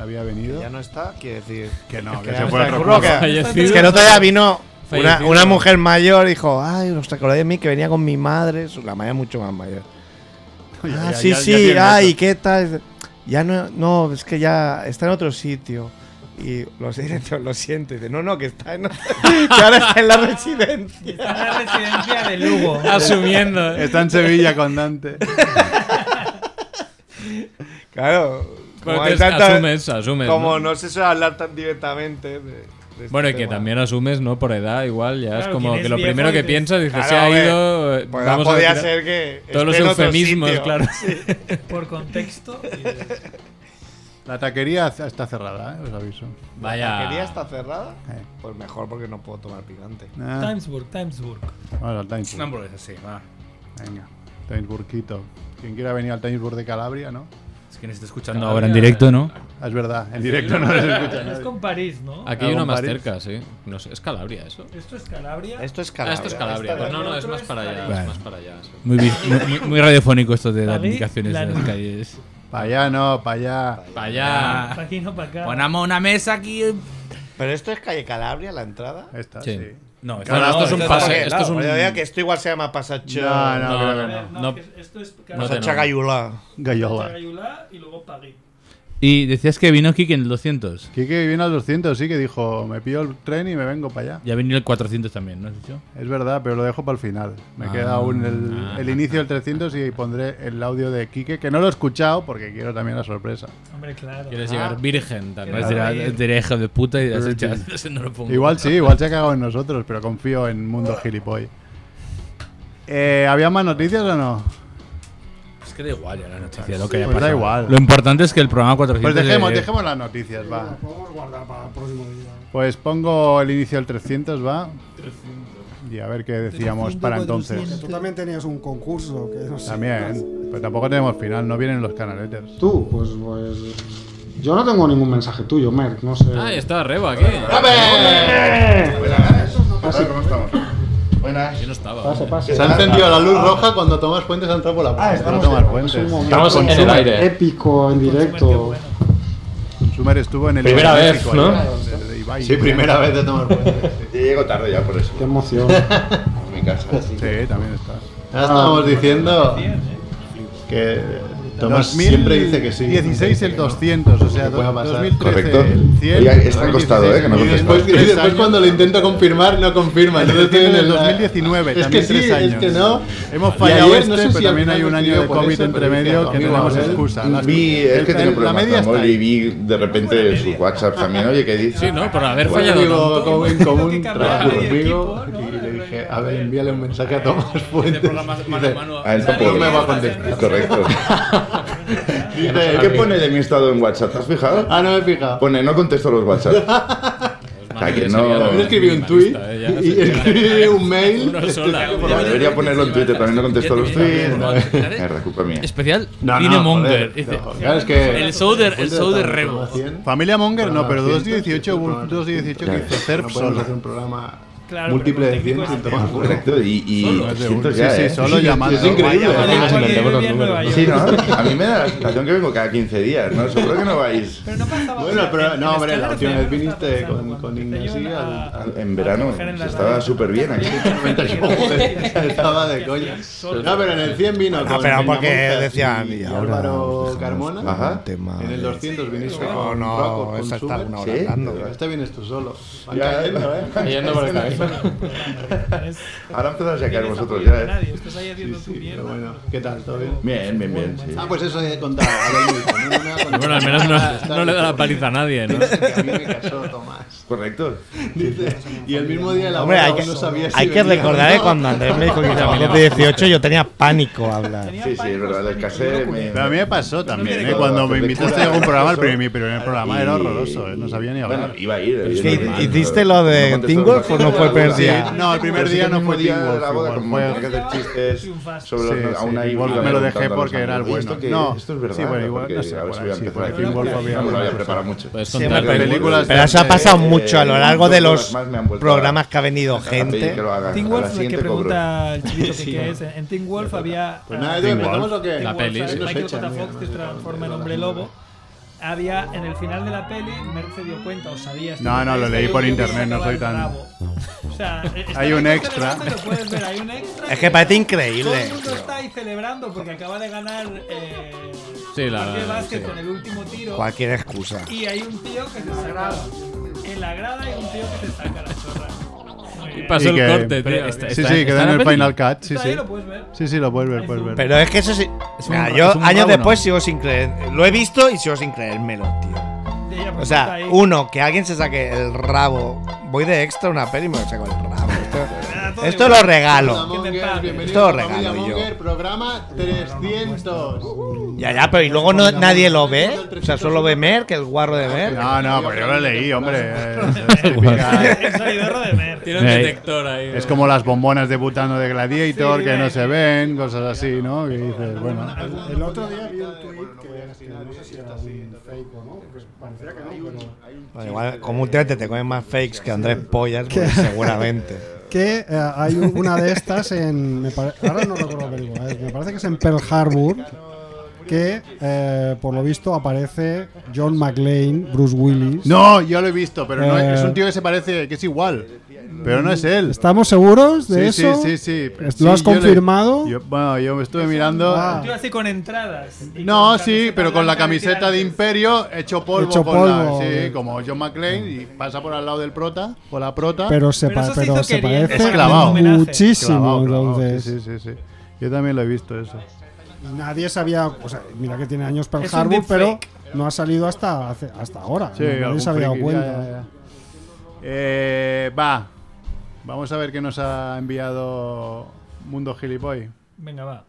Speaker 7: Había venido.
Speaker 5: Ya no está, quiere decir.
Speaker 7: Que no,
Speaker 5: Es
Speaker 7: que,
Speaker 5: que
Speaker 7: se
Speaker 5: ya
Speaker 7: fue
Speaker 5: está
Speaker 7: al
Speaker 5: el
Speaker 7: otro
Speaker 5: curro
Speaker 7: lado.
Speaker 5: que- Es que el otro día vino una, una mujer mayor y dijo, ay, os acordáis de mí que venía con mi madre, su- la madre mucho más mayor.
Speaker 7: Ya-
Speaker 5: Ah,
Speaker 7: ya-
Speaker 5: sí,
Speaker 7: ya- ya
Speaker 5: sí,
Speaker 7: tiene
Speaker 5: ay,
Speaker 7: eso.
Speaker 5: ¿qué tal? Ya no, no, es que ya está en otro sitio. Y los directos lo siento. Y dice, no, no, que está en, que ahora está en la residencia.
Speaker 10: La residencia de Lugo.
Speaker 8: Asumiendo.
Speaker 7: Está en Sevilla con Dante.
Speaker 5: Claro.
Speaker 8: Bueno,
Speaker 5: hay
Speaker 8: entonces asumes, asumes,
Speaker 5: Como
Speaker 8: ¿no?
Speaker 5: no se suele hablar tan directamente. de- de este
Speaker 8: Bueno, y que
Speaker 5: tema.
Speaker 8: también asumes, ¿no? Por edad, igual, ya es
Speaker 5: Claro,
Speaker 8: como
Speaker 5: quien es
Speaker 8: que lo
Speaker 5: viejo
Speaker 8: primero
Speaker 5: y
Speaker 8: que
Speaker 5: te-
Speaker 8: piensas, dices,
Speaker 5: Claro,
Speaker 8: se ha
Speaker 5: hombre,
Speaker 8: ido. eh,
Speaker 5: pues,
Speaker 8: vamos a
Speaker 5: podía
Speaker 8: tirar-
Speaker 5: ser que
Speaker 8: Todos los
Speaker 5: esté en otro
Speaker 8: eufemismos,
Speaker 5: sitio.
Speaker 8: claro.
Speaker 10: Por contexto.
Speaker 7: La taquería está cerrada, ¿eh? os aviso.
Speaker 5: ¿La taquería está cerrada? Pues mejor porque no puedo tomar picante.
Speaker 7: Eh. Ah.
Speaker 10: Timesburg, Timesburg.
Speaker 7: Vamos al Time Food.
Speaker 22: Una hamburguesa, sí, va.
Speaker 7: Venga, Tenisburquito. Quien quiera venir al Tenisburg de Calabria, ¿no?
Speaker 2: Es que nos está escuchando ahora en directo, ¿no?
Speaker 7: Es verdad, en directo no nos escucha
Speaker 10: Es
Speaker 7: nadie.
Speaker 10: con París, ¿no?
Speaker 8: Aquí hay
Speaker 7: Ah,
Speaker 8: uno
Speaker 7: con
Speaker 8: más
Speaker 7: París.
Speaker 8: cerca, sí. No sé, ¿Es Calabria eso?
Speaker 10: ¿Esto es Calabria?
Speaker 6: Esto es
Speaker 8: Ah, esto es Calabria. Pues no, no, es más para allá. Es
Speaker 2: Bueno.
Speaker 8: más para allá. sí.
Speaker 2: Muy, vi- muy- muy- muy radiofónico esto de las
Speaker 8: David,
Speaker 2: indicaciones
Speaker 8: la-
Speaker 2: de las calles.
Speaker 7: Para allá no, para allá.
Speaker 8: Para
Speaker 2: allá.
Speaker 10: Pa' aquí, no pa' acá.
Speaker 2: Ponamos una mesa aquí.
Speaker 6: Pero esto es calle Calabria, la entrada.
Speaker 7: Esta,
Speaker 2: Sí. sí. No,
Speaker 6: Claro,
Speaker 2: esta no, esto es un
Speaker 6: esta
Speaker 2: pase-
Speaker 6: porque-
Speaker 2: esto es
Speaker 6: no,
Speaker 2: un-
Speaker 6: porque yo diría que esto igual se llama Pasacho.
Speaker 2: No, no, No, creo que no, no. no. No,
Speaker 10: Esto es
Speaker 6: No te-
Speaker 10: Pasacho
Speaker 6: Gayula.
Speaker 7: Gayula.
Speaker 10: Gayula y luego París.
Speaker 2: Y decías que vino Kike en el 200.
Speaker 7: Quique viene al 200, sí, que dijo, me pillo el tren y me vengo para allá.
Speaker 2: Ya ha venido el 400 también, ¿no has dicho?
Speaker 7: Es verdad, pero lo dejo para el final. Me
Speaker 2: Ah,
Speaker 7: queda aún el,
Speaker 2: ah,
Speaker 7: el inicio del 300 y pondré el audio de Quique, que no lo he escuchado porque quiero también la sorpresa.
Speaker 10: Hombre, claro. Ah.
Speaker 8: Quieres llegar virgen también.
Speaker 2: Vas a llegar de hijo de puta y vas a echar- no lo pongo.
Speaker 7: Igual sí, igual se ha cagado en nosotros, pero confío en Mundo Gilipoll. Eh, ¿Había más noticias o no?
Speaker 2: Es que da igual ya la noticia, lo
Speaker 7: Sí,
Speaker 2: que haya
Speaker 7: pues da
Speaker 2: pasado.
Speaker 7: igual.
Speaker 2: Lo importante es que el programa 400.
Speaker 7: Pues dejemos,
Speaker 2: de-
Speaker 7: dejemos las noticias, va.
Speaker 3: Podemos guardar para el próximo día.
Speaker 7: Pues pongo el inicio del 300, va. Y a ver qué decíamos para entonces.
Speaker 3: Tú también tenías un concurso que no sé.
Speaker 7: También, pero tampoco tenemos final, no vienen los canaletes.
Speaker 3: Tú, pues, pues. Yo no tengo ningún mensaje tuyo, Merck, no sé.
Speaker 8: Ah, está Rebo aquí.
Speaker 7: Buenas.
Speaker 8: Yo no estaba.
Speaker 3: Pase, pase.
Speaker 7: Se ha encendido la luz roja cuando Tomás Puentes ha entrado por la puerta.
Speaker 3: Ah, estamos
Speaker 7: No Tomás
Speaker 3: en-
Speaker 7: Fuentes.
Speaker 3: es un momento Épico en directo.
Speaker 7: Sumer estuvo en el
Speaker 24: Primera
Speaker 7: Ibai
Speaker 24: vez,
Speaker 7: México
Speaker 24: ¿no?
Speaker 7: ayer, en el Ibai.
Speaker 24: Sí, primera vez de Tomás Fuentes. Yo llego tarde ya por eso.
Speaker 3: Qué emoción.
Speaker 24: En mi casa.
Speaker 7: Sí, también está.
Speaker 24: Ahora estábamos diciendo que Tomás
Speaker 7: 2000
Speaker 24: siempre dice que sí.
Speaker 7: 16 el 200, o sea,
Speaker 24: pueda
Speaker 7: do-
Speaker 24: pasar.
Speaker 7: 2013
Speaker 24: Correcto.
Speaker 7: el 100.
Speaker 24: Oiga, está costado, ¿eh? Que no
Speaker 7: y después,
Speaker 24: contestas.
Speaker 7: y
Speaker 24: Tres
Speaker 7: después
Speaker 24: años.
Speaker 7: cuando lo intento confirmar, no confirma. Entonces estoy en el
Speaker 24: Tiene la-
Speaker 7: 2019,
Speaker 24: Es que
Speaker 7: también
Speaker 24: sí,
Speaker 7: tres
Speaker 24: es
Speaker 7: años.
Speaker 24: que no.
Speaker 7: Hemos
Speaker 24: Y
Speaker 7: fallado
Speaker 24: ayer,
Speaker 7: este,
Speaker 24: no sé si
Speaker 7: pero
Speaker 24: al
Speaker 7: también
Speaker 24: final
Speaker 7: hay un
Speaker 24: me
Speaker 7: año
Speaker 24: escribió
Speaker 7: de
Speaker 24: por
Speaker 7: COVID
Speaker 24: eso,
Speaker 7: entre
Speaker 24: pero dije,
Speaker 7: medio que
Speaker 24: amigo,
Speaker 7: tenemos
Speaker 24: a ver.
Speaker 7: excusa. Las-
Speaker 24: Vi, es
Speaker 7: el-
Speaker 24: que tengo
Speaker 7: el- la
Speaker 24: problemas
Speaker 7: media
Speaker 24: con
Speaker 7: está
Speaker 24: móvil
Speaker 7: ahí.
Speaker 24: y vi de repente su WhatsApp también, oye, ¿qué dice?
Speaker 8: Sí, no, por haber
Speaker 24: Bueno,
Speaker 8: fallado
Speaker 24: amigo,
Speaker 8: tanto.
Speaker 24: como en común,
Speaker 8: cambiar
Speaker 24: trabajo
Speaker 8: de
Speaker 24: conmigo y le dije, a ver, envíale un mensaje a Tomás Fuentes. Dice,
Speaker 25: Ah, él
Speaker 24: no
Speaker 25: tampoco.
Speaker 24: me va a contestar.
Speaker 25: Correcto.
Speaker 24: Dice,
Speaker 25: ¿Qué pone de mi estado en WhatsApp? ¿Te has fijado?
Speaker 24: Ah, no me he fijado.
Speaker 25: Pone, no contesto los
Speaker 2: Pues
Speaker 25: WhatsApp. O sea, que
Speaker 24: También
Speaker 25: no...
Speaker 24: escribí un tweet
Speaker 8: eh,
Speaker 24: y escribí un mail.
Speaker 25: Ya, debería ponerlo en Twitter, también no contesto los tweets. Mierda, culpa mía.
Speaker 2: Especial
Speaker 24: No, no,
Speaker 2: Cine Monger.
Speaker 24: joder,
Speaker 2: dice,
Speaker 24: no, claro, es que-
Speaker 2: El show de, el show de Rebo.
Speaker 7: Familia Monger no, pero 218 hubo un
Speaker 24: Programa
Speaker 7: 218 que
Speaker 24: Ya.
Speaker 7: hizo Cerp
Speaker 24: No podemos
Speaker 7: solo.
Speaker 24: hacer un programa
Speaker 10: Claro,
Speaker 24: múltiple de 100 sin tomar culo.
Speaker 25: Correcto, y, y
Speaker 24: Solo, es de
Speaker 25: siento
Speaker 24: uno.
Speaker 25: ya,
Speaker 24: Sí, sí,
Speaker 25: ¿eh?
Speaker 24: solo llamando.
Speaker 25: Es increíble.
Speaker 24: Vaya, vaya,
Speaker 25: Sí,
Speaker 24: vaya,
Speaker 25: sí,
Speaker 24: vaya,
Speaker 25: los
Speaker 24: vaya,
Speaker 25: números.
Speaker 24: vaya.
Speaker 25: Sí, ¿no? A mí me da la sensación que vengo cada 15 días, ¿no? Seguro que no vais.
Speaker 24: Bueno, pero no, hombre, la última vez viniste con, con Ignacio al, al-
Speaker 25: En verano, estaba súper bien aquí.
Speaker 24: estaba de coña. No, pero en el 100 vino
Speaker 6: Ah,
Speaker 24: con
Speaker 6: pero
Speaker 24: Peña
Speaker 6: porque
Speaker 24: Montas
Speaker 6: decían,
Speaker 24: y
Speaker 6: y ahora
Speaker 24: Álvaro
Speaker 6: dejamos
Speaker 24: Carmona.
Speaker 6: Ajá. tema
Speaker 24: En el
Speaker 6: de-
Speaker 24: 200 viniste
Speaker 6: No,
Speaker 24: con
Speaker 6: no,
Speaker 24: Paco, con
Speaker 6: esa está
Speaker 24: Schubert.
Speaker 6: una hora Sí, hablando.
Speaker 24: Pero Este vienes tú solo. Van
Speaker 25: Ya,
Speaker 24: cayendo, ¿eh?
Speaker 25: Cayendo por el camino. Ahora empezáis a caer vosotros ya, ¿eh?
Speaker 10: Estás ahí haciendo tu mierda.
Speaker 24: Bueno, ¿qué tal? ¿Todo bien?
Speaker 25: Bien, bien, bien, sí.
Speaker 24: Ah, pues eso he contado.
Speaker 8: Bueno, al menos no, no le da la paliza a nadie, ¿no?
Speaker 24: Que a mí me casó Tomás.
Speaker 25: Correcto.
Speaker 24: Dice, y el mismo día la
Speaker 6: Hombre, hay
Speaker 24: boda
Speaker 6: que,
Speaker 24: aún no sabía si
Speaker 6: hay que
Speaker 24: venía o
Speaker 6: recordar que
Speaker 24: no.
Speaker 6: cuando Andrés me dijo que hizo de 18 yo tenía pánico a hablar.
Speaker 25: Sí, sí, es verdad, la escasez me...
Speaker 7: Pero a mí me pasó también, ¿eh? Cuando me invitaste a algún programa, el primer, mi primer programa era horroroso, ¿eh? No sabía ni hablar.
Speaker 25: Bueno, iba a ir.
Speaker 7: Pero es
Speaker 25: yo
Speaker 7: que
Speaker 25: no iba.
Speaker 6: ¿Hiciste lo de
Speaker 25: contestó
Speaker 6: Teen
Speaker 25: el
Speaker 6: Wolf o no fue el primer
Speaker 25: Sí,
Speaker 6: día?
Speaker 7: No, el primer
Speaker 25: Pero sí
Speaker 7: día
Speaker 25: que
Speaker 7: no
Speaker 25: el mismo
Speaker 7: fue
Speaker 25: día
Speaker 7: Teen
Speaker 25: de
Speaker 7: Wolf,
Speaker 25: la boda,
Speaker 7: igual
Speaker 25: como
Speaker 7: fue-
Speaker 25: tenía que hacer chistes sobre los-
Speaker 7: Sí, sí,
Speaker 25: aún ahí
Speaker 7: igual
Speaker 25: iba
Speaker 7: me lo dejé
Speaker 25: preguntando a los
Speaker 7: porque era el
Speaker 25: amigos,
Speaker 7: bueno.
Speaker 25: "Oye, ¿esto qué-
Speaker 7: No,
Speaker 25: esto es verdad.
Speaker 7: sí, bueno, igual,
Speaker 25: Porque
Speaker 7: no sé,
Speaker 25: a ver si
Speaker 7: igual
Speaker 25: voy a
Speaker 7: sí,
Speaker 25: empezar
Speaker 7: fue
Speaker 25: aquí.
Speaker 7: Teen Wolf,
Speaker 25: No
Speaker 7: había
Speaker 25: me lo
Speaker 7: una
Speaker 25: había
Speaker 7: cosa.
Speaker 25: preparado mucho.
Speaker 7: Puedes
Speaker 25: Sí,
Speaker 7: contar
Speaker 25: me acuerdo.
Speaker 7: películas
Speaker 6: Pero eso ha pasado
Speaker 25: Eh,
Speaker 6: mucho a lo
Speaker 25: un
Speaker 6: largo de
Speaker 25: montón
Speaker 6: los
Speaker 25: más me han vuelto a-
Speaker 6: programas que ha venido
Speaker 25: a pedir
Speaker 6: gente.
Speaker 25: que lo hagan.
Speaker 10: Teen
Speaker 25: A la
Speaker 10: Wolf, el que
Speaker 25: siguiente cobro.
Speaker 10: pregunta el chivito que
Speaker 25: Sí.
Speaker 10: qué es. En Teen Wolf había. ah,
Speaker 24: Pues nada, Edu,
Speaker 10: Teen
Speaker 24: ¿empezamos
Speaker 10: Wolf,
Speaker 24: o qué?
Speaker 10: Teen
Speaker 24: La
Speaker 10: Wolf,
Speaker 24: peli, sí.
Speaker 10: Michael
Speaker 24: Fecha,
Speaker 10: J.
Speaker 24: mira,
Speaker 10: Fox
Speaker 24: no
Speaker 10: que se
Speaker 24: sé,
Speaker 10: transforma en
Speaker 24: no sé,
Speaker 10: hombre
Speaker 24: no sé.
Speaker 10: lobo. Había en el final de la peli, Merck se dio cuenta o sabía.
Speaker 7: No,
Speaker 10: estaba
Speaker 7: no, lo
Speaker 10: ahí,
Speaker 7: leí
Speaker 10: sabía
Speaker 7: por
Speaker 10: que iba a
Speaker 7: internet, no
Speaker 10: acabar
Speaker 7: soy tan-
Speaker 10: bravo. O sea, eh, está
Speaker 7: Hay un
Speaker 10: bastante
Speaker 7: extra.
Speaker 10: interesante, lo puedes ver, hay un extra
Speaker 6: Es que parece
Speaker 10: Todo
Speaker 6: increíble.
Speaker 10: el mundo está ahí celebrando porque acaba de ganar eh,
Speaker 8: Sí, la-
Speaker 10: Jorge Vázquez
Speaker 8: sí.
Speaker 10: con el último tiro.
Speaker 6: Cualquier excusa.
Speaker 10: Y hay un tío que se saca. En la grada hay un tío que se saca la chorra.
Speaker 8: Y pasó el
Speaker 7: que-
Speaker 8: corte, tío.
Speaker 7: pero
Speaker 8: Está-
Speaker 7: sí,
Speaker 8: está-
Speaker 7: sí,
Speaker 8: está
Speaker 7: quedó en
Speaker 8: la
Speaker 7: el
Speaker 8: peli.
Speaker 7: Final Cut. Sí,
Speaker 10: Está
Speaker 7: sí.
Speaker 10: ahí, lo puedes ver.
Speaker 7: Sí, sí, lo puedes ver, puedes ver.
Speaker 6: Pero es que eso sí.
Speaker 7: Es
Speaker 6: Mira,
Speaker 7: un-
Speaker 6: yo
Speaker 7: es un
Speaker 6: años
Speaker 7: rabono.
Speaker 6: después sigo sin creer. Lo he visto y sigo sin creérmelo, tío. O sea, uno, que alguien se saque el rabo. Voy de extra a una peli y me lo saco el rabo. Esto-
Speaker 10: cuerpo.
Speaker 6: Esto lo regalo.
Speaker 10: Que me
Speaker 24: Monger,
Speaker 10: pague.
Speaker 24: bienvenido
Speaker 6: Esto lo
Speaker 24: a Familia
Speaker 6: regalo yo.
Speaker 24: Monger, programa 300.
Speaker 6: Ya, ya, pero y luego no- nadie lo ve. O sea, solo ve Mer, que el guarro de Mer.
Speaker 7: No, no, pero yo lo leí, hombre.
Speaker 8: Tiene un
Speaker 7: Eh,
Speaker 8: detector ahí.
Speaker 7: Es como las bombonas de butano de Gladiator que no se ven, cosas así, ¿no? Que dices, bueno.
Speaker 3: El otro día vi un tweet que, que no sé si era un fake o no,
Speaker 24: pues,
Speaker 3: porque parecía que no, pero-
Speaker 6: Bueno, igual, como últimamente te comen más fakes que Andrés Pollas, pues, seguramente.
Speaker 3: que eh, hay un- una de estas en. me pare- ahora no recuerdo la película, eh, me parece que es en Pearl Harbor. Que eh, por lo visto aparece John McLean, Bruce Willis.
Speaker 7: No, yo lo he visto, pero no es, es un
Speaker 3: Eh,
Speaker 7: tío que se parece, que es igual. Pero no es él.
Speaker 3: ¿Estamos seguros de
Speaker 7: sí,
Speaker 3: eso?
Speaker 7: Sí, sí, sí.
Speaker 3: ¿Lo
Speaker 7: Sí,
Speaker 3: has
Speaker 7: yo le-
Speaker 3: confirmado? Ah.
Speaker 7: yo- bueno, yo me estuve mirando.
Speaker 10: Yo así con entradas. y
Speaker 7: No,
Speaker 10: con
Speaker 7: sí,
Speaker 10: camiseta
Speaker 7: pero con la
Speaker 10: blanca de
Speaker 7: camiseta de Imperio hecho polvo.
Speaker 3: Hecho
Speaker 7: con la-
Speaker 3: polvo,
Speaker 7: sí,
Speaker 3: bien.
Speaker 7: como John McClane y pasa por al lado del prota, por la prota.
Speaker 3: Pero se, pa- pero se parece
Speaker 7: Es clavado.
Speaker 3: muchísimo.
Speaker 7: Clavado, clavado,
Speaker 3: entonces.
Speaker 7: Sí, sí, sí. sí. Yo también lo he visto eso.
Speaker 3: Nadie sabía, o sea, mira que tiene años Pearl
Speaker 7: Es un
Speaker 3: Harbor, pero
Speaker 7: deepfake.
Speaker 3: no ha salido hasta hace- hasta ahora.
Speaker 7: Sí,
Speaker 3: Nadie
Speaker 7: algún
Speaker 3: se había dado
Speaker 7: friki, ya,
Speaker 3: cuenta.
Speaker 7: ya, ya. Eh, va. Vamos a ver qué nos ha enviado Mundo Gilipoy.
Speaker 10: Venga, va.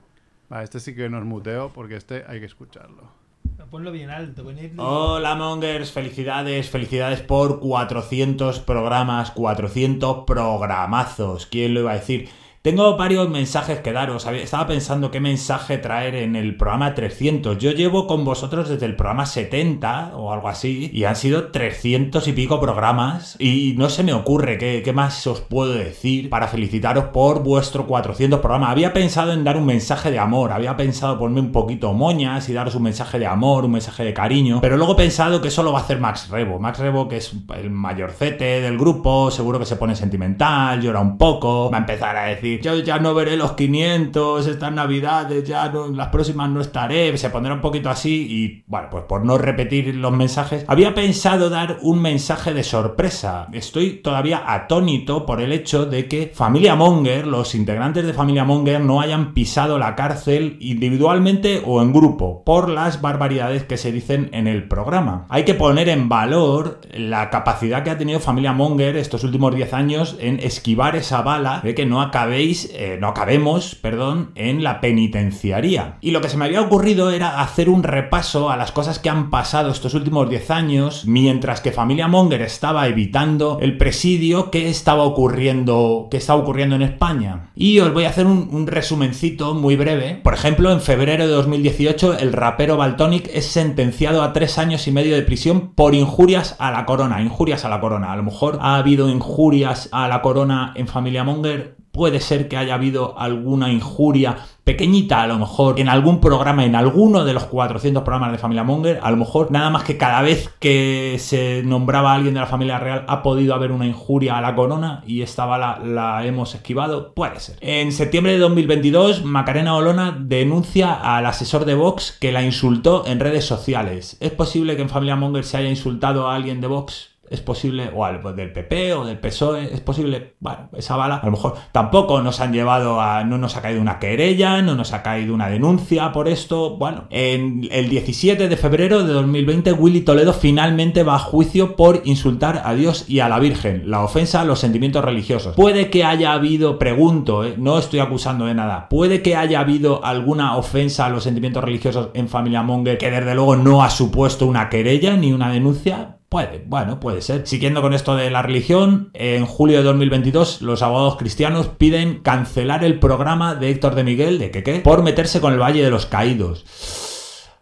Speaker 7: Va, este sí que nos muteo porque este hay que escucharlo.
Speaker 10: Ponlo bien alto. ponedlo-
Speaker 7: Oh.
Speaker 16: Hola Mongers, felicidades, felicidades por 400 programas, 400 programazos, ¿quién lo iba a decir? Tengo varios mensajes que daros, Había- estaba pensando qué mensaje traer en el programa 300, yo llevo con vosotros desde el programa 70 o algo así, y han sido 300 y pico programas, y no se me ocurre qué, qué más os puedo decir para felicitaros por vuestro 400 programa. Había pensado en dar un mensaje de amor, había pensado ponerme un poquito moñas y daros un mensaje de amor, un mensaje de cariño, pero luego he pensado que eso lo va a hacer Max Rebo. Max Rebo, que es el mayorcete del grupo, seguro que se pone sentimental, llora un poco, va a empezar a decir, yo ya no veré los 500, estas navidades, ya no, las próximas no estaré, se pondrá un poquito así y bueno, pues por no repetir los mensajes, había pensado dar un mensaje de sorpresa. Estoy todavía atónito por el hecho de que Familia Monger, los integrantes de Familia Monger, no hayan pisado la cárcel individualmente o en grupo por las barbaridades que se dicen en el programa. Hay que poner en valor la capacidad que ha tenido Familia Monger estos últimos 10 años en esquivar esa bala de que no acabéis, eh, no acabemos, perdón, en la penitenciaría. Y lo que se me había ocurrido era hacer un repaso a las cosas que han pasado estos últimos 10 años mientras que Familia Monger estaba evitando el presidio que estaba ocurriendo, que estaba ocurriendo en España. Y os voy a hacer un, un resumencito muy breve. Por ejemplo, en febrero de 2018 el rapero Baltonic es sentenciado a tres años y medio de prisión por injurias a la corona. Injurias a la corona. A lo mejor ha habido injurias a la corona en Familia Monger puede ser que haya habido alguna injuria pequeñita a lo mejor en algún programa, en alguno de los 400 programas de Familia Monger, a lo mejor nada más que cada vez que se nombraba a alguien de la familia real ha podido haber una injuria a la corona y esta bala la hemos esquivado, puede ser. En septiembre de 2022, Macarena Olona denuncia al asesor de Vox que la insultó en redes sociales. ¿Es posible que en Familia Monger se haya insultado a alguien de Vox? es posible, o al, del PP o del PSOE, es posible, bueno, esa bala, a lo mejor tampoco nos han llevado a, no nos ha caído una querella, no nos ha caído una denuncia por esto, bueno, en el 17 de febrero de 2020 Willy Toledo finalmente va a juicio por insultar a Dios y a la Virgen, la ofensa a los sentimientos religiosos. Puede que haya habido, pregunto, eh, no estoy acusando de nada, puede que haya habido alguna ofensa a los sentimientos religiosos en Familia Monger que desde luego no ha supuesto una querella ni una denuncia, Puede, bueno, puede ser. Siguiendo con esto de la religión, en julio de 2022 los abogados cristianos piden cancelar el programa de Héctor de Miguel, de Queque, por meterse con el Valle de los Caídos.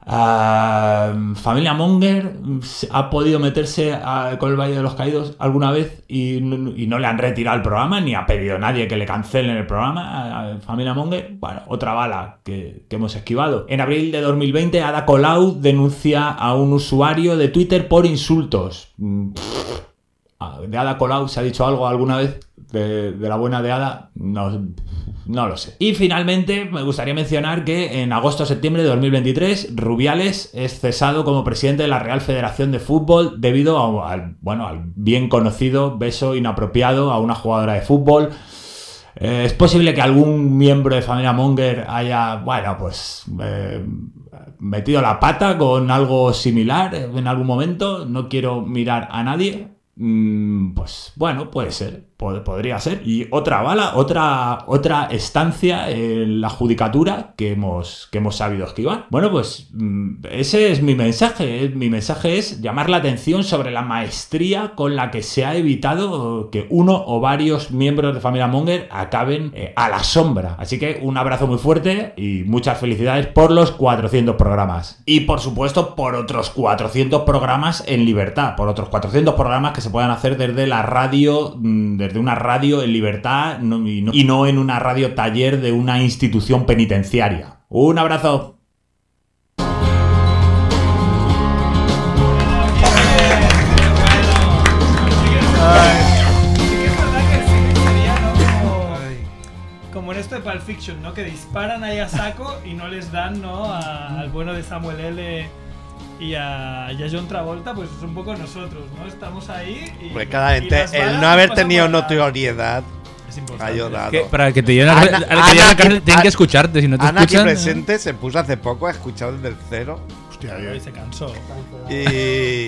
Speaker 16: Ah, familia Monger ha podido meterse a- con el Valle de los Caídos alguna vez y, n- y no le han retirado el programa ni ha pedido a nadie que le cancelen el programa. Ah, Familia Monger, bueno, otra bala que, que hemos esquivado. En abril de 2020, Ada Colau denuncia a un usuario de Twitter por insultos. Mm, pff, ah, De Ada Colau se ha dicho algo alguna vez de, de la buena de Ada, no, no lo sé. Y finalmente me gustaría mencionar que en agosto-septiembre de 2023 Rubiales es cesado como presidente de la Real Federación de Fútbol debido a- al, bueno, al bien conocido beso inapropiado a una jugadora de fútbol. Eh, es posible que algún miembro de familia Monger haya, bueno, pues eh, metido la pata con algo similar en algún momento. No quiero mirar a nadie. Mm, pues bueno, puede ser. Pod- Podría ser. Y otra bala, otra, otra estancia en la judicatura que hemos, que hemos sabido esquivar. Bueno, pues mm, ese es mi mensaje. eh. Mi mensaje es llamar la atención sobre la maestría con la que se ha evitado que uno o varios miembros de Familia Monger acaben eh, a la sombra. Así que un abrazo muy fuerte y muchas felicidades por los 400 programas. Y por supuesto por otros 400 programas en libertad, por otros 400 programas que se puedan hacer desde la radio, mm, desde una radio en libertad no- y, no, y no en una radio taller de una institución penitenciaria. Un abrazo.
Speaker 10: Como en esto de Pulp Fiction, ¿no? Que disparan ahí a saco y no les dan, ¿no? A- al bueno de Samuel L. Y a, y a John Travolta, pues es un poco nosotros, ¿no? Estamos ahí y.
Speaker 6: Porque
Speaker 10: y
Speaker 6: claramente
Speaker 10: las balas
Speaker 6: el no
Speaker 10: nos
Speaker 6: haber
Speaker 10: pasan
Speaker 6: tenido
Speaker 10: por la-
Speaker 6: notoriedad ha ayudado.
Speaker 2: Que para que te lleguen a la- a la que lleguen a la cárcel tienen que escucharte, si no te
Speaker 6: Ana
Speaker 2: escuchan,
Speaker 6: aquí
Speaker 2: eh.
Speaker 6: presente se puso hace poco a escuchar desde el cero. Hostia,
Speaker 10: Y se cansó.
Speaker 6: Y.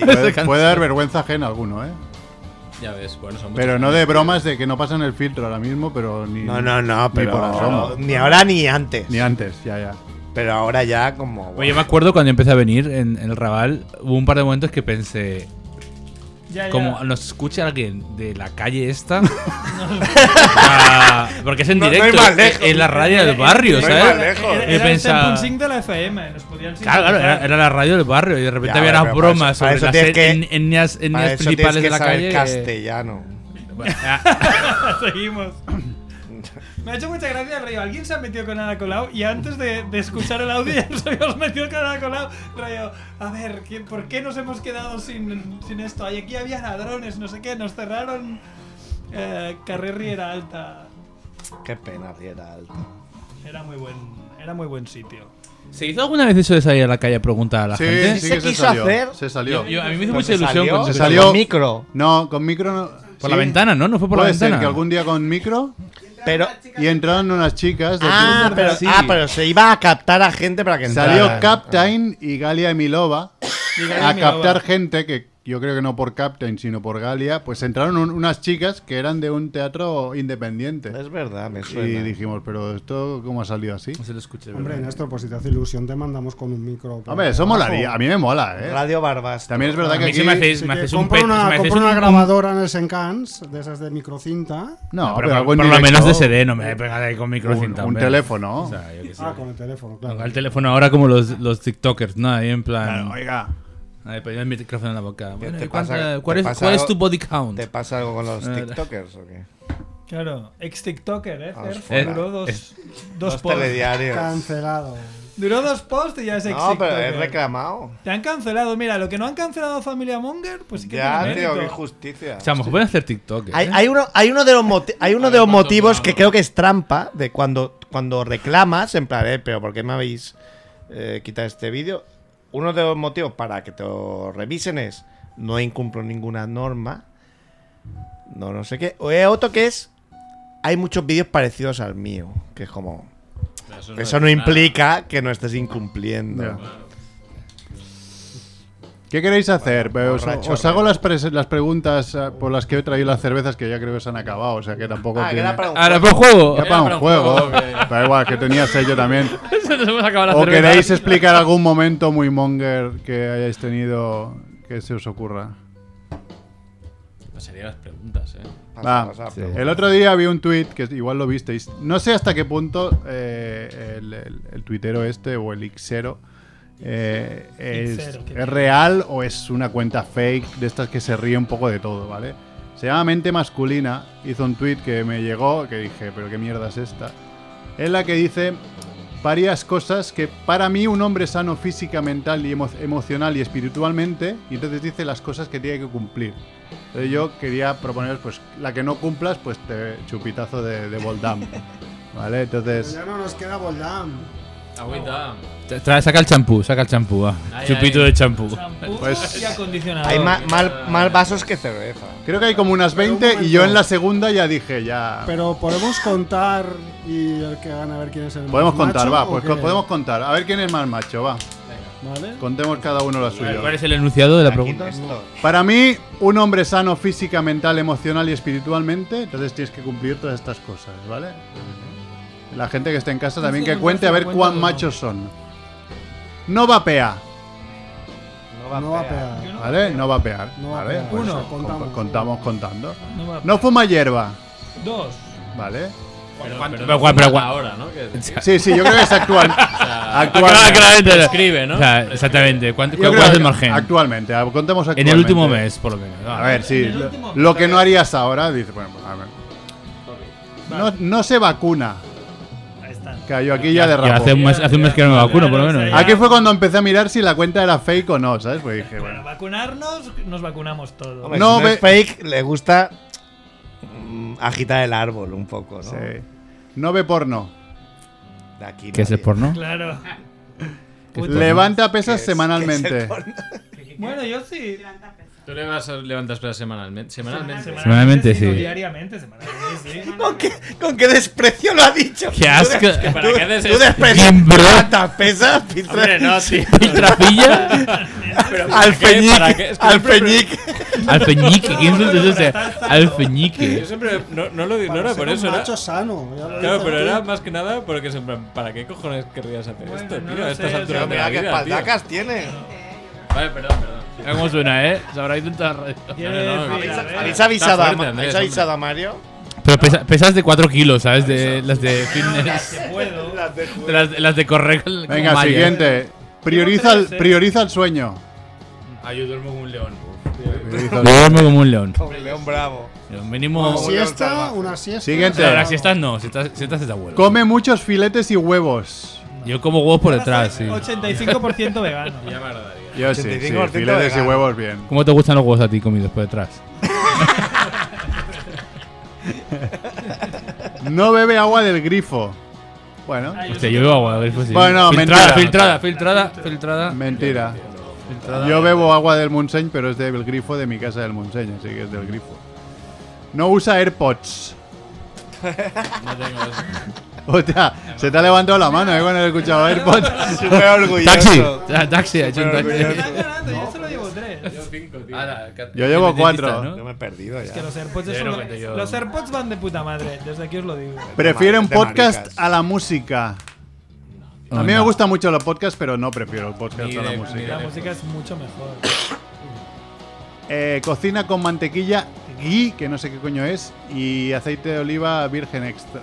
Speaker 7: Puede, puede dar vergüenza ajena alguno, ¿eh?
Speaker 8: Ya ves, bueno, son
Speaker 7: Pero
Speaker 8: muchas
Speaker 7: no
Speaker 8: cosas.
Speaker 7: de bromas de que no pasan el filtro ahora mismo, pero ni.
Speaker 6: No, no, no, pero.
Speaker 7: Ni por asomo.
Speaker 6: Ni ahora ni antes.
Speaker 7: Ni antes, ya, ya.
Speaker 6: Pero ahora ya, como.
Speaker 2: Oye, yo me acuerdo cuando empecé a venir en, en el Raval, hubo un par de momentos que pensé.
Speaker 10: Ya, ya.
Speaker 2: Como nos escuche alguien de la calle esta. Ah, porque es en
Speaker 10: No, no hay
Speaker 2: directo.
Speaker 10: más
Speaker 2: es-
Speaker 10: lejos.
Speaker 2: es la radio del barrio,
Speaker 10: Era-
Speaker 2: ¿sabes?
Speaker 10: Era,
Speaker 2: Y
Speaker 10: era el
Speaker 2: ¿eh? pensaba-
Speaker 10: 100.5 de la FM, nos podían
Speaker 2: Claro, claro, era, era la radio del barrio y de repente
Speaker 6: Ya,
Speaker 2: había
Speaker 6: pero
Speaker 2: unas
Speaker 6: para eso-
Speaker 2: bromas
Speaker 6: para
Speaker 2: sobre
Speaker 6: eso
Speaker 2: las
Speaker 6: tienes
Speaker 2: en-
Speaker 6: que-
Speaker 2: en- etnias,
Speaker 6: para
Speaker 2: etnias
Speaker 6: eso tienes
Speaker 2: principales
Speaker 6: que
Speaker 2: de la
Speaker 6: saber
Speaker 2: calle.
Speaker 6: castellano.
Speaker 2: Bueno, ah,
Speaker 10: Seguimos. Me ha hecho mucha gracia el rollo. Alguien se ha metido con Ana Colau y antes de, de escuchar el audio ya nos habíamos metido con Ana Colau. Rollo, a ver, ¿qué- ¿por qué nos hemos quedado sin, sin esto? Ay, aquí había ladrones, no sé qué, nos cerraron eh, Carrer Riera Alta.
Speaker 6: Qué pena, Riera Alta.
Speaker 10: Era muy buen, era muy buen sitio.
Speaker 2: ¿Se hizo alguna vez eso de salir a la calle a preguntar a la
Speaker 7: Sí,
Speaker 2: gente?
Speaker 7: sí Se que se quiso salió, hacer. se salió.
Speaker 2: Yo- yo- a mí me hizo
Speaker 7: Pero
Speaker 6: Pues
Speaker 2: mucha
Speaker 7: se
Speaker 2: ilusión.
Speaker 7: salió-
Speaker 2: cuando
Speaker 7: se salió-
Speaker 2: con
Speaker 7: No, con micro no.
Speaker 2: Por la ventana, ¿no? No fue por la
Speaker 7: Puede ser
Speaker 2: ventana.
Speaker 7: que algún día con micro.
Speaker 6: Pero.
Speaker 7: Y entraron unas chicas. de-
Speaker 6: Ah, pero, ah, pero se iba a captar a gente para que
Speaker 7: Salió
Speaker 6: entraran.
Speaker 7: Captain y Galia Emilova
Speaker 6: Galia
Speaker 7: a
Speaker 6: Emilova.
Speaker 7: captar gente que yo creo que no por Captain, sino por Galia. Pues entraron un- unas chicas que eran de un teatro independiente.
Speaker 6: Es verdad, me
Speaker 7: Y
Speaker 6: suena.
Speaker 7: dijimos, pero esto, ¿cómo ha salido así?
Speaker 2: se lo escuché.
Speaker 3: Hombre, Néstor, pues si te hace ilusión, te mandamos con un micro. por
Speaker 7: Hombre, eso
Speaker 3: abajo.
Speaker 7: molaría. A mí me mola, ¿eh?
Speaker 6: Radio Barbas.
Speaker 7: También es verdad
Speaker 3: A
Speaker 7: que
Speaker 3: mí
Speaker 7: aquí...
Speaker 3: se me hacéis-
Speaker 7: sí
Speaker 3: me
Speaker 7: que
Speaker 3: hacéis
Speaker 7: compra
Speaker 3: un
Speaker 7: una-
Speaker 3: Ah,
Speaker 7: compra
Speaker 3: compré
Speaker 7: una
Speaker 3: una
Speaker 7: grabadora.
Speaker 3: grabadora en el Sencans, de esas de microcinta.
Speaker 7: No,
Speaker 2: No,
Speaker 7: pero,
Speaker 2: pero por-
Speaker 7: algún
Speaker 2: por lo
Speaker 7: directo-
Speaker 2: menos de CD, no me pegas ahí con microcinta,
Speaker 7: Un, un
Speaker 2: hombre.
Speaker 7: teléfono.
Speaker 2: O sea, yo qué sé.
Speaker 3: Ah, con el teléfono, claro.
Speaker 2: Al teléfono ahora como los, los TikTokers, ¿no? Ahí en plan...
Speaker 7: Claro,
Speaker 2: Ah,
Speaker 7: oiga.
Speaker 2: Ahí poniendo el micrófono en la boca. Bueno,
Speaker 6: ¿Te
Speaker 2: ¿y cuánta-
Speaker 6: pasa-
Speaker 2: ¿Cuál,
Speaker 6: te
Speaker 2: es,
Speaker 6: pasa
Speaker 2: cuál es
Speaker 6: algo-
Speaker 2: tu body count?
Speaker 6: ¿Te pasa algo con los
Speaker 2: Eh,
Speaker 6: TikTokers o qué?
Speaker 10: Claro, ex TikToker, ¿eh?
Speaker 6: Vamos
Speaker 10: Fer?
Speaker 6: fuera.
Speaker 10: Duró dos,
Speaker 6: Es-
Speaker 10: dos
Speaker 6: Los
Speaker 10: posts.
Speaker 6: telediarios.
Speaker 3: Cancelado.
Speaker 10: Duró dos posts y ya es ex
Speaker 6: No, pero
Speaker 10: TikToker.
Speaker 6: es reclamado.
Speaker 10: Te han cancelado. Mira, lo que no han cancelado a Familia Monger, pues sí que
Speaker 6: Ya,
Speaker 10: tiene
Speaker 6: tío,
Speaker 10: mérito.
Speaker 6: qué injusticia.
Speaker 2: O sea, a lo mejor pueden hacer TikTok. ¿eh?
Speaker 6: Hay, hay uno, hay uno de los, moti- hay uno de los motivos que creo que es trampa de cuando, cuando reclamas, en plan, eh, pero ¿por qué me habéis eh, quitado este vídeo? Uno de los motivos para que te lo revisen es no incumplo ninguna norma, no no sé qué. O hay otro que es, hay muchos vídeos parecidos al mío, que es como... Eso no,
Speaker 7: es nada.
Speaker 6: implica que no estés incumpliendo.
Speaker 7: Ya. ¿Qué queréis hacer? Pues Os-
Speaker 6: borracho,
Speaker 7: os hago las, pres- las preguntas eh, por las que he traído las cervezas que ya creo que se han acabado, o sea que tampoco.
Speaker 6: Ah, que era
Speaker 7: tiene-
Speaker 6: para un
Speaker 2: Ah, era juego. para un juego.
Speaker 7: Era para un juego. Da igual, que tenía sello también. ¿O queréis explicar algún momento muy monger que hayáis tenido que se os ocurra?
Speaker 8: Serían las preguntas, eh.
Speaker 7: Va, el otro día vi un tweet que igual lo visteis. No sé hasta qué punto eh, el, el- el tuitero este o el Xero eh, es,
Speaker 24: Xero, qué
Speaker 7: es
Speaker 24: bien.
Speaker 7: real o es una cuenta fake de estas que se ríe un poco de todo, ¿vale? Se llama Mente Masculina. Hizo un tweet que me llegó que dije, pero qué mierda es esta. Es la que dice varias cosas que para mí un hombre sano física, mental y emo- emocional y espiritualmente, y entonces dice las cosas que tiene que cumplir. Entonces yo quería proponeros, pues la que no cumplas, pues te chupitazo de, de Voldam. ¿Vale? Entonces...
Speaker 3: Ya no nos queda Boldam.
Speaker 8: Agüita.
Speaker 2: Tra- tra- saca el champú, saca el champú, va.
Speaker 8: Ay,
Speaker 2: Chupito
Speaker 8: ay.
Speaker 2: de champú.
Speaker 10: Champú
Speaker 7: Pues-
Speaker 10: y acondicionador.
Speaker 6: Hay ma- mal, mal vasos que cerveza.
Speaker 7: Creo que hay como unas 20 y yo en la segunda ya dije, ya...
Speaker 3: Pero podemos contar y el que gana a ver quién es el más
Speaker 7: Podemos contar,
Speaker 3: macho,
Speaker 7: va,
Speaker 3: ¿o
Speaker 7: pues
Speaker 3: qué?
Speaker 7: co- podemos contar. A ver quién es más macho, va. ¿Vale? Contemos cada uno la suya.
Speaker 2: ¿Cuál es el enunciado de la pregunta?
Speaker 7: Para mí, un hombre sano física, mental, emocional y espiritualmente, entonces tienes que cumplir todas estas cosas, ¿vale? La gente que está en casa también que cuente a ver cuán machos son. No vapea,
Speaker 3: No va a pegar.
Speaker 7: ¿vale? No vapear,
Speaker 3: No
Speaker 7: ¿vale?
Speaker 3: vapear.
Speaker 7: Pues
Speaker 3: Uno.
Speaker 7: co- Contamos, contando.
Speaker 10: No
Speaker 7: No,
Speaker 10: vapear.
Speaker 7: fuma hierba,
Speaker 10: Dos.
Speaker 7: ¿vale?
Speaker 10: Pero,
Speaker 2: Pero guau, pero guau.
Speaker 10: ahora, ¿no?
Speaker 7: Sí, sí, yo creo que es actual. actual.
Speaker 2: Claramente. O sea, exactamente. ¿Cuánto,
Speaker 7: Yo creo
Speaker 2: cuál es el
Speaker 7: que
Speaker 2: margen?
Speaker 7: Actualmente, ah, contemos
Speaker 2: En
Speaker 7: actualmente.
Speaker 2: el último mes, por lo menos. Ah,
Speaker 7: A ver, sí. Lo, lo que no harías ahora, dice, bueno, pues, a ver. No, no se vacuna. Cayó aquí ya,
Speaker 2: Ya-
Speaker 7: de
Speaker 2: ya hace un mes- hace un mes que no me vacuno, por lo menos.
Speaker 7: Aquí fue cuando empecé a mirar si la cuenta era fake o no, ¿sabes? Porque dije, bueno.
Speaker 10: Vacunarnos, nos vacunamos todos.
Speaker 7: Hombre, No,
Speaker 6: no,
Speaker 7: ve-
Speaker 6: es fake, le gusta mm, agitar el árbol un poco, ¿no?
Speaker 7: Sí. No ve porno.
Speaker 6: De aquí
Speaker 2: ¿Qué es el
Speaker 6: nadie.
Speaker 2: porno?
Speaker 10: Claro.
Speaker 7: Levanta pesas
Speaker 6: ¿Qué es- qué es
Speaker 7: semanalmente.
Speaker 6: el porno?
Speaker 10: Bueno, yo sí.
Speaker 8: Tú le vas a levantas pesas semanalmente. Semanalmente.
Speaker 2: Semanalmente, sí.
Speaker 10: no, Diariamente, semanalmente, sí.
Speaker 6: ¿Con qué, ¿Con qué desprecio lo ha dicho?
Speaker 2: Qué asco.
Speaker 6: Tú,
Speaker 2: Que para
Speaker 6: tú-
Speaker 2: qué haces
Speaker 6: tú
Speaker 2: eso.
Speaker 6: desprecias
Speaker 2: Bien, bro.
Speaker 6: tantas pesas, filtra-
Speaker 8: Hombre, no, sí.
Speaker 2: ¿Filtrapilla?
Speaker 6: al
Speaker 8: ¿Para qué? ¿Para
Speaker 6: feñique,
Speaker 8: qué? Es que
Speaker 6: al
Speaker 8: siempre-
Speaker 6: feñique.
Speaker 2: Al feñique. ¿Qué insulto es ese? Al feñique.
Speaker 8: Yo siempre no, no lo di- no era por eso,
Speaker 3: un
Speaker 8: era.
Speaker 3: macho sano. ya lo
Speaker 8: Claro,
Speaker 3: dices
Speaker 8: pero
Speaker 3: tú.
Speaker 8: era más que nada porque es en plan, ¿para qué cojones querrías hacer esto,
Speaker 10: no
Speaker 8: tío?
Speaker 10: lo
Speaker 8: a estas
Speaker 10: sé,
Speaker 8: alturas
Speaker 10: sí,
Speaker 8: de la
Speaker 10: mira qué
Speaker 8: vida, tío.
Speaker 6: espaldacas tiene.
Speaker 8: Vale, perdón, perdón.
Speaker 2: Mira cómo suena, ¿eh? Se habrá intentado radio.
Speaker 8: Quiero decir, a ver.
Speaker 6: ¿Habéis avisado,
Speaker 8: Está
Speaker 6: a,
Speaker 8: fuerte,
Speaker 6: Ma-
Speaker 8: Andrés,
Speaker 6: ¿habéis avisado a Mario?
Speaker 2: Pero pesa- pesas de 4 kilos, ¿sabes? De, las de fitness.
Speaker 10: puedo.
Speaker 2: De las, de las de correr. con-
Speaker 7: Venga,
Speaker 2: con mallas.
Speaker 7: siguiente. Prioriza el, prioriza el sueño.
Speaker 2: Ah, yo duermo como un león.
Speaker 7: Prioriza
Speaker 2: Yo
Speaker 7: el-
Speaker 2: duermo como un león.
Speaker 6: Como un león bravo.
Speaker 2: Lo
Speaker 3: Una
Speaker 2: mínimo.
Speaker 3: siesta, una siesta.
Speaker 7: Siguiente.
Speaker 2: No, las siestas no, siestas, siestas es de abuelo.
Speaker 7: Come muchos filetes y huevos.
Speaker 2: Yo como huevos por detrás, sí.
Speaker 10: 85% vegano. Ya me
Speaker 7: Yo sí, sí,
Speaker 6: 85%
Speaker 7: filetes y
Speaker 6: vegano.
Speaker 7: huevos bien.
Speaker 2: ¿Cómo te gustan los huevos a ti comidos por detrás?
Speaker 7: No bebe agua del grifo. Bueno.
Speaker 2: Hostia, yo bebo agua, a ver, pues sí.
Speaker 7: Bueno,
Speaker 2: filtrada,
Speaker 7: mentira.
Speaker 2: filtrada, filtrada, filtrada.
Speaker 7: Mentira.
Speaker 2: Filtrada.
Speaker 7: Yo bebo agua del Munseny, pero es del grifo de mi casa del Munseny, así que es del grifo. No usa AirPods.
Speaker 8: No tengo eso.
Speaker 7: Hostia, se te ha levantado la mano eh, cuando he escuchado AirPods.
Speaker 6: Súper orgulloso.
Speaker 2: Taxi, ta- taxi, ha hecho un
Speaker 6: Súper
Speaker 2: taxi.
Speaker 6: orgulloso.
Speaker 10: Yo solo llevo tres. Yo
Speaker 8: cinco, tío.
Speaker 7: Yo llevo cuatro.
Speaker 2: ¿no?
Speaker 6: Yo me he perdido ya.
Speaker 10: Es que los AirPods, es
Speaker 2: Yo
Speaker 10: un-
Speaker 2: no cuento, yo-
Speaker 10: los AirPods van de puta madre, desde aquí os lo digo.
Speaker 7: Prefiere un
Speaker 6: De maricas.
Speaker 7: podcast a la música. A mí me
Speaker 2: Onda.
Speaker 7: gusta mucho los podcasts, pero no prefiero el podcast
Speaker 8: Ni
Speaker 7: a la
Speaker 8: de- ni
Speaker 7: música.
Speaker 10: La música es mucho mejor.
Speaker 7: Eh, cocina con mantequilla ghee, que no sé qué coño es, y aceite de oliva virgen extra.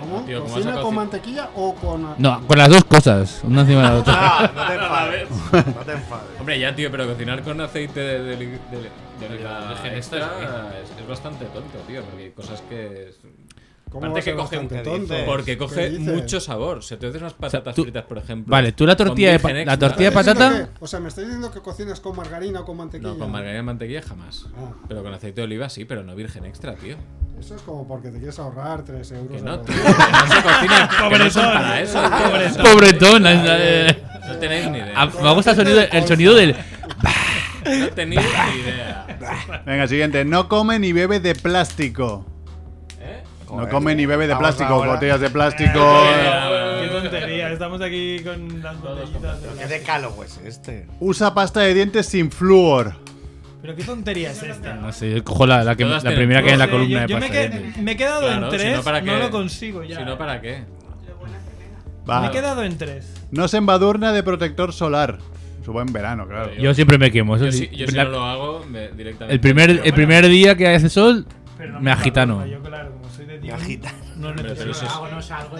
Speaker 3: ¿Cómo?
Speaker 8: Tío, ¿cómo vas a
Speaker 3: ¿Cocina con
Speaker 8: cocinar?
Speaker 3: mantequilla o con.?
Speaker 2: No, con las dos cosas, una encima de la otra.
Speaker 6: Ah, no te enfades. No te enfades.
Speaker 8: Hombre, ya, tío, pero cocinar con aceite de, de, de, de oliva
Speaker 2: virgen
Speaker 8: extra
Speaker 2: extra
Speaker 8: es, es bastante tonto, tío, porque hay cosas que. es-
Speaker 3: ¿Cómo
Speaker 8: Aparte
Speaker 3: va a
Speaker 8: que
Speaker 3: ser
Speaker 8: coge
Speaker 3: bastante
Speaker 8: un-
Speaker 3: tonto?
Speaker 8: Porque
Speaker 3: ¿Qué
Speaker 8: coge
Speaker 3: dices?
Speaker 8: mucho sabor. Se te hacen unas patatas
Speaker 2: tú-
Speaker 8: fritas, por ejemplo.
Speaker 2: Vale, tú la
Speaker 8: con
Speaker 2: tortilla de
Speaker 8: virgen
Speaker 2: pa-
Speaker 8: extra.
Speaker 2: la tortilla de
Speaker 3: ¿Estás diciendo
Speaker 2: patata.
Speaker 3: que- o sea, me estás diciendo que cocinas con margarina o con mantequilla.
Speaker 8: No, con margarina y mantequilla jamás.
Speaker 3: Ah.
Speaker 8: Pero con aceite de oliva sí, pero no virgen extra, tío.
Speaker 3: Eso es como porque te quieres ahorrar 3 euros.
Speaker 8: Que
Speaker 3: de
Speaker 8: no,
Speaker 3: la-
Speaker 8: tío. que no se cocina. que no son
Speaker 10: Pobretón.
Speaker 8: para eso, tío.
Speaker 10: Pobretón.
Speaker 2: Pobretón. la- la-
Speaker 8: eh, No tenéis ni idea.
Speaker 2: Ah, Me gusta el sonido, el sonido del.
Speaker 8: No tenéis ni idea.
Speaker 7: Venga, siguiente. No come ni bebe de plástico. No
Speaker 6: Joder.
Speaker 7: come ni bebe de
Speaker 6: Vamos
Speaker 7: plástico,
Speaker 6: ahora.
Speaker 7: botellas de plástico.
Speaker 10: Qué tontería, estamos aquí con las botellitas. de
Speaker 6: ¿Qué
Speaker 10: plástico.
Speaker 6: de calo es este?
Speaker 7: Usa pasta de dientes sin flúor.
Speaker 10: Pero qué tontería es esta.
Speaker 2: No sé, yo cojo la, la que- la
Speaker 8: Todas tienen
Speaker 2: primera que hay en la
Speaker 10: No sé,
Speaker 2: columna
Speaker 10: yo,
Speaker 2: de
Speaker 10: yo me,
Speaker 2: pasta. ¿eh?
Speaker 10: que- me he quedado
Speaker 8: Claro,
Speaker 10: en
Speaker 8: si
Speaker 10: tres,
Speaker 8: no, ¿para
Speaker 10: no
Speaker 8: qué?
Speaker 10: lo consigo ya.
Speaker 8: Si no, ¿para qué?
Speaker 7: Va.
Speaker 10: Me he quedado en tres.
Speaker 7: No se embadurna de protector solar. Supongo en verano, claro.
Speaker 2: Yo siempre me quemo, eso
Speaker 8: Yo,
Speaker 2: sí.
Speaker 8: si, yo si
Speaker 2: La-
Speaker 8: no lo hago, me- directamente.
Speaker 2: el primer,
Speaker 8: Pero
Speaker 2: el
Speaker 8: bueno,
Speaker 2: primer día que hace sol,
Speaker 10: Pero no
Speaker 2: me agitano.
Speaker 10: preocupa, Yo, claro, como soy de tío,
Speaker 6: agita.
Speaker 10: No
Speaker 8: Hombre, pero eso
Speaker 10: necesito.
Speaker 8: es-
Speaker 4: Hago, no salgo.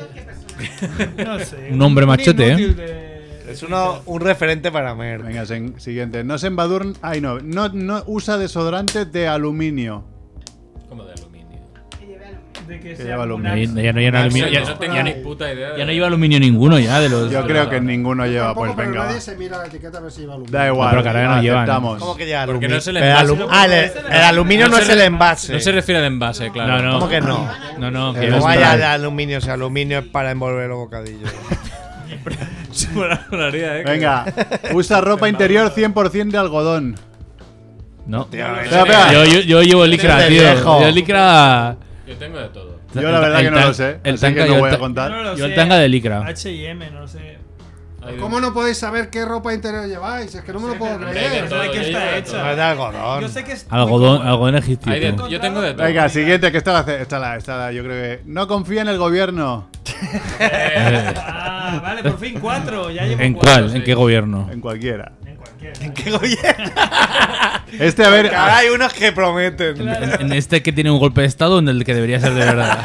Speaker 10: No sé.
Speaker 2: Un hombre machote,
Speaker 10: inútil
Speaker 2: ¿eh?
Speaker 10: de-
Speaker 6: Es uno, un referente para Mer.
Speaker 7: Venga, sen- siguiente. No se embadurna. Ay, no. No, no usa desodorante de aluminio.
Speaker 8: Como de aluminio.
Speaker 10: de que
Speaker 7: Que
Speaker 10: sea
Speaker 7: lleva
Speaker 10: un
Speaker 2: Ya,
Speaker 7: aluminio.
Speaker 2: ya no lleva aluminio.
Speaker 8: Yo
Speaker 2: Ya,
Speaker 8: no tengo
Speaker 2: ya
Speaker 8: ni
Speaker 2: no-
Speaker 8: puta idea. de-
Speaker 2: ya no lleva aluminio ninguno ya de los.
Speaker 7: Yo creo que ninguno lleva.
Speaker 3: Tampoco,
Speaker 7: Pues
Speaker 3: pero
Speaker 7: venga. va.
Speaker 3: nadie se mira la etiqueta a ver si lleva aluminio.
Speaker 7: Da igual.
Speaker 2: pero que ahora ya no llevan.
Speaker 7: aceptamos.
Speaker 6: ¿Cómo que ya
Speaker 8: Porque
Speaker 6: aluminio?
Speaker 8: no es el
Speaker 6: Pero
Speaker 8: envase.
Speaker 6: alu- ah, el, el aluminio no,
Speaker 8: No
Speaker 6: es
Speaker 8: se
Speaker 6: el
Speaker 8: le-
Speaker 6: envase.
Speaker 8: No se refiere al envase, claro.
Speaker 2: No, no.
Speaker 6: ¿Cómo que no?
Speaker 2: No, no, que
Speaker 7: Eh,
Speaker 2: es
Speaker 6: No vaya
Speaker 2: para-
Speaker 6: de aluminio, si aluminio es para envolver los bocadillos.
Speaker 8: Se me molaría, eh. que-
Speaker 7: Venga. Usa ropa interior 100% de algodón.
Speaker 2: No.
Speaker 6: Tío,
Speaker 7: O sea, espera,
Speaker 2: Yo, yo, yo llevo licra,
Speaker 6: de
Speaker 2: tío.
Speaker 6: viejo.
Speaker 2: Yo licra.
Speaker 8: Yo tengo de todo.
Speaker 7: Yo la verdad
Speaker 2: el
Speaker 7: que no
Speaker 2: tan-
Speaker 7: lo sé.
Speaker 2: el
Speaker 7: así
Speaker 2: tanga
Speaker 7: que
Speaker 2: y
Speaker 7: no
Speaker 2: el
Speaker 7: voy a
Speaker 2: ta-
Speaker 10: Yo
Speaker 7: contar.
Speaker 10: no lo
Speaker 2: Yo el
Speaker 10: sé.
Speaker 2: tanga de licra.
Speaker 10: HM, no sé.
Speaker 3: ¿Cómo no podéis saber qué ropa interior lleváis? Es que no me lo puedo
Speaker 10: pero hay de
Speaker 3: creer.
Speaker 10: todo, hay de todo.
Speaker 6: No es de algodón.
Speaker 10: Yo sé que es
Speaker 2: Algodón, algodón egipcio. tú.
Speaker 10: yo tengo de todo.
Speaker 7: Venga, siguiente, que está la, está la, está la- yo creo que. No confía en el gobierno.
Speaker 10: Ah, vale, por fin cuatro. Ya llevo
Speaker 2: ¿En
Speaker 10: cuatro,
Speaker 2: cuál?
Speaker 10: sí.
Speaker 2: ¿En qué gobierno?
Speaker 7: En cualquiera.
Speaker 6: ¿En qué gobierno?
Speaker 7: Este, a ver.
Speaker 6: Porque ahora hay unos que prometen.
Speaker 2: ¿En, en este que tiene un golpe de estado o en el que debería ser de verdad?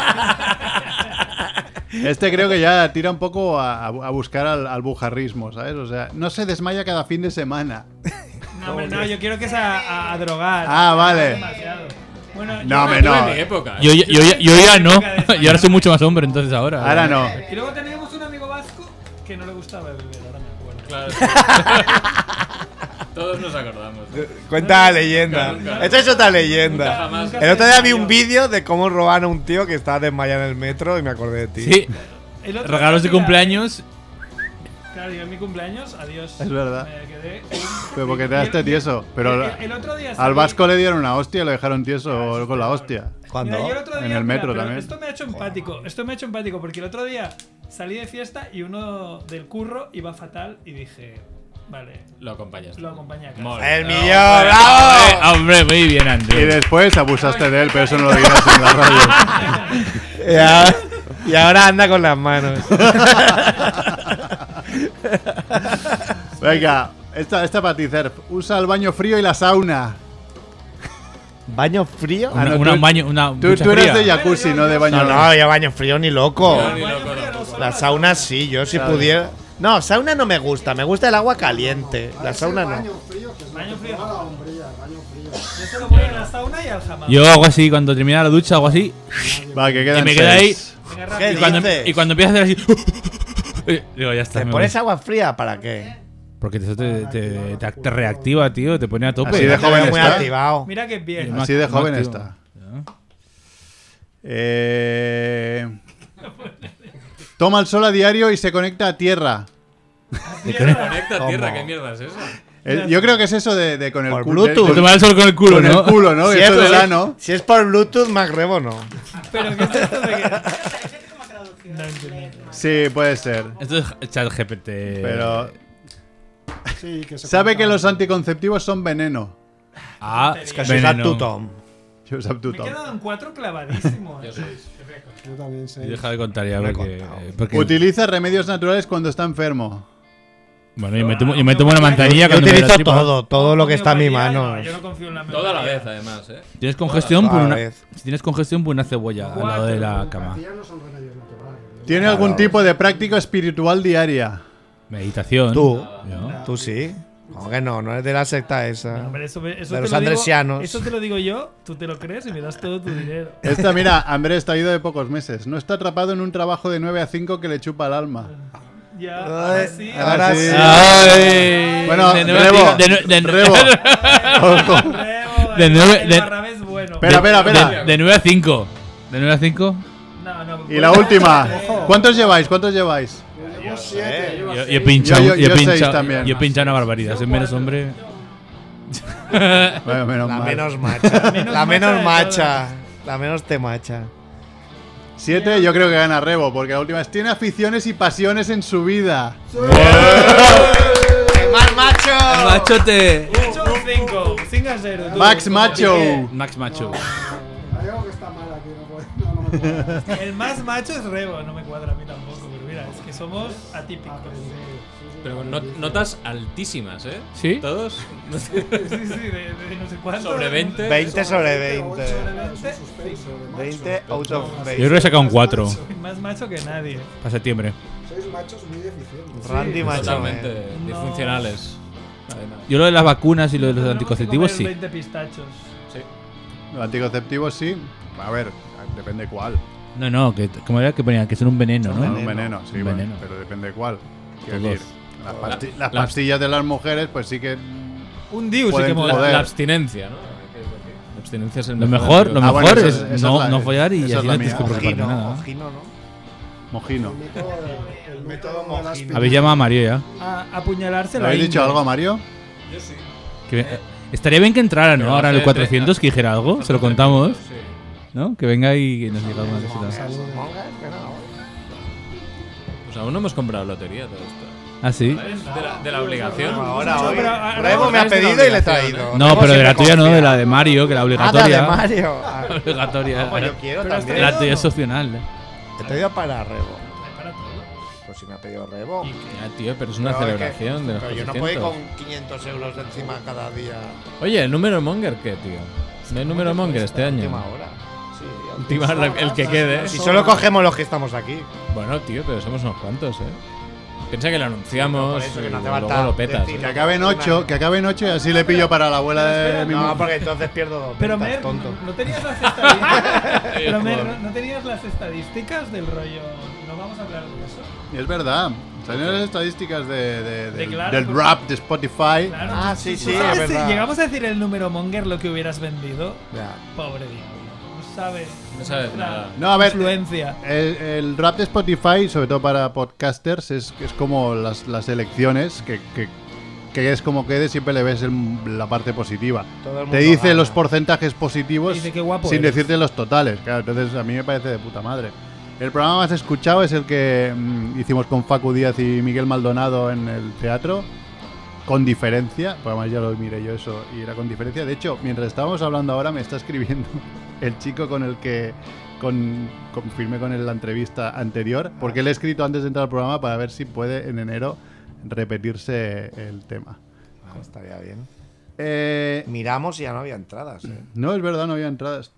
Speaker 7: Este creo que ya tira un poco a, a buscar al, al bujarrismo, ¿sabes? O sea, no se desmaya cada fin de semana.
Speaker 10: No, hombre, no, yo quiero que es a, a- a drogar.
Speaker 7: Ah, vale.
Speaker 10: Demasiado. Bueno,
Speaker 7: No,
Speaker 10: yo-
Speaker 7: hombre, no.
Speaker 10: en mi época.
Speaker 2: Yo, yo, yo, yo ya no. Yo ahora soy mucho más hombre, entonces ahora.
Speaker 7: Ahora no.
Speaker 10: Y luego teníamos un amigo vasco que no le gustaba beber, ahora me acuerdo.
Speaker 8: Todos nos acordamos.
Speaker 6: Cuenta la leyenda.
Speaker 8: Nunca, nunca.
Speaker 6: Esta es otra
Speaker 8: Nunca
Speaker 6: leyenda.
Speaker 8: jamás.
Speaker 6: el otro día vi un vídeo de cómo roban a un tío que estaba desmayado en el metro y me acordé de ti.
Speaker 2: Sí.
Speaker 10: El otro
Speaker 2: Regalos de
Speaker 10: día-
Speaker 2: cumpleaños.
Speaker 10: Claro, yo en mi cumpleaños, adiós.
Speaker 7: Es verdad.
Speaker 10: Me quedé.
Speaker 7: Pero porque te daste tieso. Pero
Speaker 10: El- el otro día
Speaker 7: al
Speaker 10: salí-
Speaker 7: vasco le dieron una hostia y lo dejaron tieso con la hostia.
Speaker 10: Mira, yo el otro
Speaker 7: En
Speaker 10: día-
Speaker 7: el metro
Speaker 10: mira, pero
Speaker 7: también.
Speaker 10: Esto me ha hecho empático. Esto me ha hecho empático porque el otro día salí de fiesta y uno del curro iba fatal y dije, vale.
Speaker 8: Lo acompañaste.
Speaker 10: Lo acompañé a casa.
Speaker 8: Muy
Speaker 6: El
Speaker 8: bien.
Speaker 6: millón, bravo.
Speaker 2: Hombre, muy bien,
Speaker 7: Y
Speaker 2: Andrés.
Speaker 7: después abusaste de él, pero eso no lo dirás en la radio.
Speaker 6: Y ahora, y ahora anda con las manos.
Speaker 7: Venga, esta, esta para ti, Cerf. Usa el baño frío y la sauna.
Speaker 6: ¿Baño frío?
Speaker 7: Ah, no,
Speaker 2: Una-
Speaker 7: tú-
Speaker 2: baño- una
Speaker 7: tú,
Speaker 2: ducha
Speaker 7: tú eres
Speaker 2: fría.
Speaker 7: de jacuzzi, no de baño
Speaker 6: No, no, yo baño frío ni loco.
Speaker 8: Yo ni loco tampoco.
Speaker 6: La sauna sí, yo si
Speaker 7: Claro.
Speaker 6: pudiera. No, sauna no me gusta, me gusta el agua caliente. La sauna no.
Speaker 10: Baño frío. Yo solo voy a la sauna y al jamás.
Speaker 2: Yo hago así, cuando termina la ducha, hago así.
Speaker 7: Va, que
Speaker 2: Y
Speaker 7: quedan
Speaker 2: me queda ahí.
Speaker 7: seis.
Speaker 6: ¿Qué
Speaker 2: Y cuando,
Speaker 6: dices?
Speaker 2: y cuando empiezas a hacer así. Digo, ya está.
Speaker 6: ¿Te
Speaker 2: me
Speaker 6: pones
Speaker 2: voy.
Speaker 6: agua fría para qué?
Speaker 2: Porque eso te, te, te, te reactiva, tío. Te pone a tope.
Speaker 7: Así de joven
Speaker 6: muy
Speaker 7: está.
Speaker 6: activado.
Speaker 10: Mira qué bien.
Speaker 7: Así de
Speaker 2: Más-
Speaker 7: joven
Speaker 2: más, tío.
Speaker 7: está. Eh, toma el sol a diario y se conecta a tierra.
Speaker 8: Conecta a tierra, ¿qué mierda es eso?
Speaker 7: Eh, yo creo que es eso de, de con el
Speaker 6: Por
Speaker 7: culo. de-
Speaker 6: Bluetooth.
Speaker 7: de-
Speaker 6: De tomar
Speaker 2: el sol con el culo,
Speaker 7: con
Speaker 2: ¿no?
Speaker 7: el culo, ¿no?
Speaker 6: Si
Speaker 7: Eso
Speaker 6: es-
Speaker 7: del ano.
Speaker 6: Si es por Bluetooth, Magrebo no.
Speaker 10: Pero que es esto de que. No entiendo.
Speaker 7: Sí, puede ser.
Speaker 2: Esto es chat GPT.
Speaker 7: Pero
Speaker 3: Sí, que se
Speaker 7: sabe que
Speaker 3: corta.
Speaker 7: los anticonceptivos son veneno.
Speaker 2: Ah,
Speaker 10: Es
Speaker 6: que
Speaker 2: veneno.
Speaker 6: se tú, Tom.
Speaker 7: Yo sab- tú,
Speaker 10: Me he
Speaker 7: Tom.
Speaker 10: quedado en cuatro eh. clavadísimos.
Speaker 3: Yo también sé.
Speaker 2: Y Deja de contar ya
Speaker 6: No he
Speaker 2: porque.
Speaker 3: eh,
Speaker 6: contado.
Speaker 2: porque-
Speaker 7: Utiliza remedios naturales cuando está enfermo.
Speaker 2: bueno, yo me, tomo, yo me tomo una manzanilla
Speaker 6: Yo
Speaker 2: cuando me da
Speaker 6: utilizo
Speaker 2: tripa.
Speaker 6: todo, todo lo que está en mi mano.
Speaker 10: Yo no confío en la
Speaker 8: Toda la
Speaker 10: memoria.
Speaker 8: vez, además, ¿eh?
Speaker 2: Tienes congestión, por
Speaker 6: Cada
Speaker 2: una,
Speaker 6: vez.
Speaker 2: si tienes congestión, pon una cebolla al lado de la cama.
Speaker 7: ¿Tiene algún tipo de práctica espiritual diaria?
Speaker 2: Meditación.
Speaker 6: Tú,
Speaker 2: ¿no?
Speaker 6: tú sí. Como que no, no eres de la secta esa.
Speaker 10: Hombre, eso, me- eso
Speaker 6: de
Speaker 10: te
Speaker 6: los
Speaker 10: lo digo-
Speaker 6: andresianos.
Speaker 10: eso te lo digo yo, tú te lo crees y me das todo tu dinero.
Speaker 7: Esta, mira, Andrés está ido de pocos meses. No está atrapado en un trabajo de 9 a 5 que le chupa el alma.
Speaker 10: Ya,
Speaker 6: Ay,
Speaker 10: ahora sí.
Speaker 7: ahora
Speaker 6: ahora
Speaker 7: sí.
Speaker 6: sí.
Speaker 2: Ay,
Speaker 7: Bueno,
Speaker 2: de nueve a
Speaker 7: Rebo,
Speaker 2: cinco- de nue- de nue-
Speaker 7: Rebo. Ojo.
Speaker 10: Rebo,
Speaker 2: De
Speaker 10: el-
Speaker 2: nueve-
Speaker 10: el
Speaker 2: de-
Speaker 10: Barrabés bueno.
Speaker 7: Espera, espera, espera.
Speaker 2: de, de 9 a 5. ¿De 9 a 5?
Speaker 10: No, no,
Speaker 7: Y la
Speaker 10: bueno,
Speaker 7: última.
Speaker 10: eh,
Speaker 7: ¿Cuántos lleváis? ¿Cuántos lleváis?
Speaker 2: Yo, yo he pinchado.
Speaker 7: Yo- yo-
Speaker 2: Yo,
Speaker 7: yo
Speaker 2: he
Speaker 7: seis
Speaker 2: pinchado,
Speaker 7: también.
Speaker 2: yo he pinchado una barbaridad. Soy menos hombre.
Speaker 7: Bueno, menos
Speaker 6: La
Speaker 7: mal.
Speaker 6: menos macha.
Speaker 10: menos
Speaker 6: La menos
Speaker 10: macha
Speaker 6: macha. La menos te macha.
Speaker 7: Siete, yo creo que gana Rebo, porque la última es tiene aficiones y pasiones en su vida.
Speaker 6: ¡El más macho!
Speaker 2: ¡Machote!
Speaker 10: ocho, cinco, cinco a cero, tú.
Speaker 7: Max Macho.
Speaker 2: Max Macho.
Speaker 3: Hay algo que está mal aquí, no puedo- no, no me puedo.
Speaker 10: El más macho es Rebo, no me cuadra a mí tampoco, pero mira, es que somos
Speaker 3: Ah,
Speaker 10: atípicos.
Speaker 8: Pero no- notas altísimas, ¿eh?
Speaker 2: ¿Sí?
Speaker 8: Todos.
Speaker 10: Sí, sí, de, de no sé cuánto.
Speaker 8: Sobre 20.
Speaker 6: 20 sobre 20.
Speaker 10: Sobre 20, sí.
Speaker 6: 20 out of
Speaker 2: Yo creo que he
Speaker 6: 20.
Speaker 2: sacado un 4
Speaker 10: Más macho que nadie.
Speaker 2: para septiembre.
Speaker 3: Sois machos muy deficientes.
Speaker 6: Randy macho.
Speaker 8: Totalmente
Speaker 6: eh.
Speaker 8: disfuncionales. Además.
Speaker 2: Yo lo de las vacunas y lo de los
Speaker 10: Tenemos que
Speaker 2: anticonceptivos,
Speaker 10: comer
Speaker 2: sí.
Speaker 10: 20 pistachos.
Speaker 7: Los anticonceptivos sí. A ver, depende cuál.
Speaker 2: No, no, que, como era que ponían que son un veneno, ¿no?
Speaker 7: Un veneno, sí,
Speaker 2: Un
Speaker 7: bueno,
Speaker 2: veneno.
Speaker 7: pero depende cuál. Quiero
Speaker 2: Todos.
Speaker 7: decir, las, pasti- las
Speaker 8: las-
Speaker 7: pastillas de las mujeres, pues sí que.
Speaker 10: Un dius sí
Speaker 7: Pueden
Speaker 10: que mola.
Speaker 7: joder.
Speaker 8: La abstinencia, ¿no? La abstinencia es el
Speaker 2: Lo mejor, lo
Speaker 7: Ah, bueno,
Speaker 2: mejor
Speaker 7: esa
Speaker 2: es,
Speaker 7: es- esa
Speaker 2: no,
Speaker 7: es la-
Speaker 2: no follar y
Speaker 7: esa
Speaker 2: así
Speaker 7: es
Speaker 2: no
Speaker 7: la
Speaker 2: tienes
Speaker 7: mía.
Speaker 2: que preocuparte de
Speaker 6: Ojino,
Speaker 2: nada.
Speaker 6: ojino, ¿no?
Speaker 7: Mojino.
Speaker 3: El método de las
Speaker 6: Habéis
Speaker 2: Habéis llamado a Mario ya.
Speaker 10: A, apuñalarse
Speaker 7: ¿Le
Speaker 10: la
Speaker 7: habéis dicho
Speaker 10: ingle.
Speaker 7: algo a Mario?
Speaker 2: Que- eh, estaría bien que entrara, ¿no?
Speaker 8: Pero
Speaker 2: Ahora en el
Speaker 8: hace
Speaker 2: 400 que dijera algo, se lo contamos,
Speaker 8: Sí.
Speaker 2: ¿no? Que venga y que nos diga alguna cosita.
Speaker 8: Pues aún no hemos comprado lotería todo esto.
Speaker 2: ¿Ah, sí?
Speaker 8: De la, de la obligación.
Speaker 6: Ahora, hoy. Rebo me ha pedido y le he traído.
Speaker 2: ¿eh? No, pero de la tuya no, de la de Mario, que la obligatoria.
Speaker 6: Ah, de Mario.
Speaker 2: obligatoria.
Speaker 6: Ah, pues yo quiero
Speaker 2: La-
Speaker 6: también.
Speaker 2: La tuya es opcional.
Speaker 6: He traído para Rebo. Pues si me ha pedido Rebo.
Speaker 2: Ya, Ah, tío, pero es una
Speaker 6: Pero que-
Speaker 2: celebración de los
Speaker 6: Pero yo no puedo ir
Speaker 2: 400.
Speaker 6: con 500 euros de encima cada día.
Speaker 2: Oye, ¿el número Monger qué, tío? No hay número Monger este año.
Speaker 6: Última hora. Sí,
Speaker 2: Última hora, el que quede.
Speaker 6: Si solo cogemos los que estamos aquí.
Speaker 2: Bueno, tío, pero somos unos cuantos, ¿eh? Piensa que lo anunciamos
Speaker 6: Sí, pero por eso que
Speaker 2: y
Speaker 6: no hace falta
Speaker 2: luego lo petas.
Speaker 6: decir
Speaker 2: ¿eh?
Speaker 7: Que acaben 8, que acaben 8 y así le pillo para la abuela de Eh, mi
Speaker 6: No,
Speaker 7: mujer.
Speaker 6: porque entonces pierdo dos.
Speaker 10: Pero
Speaker 6: puntas,
Speaker 10: Mer,
Speaker 6: tonto.
Speaker 10: ¿no tenías las estadísticas? Pero Mer,
Speaker 7: Joder.
Speaker 10: ¿no tenías las estadísticas del rollo? No vamos a hablar de eso.
Speaker 7: Es verdad. Salieron las estadísticas de, de-
Speaker 10: De
Speaker 7: del-
Speaker 10: claro,
Speaker 7: del
Speaker 10: porque-
Speaker 7: rap de Spotify.
Speaker 10: Claro,
Speaker 6: Ah,
Speaker 10: tú- tú sabes
Speaker 7: Ah, es
Speaker 10: si llegamos a decir el número Monger lo que hubieras vendido. Pobre diablo. No sabes.
Speaker 2: No sabes
Speaker 10: nuestra
Speaker 2: nada.
Speaker 7: No, a ver.
Speaker 10: Influencia.
Speaker 7: El, el rap de Spotify, sobre todo para podcasters, es, es como las, las elecciones, que, que- que es como quede, siempre le ves el- la parte positiva.
Speaker 6: Todo el
Speaker 7: Te
Speaker 6: mundo
Speaker 7: dice
Speaker 6: gana.
Speaker 7: los porcentajes positivos
Speaker 6: Te dice, "Qué guapo
Speaker 7: sin
Speaker 6: eres".
Speaker 7: decirte los totales. Claro, entonces a mí me parece de puta madre. El programa más escuchado es el que mm, hicimos con Facu Díaz y Miguel Maldonado en el teatro, con diferencia, porque además ya lo miré yo eso y era con diferencia. De hecho, mientras estábamos hablando ahora me está escribiendo el chico con el que con, con- firmé con él la entrevista anterior, porque le he escrito antes de entrar al programa para ver si puede en enero repetirse el tema.
Speaker 6: Ah, estaría bien.
Speaker 7: Miramos
Speaker 6: y ya no había entradas. eh.
Speaker 7: No, es verdad, no había entradas.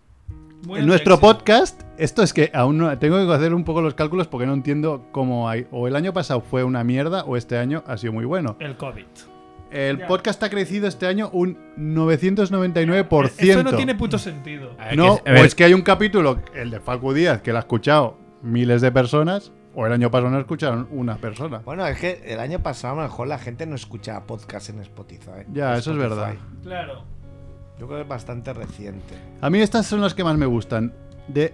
Speaker 6: Buena
Speaker 7: en nuestro
Speaker 6: elección.
Speaker 7: podcast, esto es que aún no, tengo que hacer un poco los cálculos porque no entiendo cómo hay. O el año pasado fue una mierda o este año ha sido muy bueno.
Speaker 10: El COVID.
Speaker 7: El
Speaker 10: Ya.
Speaker 7: podcast ha crecido este año un 999%.
Speaker 10: Eso no tiene puto sentido.
Speaker 7: No,
Speaker 2: a ver.
Speaker 7: o es que hay un capítulo, el de Facu Díaz, que lo ha escuchado miles de personas, o el año pasado no escucharon una persona.
Speaker 6: Bueno, es que el año pasado a lo mejor la gente no escuchaba podcast en Spotify.
Speaker 7: Ya,
Speaker 2: Pues
Speaker 7: eso es
Speaker 6: Spotify.
Speaker 7: verdad.
Speaker 10: Claro.
Speaker 6: Yo creo que es bastante reciente.
Speaker 7: A mí estas son las que más me gustan. De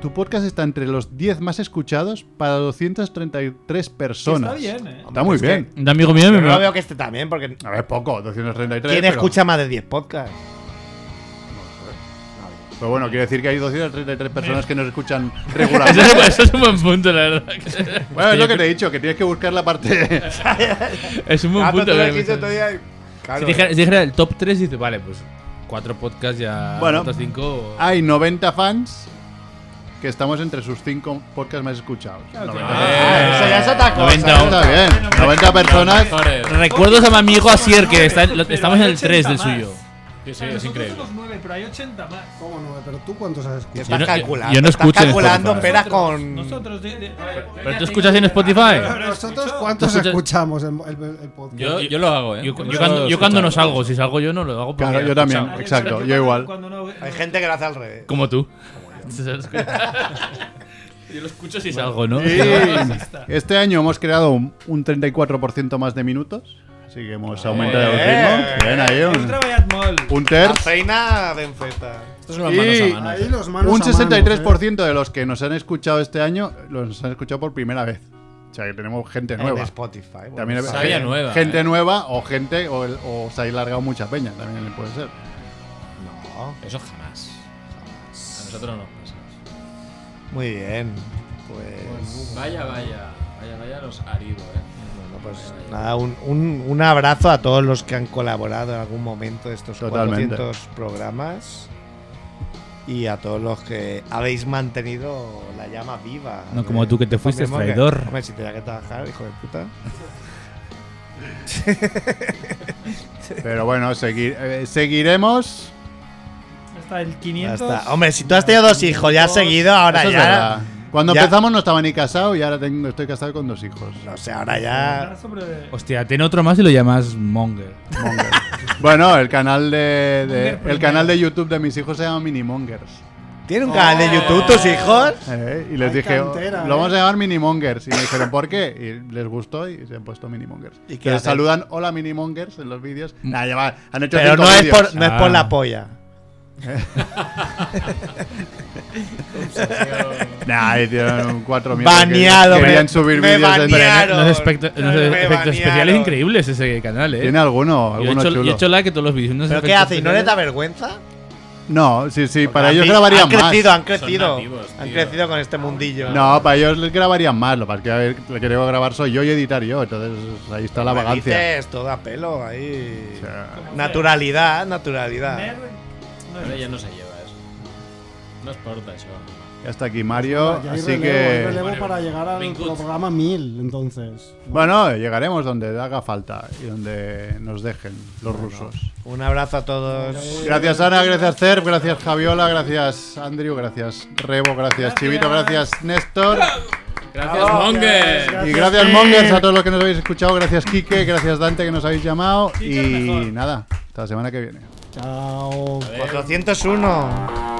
Speaker 7: tu podcast está entre los 10 más escuchados para 233 personas.
Speaker 6: Está bien, ¿eh?
Speaker 7: Está muy
Speaker 6: Es que-
Speaker 7: bien.
Speaker 2: Un amigo mío me-
Speaker 6: Pero no veo que esté también, porque.
Speaker 7: A ver, poco, 233.
Speaker 6: ¿Quién
Speaker 7: pero-
Speaker 6: escucha más de 10 podcasts?
Speaker 7: Pero bueno, quiero decir que hay 233 personas que nos escuchan
Speaker 2: Eso
Speaker 7: regularmente.
Speaker 2: es- eso es un buen punto, la verdad.
Speaker 7: Bueno, es lo que te he dicho, que tienes que buscar la parte.
Speaker 2: Es un buen
Speaker 7: Ah, pero
Speaker 2: punto.
Speaker 7: tú lo
Speaker 2: que-
Speaker 7: dijiste otro día y-
Speaker 2: si,
Speaker 7: Claro. eh.
Speaker 2: dijera, si dijera el top 3, dice, vale, pues cuatro podcasts ya.
Speaker 7: Bueno, Ah.
Speaker 2: otros cinco.
Speaker 7: hay 90 fans que estamos entre sus 5 podcasts más escuchados. 90.
Speaker 2: Ah, eso ya es otra cosa.
Speaker 7: 90, está bien. 90 personas.
Speaker 2: Recuerdos a mi amigo Asier, que está en- lo- estamos en el 3 del suyo.
Speaker 8: Sí, sí,
Speaker 10: Claro,
Speaker 8: es
Speaker 10: nosotros
Speaker 8: increíble.
Speaker 10: somos nueve, pero hay 80 más.
Speaker 3: ¿Cómo nueve? Pero tú cuántos has escuchado.
Speaker 2: Yo no- yo no escucho en Spotify.
Speaker 6: con.
Speaker 10: Nosotros, de- de-
Speaker 2: Pero tú escuchas en Spotify.
Speaker 3: Nosotros cuántos
Speaker 2: Escucha-
Speaker 3: escuchamos el, el- el podcast.
Speaker 2: lo hago, ¿eh? Yo, yo cuando, yo cuando no salgo, si salgo yo no lo hago. porque
Speaker 7: Claro,
Speaker 2: lo
Speaker 7: yo también,
Speaker 2: escuchamos.
Speaker 7: exacto, yo igual.
Speaker 6: Hay gente que lo hace al revés.
Speaker 2: Como tú. Yo lo escucho si salgo, ¿no?
Speaker 7: Sí. Este año hemos creado un, un 34% más de minutos. Así que hemos aumentado el ritmo. Bien, ahí un, un
Speaker 6: La
Speaker 7: tercio.
Speaker 6: feina de enfeta.
Speaker 7: Y
Speaker 2: ¿eh?
Speaker 7: un 63%
Speaker 6: ¿eh?
Speaker 7: de los que nos han escuchado este año los han escuchado por primera vez. O sea, que tenemos gente
Speaker 6: En
Speaker 7: nueva.
Speaker 6: Spotify, bueno,
Speaker 7: También hay-
Speaker 6: sabia
Speaker 7: gente,
Speaker 6: nueva,
Speaker 7: Gente
Speaker 6: eh.
Speaker 7: nueva o gente o, el- o se ha largado mucha peña. También puede ser.
Speaker 8: Eso jamás. A nosotros no nos pasa.
Speaker 6: Muy bien. Pues.
Speaker 8: Vaya, vaya. Vaya, vaya los arido, eh. Bueno,
Speaker 6: pues Nada, un, un- un abrazo a todos los que han colaborado en algún momento de estos
Speaker 7: Totalmente.
Speaker 6: 400 programas y a todos los que habéis mantenido la llama viva.
Speaker 2: No como tú que te fuiste,
Speaker 6: Hombre,
Speaker 2: traidor.
Speaker 6: hombre, si tenía que trabajar, hijo de puta.
Speaker 7: Pero bueno, seguir, eh, seguiremos.
Speaker 10: Hasta el 500.
Speaker 6: Hasta- Hombre, si tú has tenido dos hijos ya
Speaker 10: Dos.
Speaker 6: seguido, ahora
Speaker 7: Eso es verdad.
Speaker 6: ya.
Speaker 7: Cuando
Speaker 6: ya-
Speaker 7: empezamos no estaba ni casado y ahora tengo, estoy casado con dos hijos.
Speaker 6: No sé, ahora ya.
Speaker 2: Hostia, ten otro más y lo llamas Monger.
Speaker 7: Bueno, el canal de, de-
Speaker 2: Monger
Speaker 7: el canal de YouTube de mis hijos se llama Minimongers.
Speaker 6: ¿Tienen un canal de YouTube tus hijos?
Speaker 7: Eh, y les
Speaker 6: Oh. Ay,
Speaker 7: dije,
Speaker 6: cantera,
Speaker 7: lo vamos
Speaker 6: eh.
Speaker 7: a llamar Minimongers. Y me dijeron, ¿por qué? Y les gustó y se han puesto Minimongers.
Speaker 6: ¿Y
Speaker 7: Y
Speaker 6: qué
Speaker 7: que les
Speaker 6: hacen? Mm.
Speaker 7: saludan, hola Minimongers, en los vídeos. Nah, ya va, han hecho
Speaker 6: Pero
Speaker 7: cinco
Speaker 6: no es,
Speaker 7: vídeos.
Speaker 6: por, no es por
Speaker 2: Ah.
Speaker 6: la polla.
Speaker 7: Nah, hicieron cuatro mierdas que
Speaker 6: Baneado,
Speaker 7: Querían
Speaker 6: me-
Speaker 7: subir
Speaker 6: me
Speaker 7: vídeos en-
Speaker 6: banearon.
Speaker 2: Unos espectro- unos
Speaker 6: Me
Speaker 2: efectos especiales
Speaker 6: banearon.
Speaker 2: increíbles ese canal, eh.
Speaker 7: Tiene alguno,
Speaker 2: Yo he
Speaker 7: alguno
Speaker 2: hecho, yo
Speaker 7: chulo.
Speaker 2: he hecho like a todos los vídeos. unos
Speaker 6: ¿Pero qué
Speaker 2: efectos
Speaker 6: hace? ¿Y no les da
Speaker 2: especiales.
Speaker 6: vergüenza?
Speaker 7: No, sí, sí, para
Speaker 6: Han
Speaker 7: ellos
Speaker 6: cre-
Speaker 7: grabarían
Speaker 6: han
Speaker 7: más.
Speaker 6: crecido, han crecido. han crecido con este mundillo.
Speaker 7: No, para ellos les grabarían más. Lo que pasa es que a ver, lo que debo grabar soy yo y editar yo. Entonces ahí está la
Speaker 6: Me
Speaker 7: vagancia.
Speaker 6: dices, todo a pelo ahí. Naturalidad, naturalidad.
Speaker 8: Ahora ya no se lleva eso. No es porta eso.
Speaker 7: Ya está aquí Mario,
Speaker 3: Ya hay
Speaker 7: así
Speaker 3: relevo, hay
Speaker 7: que.
Speaker 3: relevo para llegar al programa 1000, entonces.
Speaker 7: Bueno, llegaremos donde haga falta y donde nos dejen los rusos.
Speaker 6: Un abrazo a todos.
Speaker 7: Gracias Ana, gracias Cerf, gracias Javiola, gracias Andrew, gracias Rebo, gracias Chivito, gracias Néstor.
Speaker 8: Gracias,
Speaker 2: Oh.
Speaker 8: Monger.
Speaker 7: Y gracias Mongers a todos los que nos habéis escuchado, gracias Quique, gracias Dante que nos habéis llamado y nada, hasta la semana que viene.
Speaker 6: Pues
Speaker 3: Chao.
Speaker 6: 401.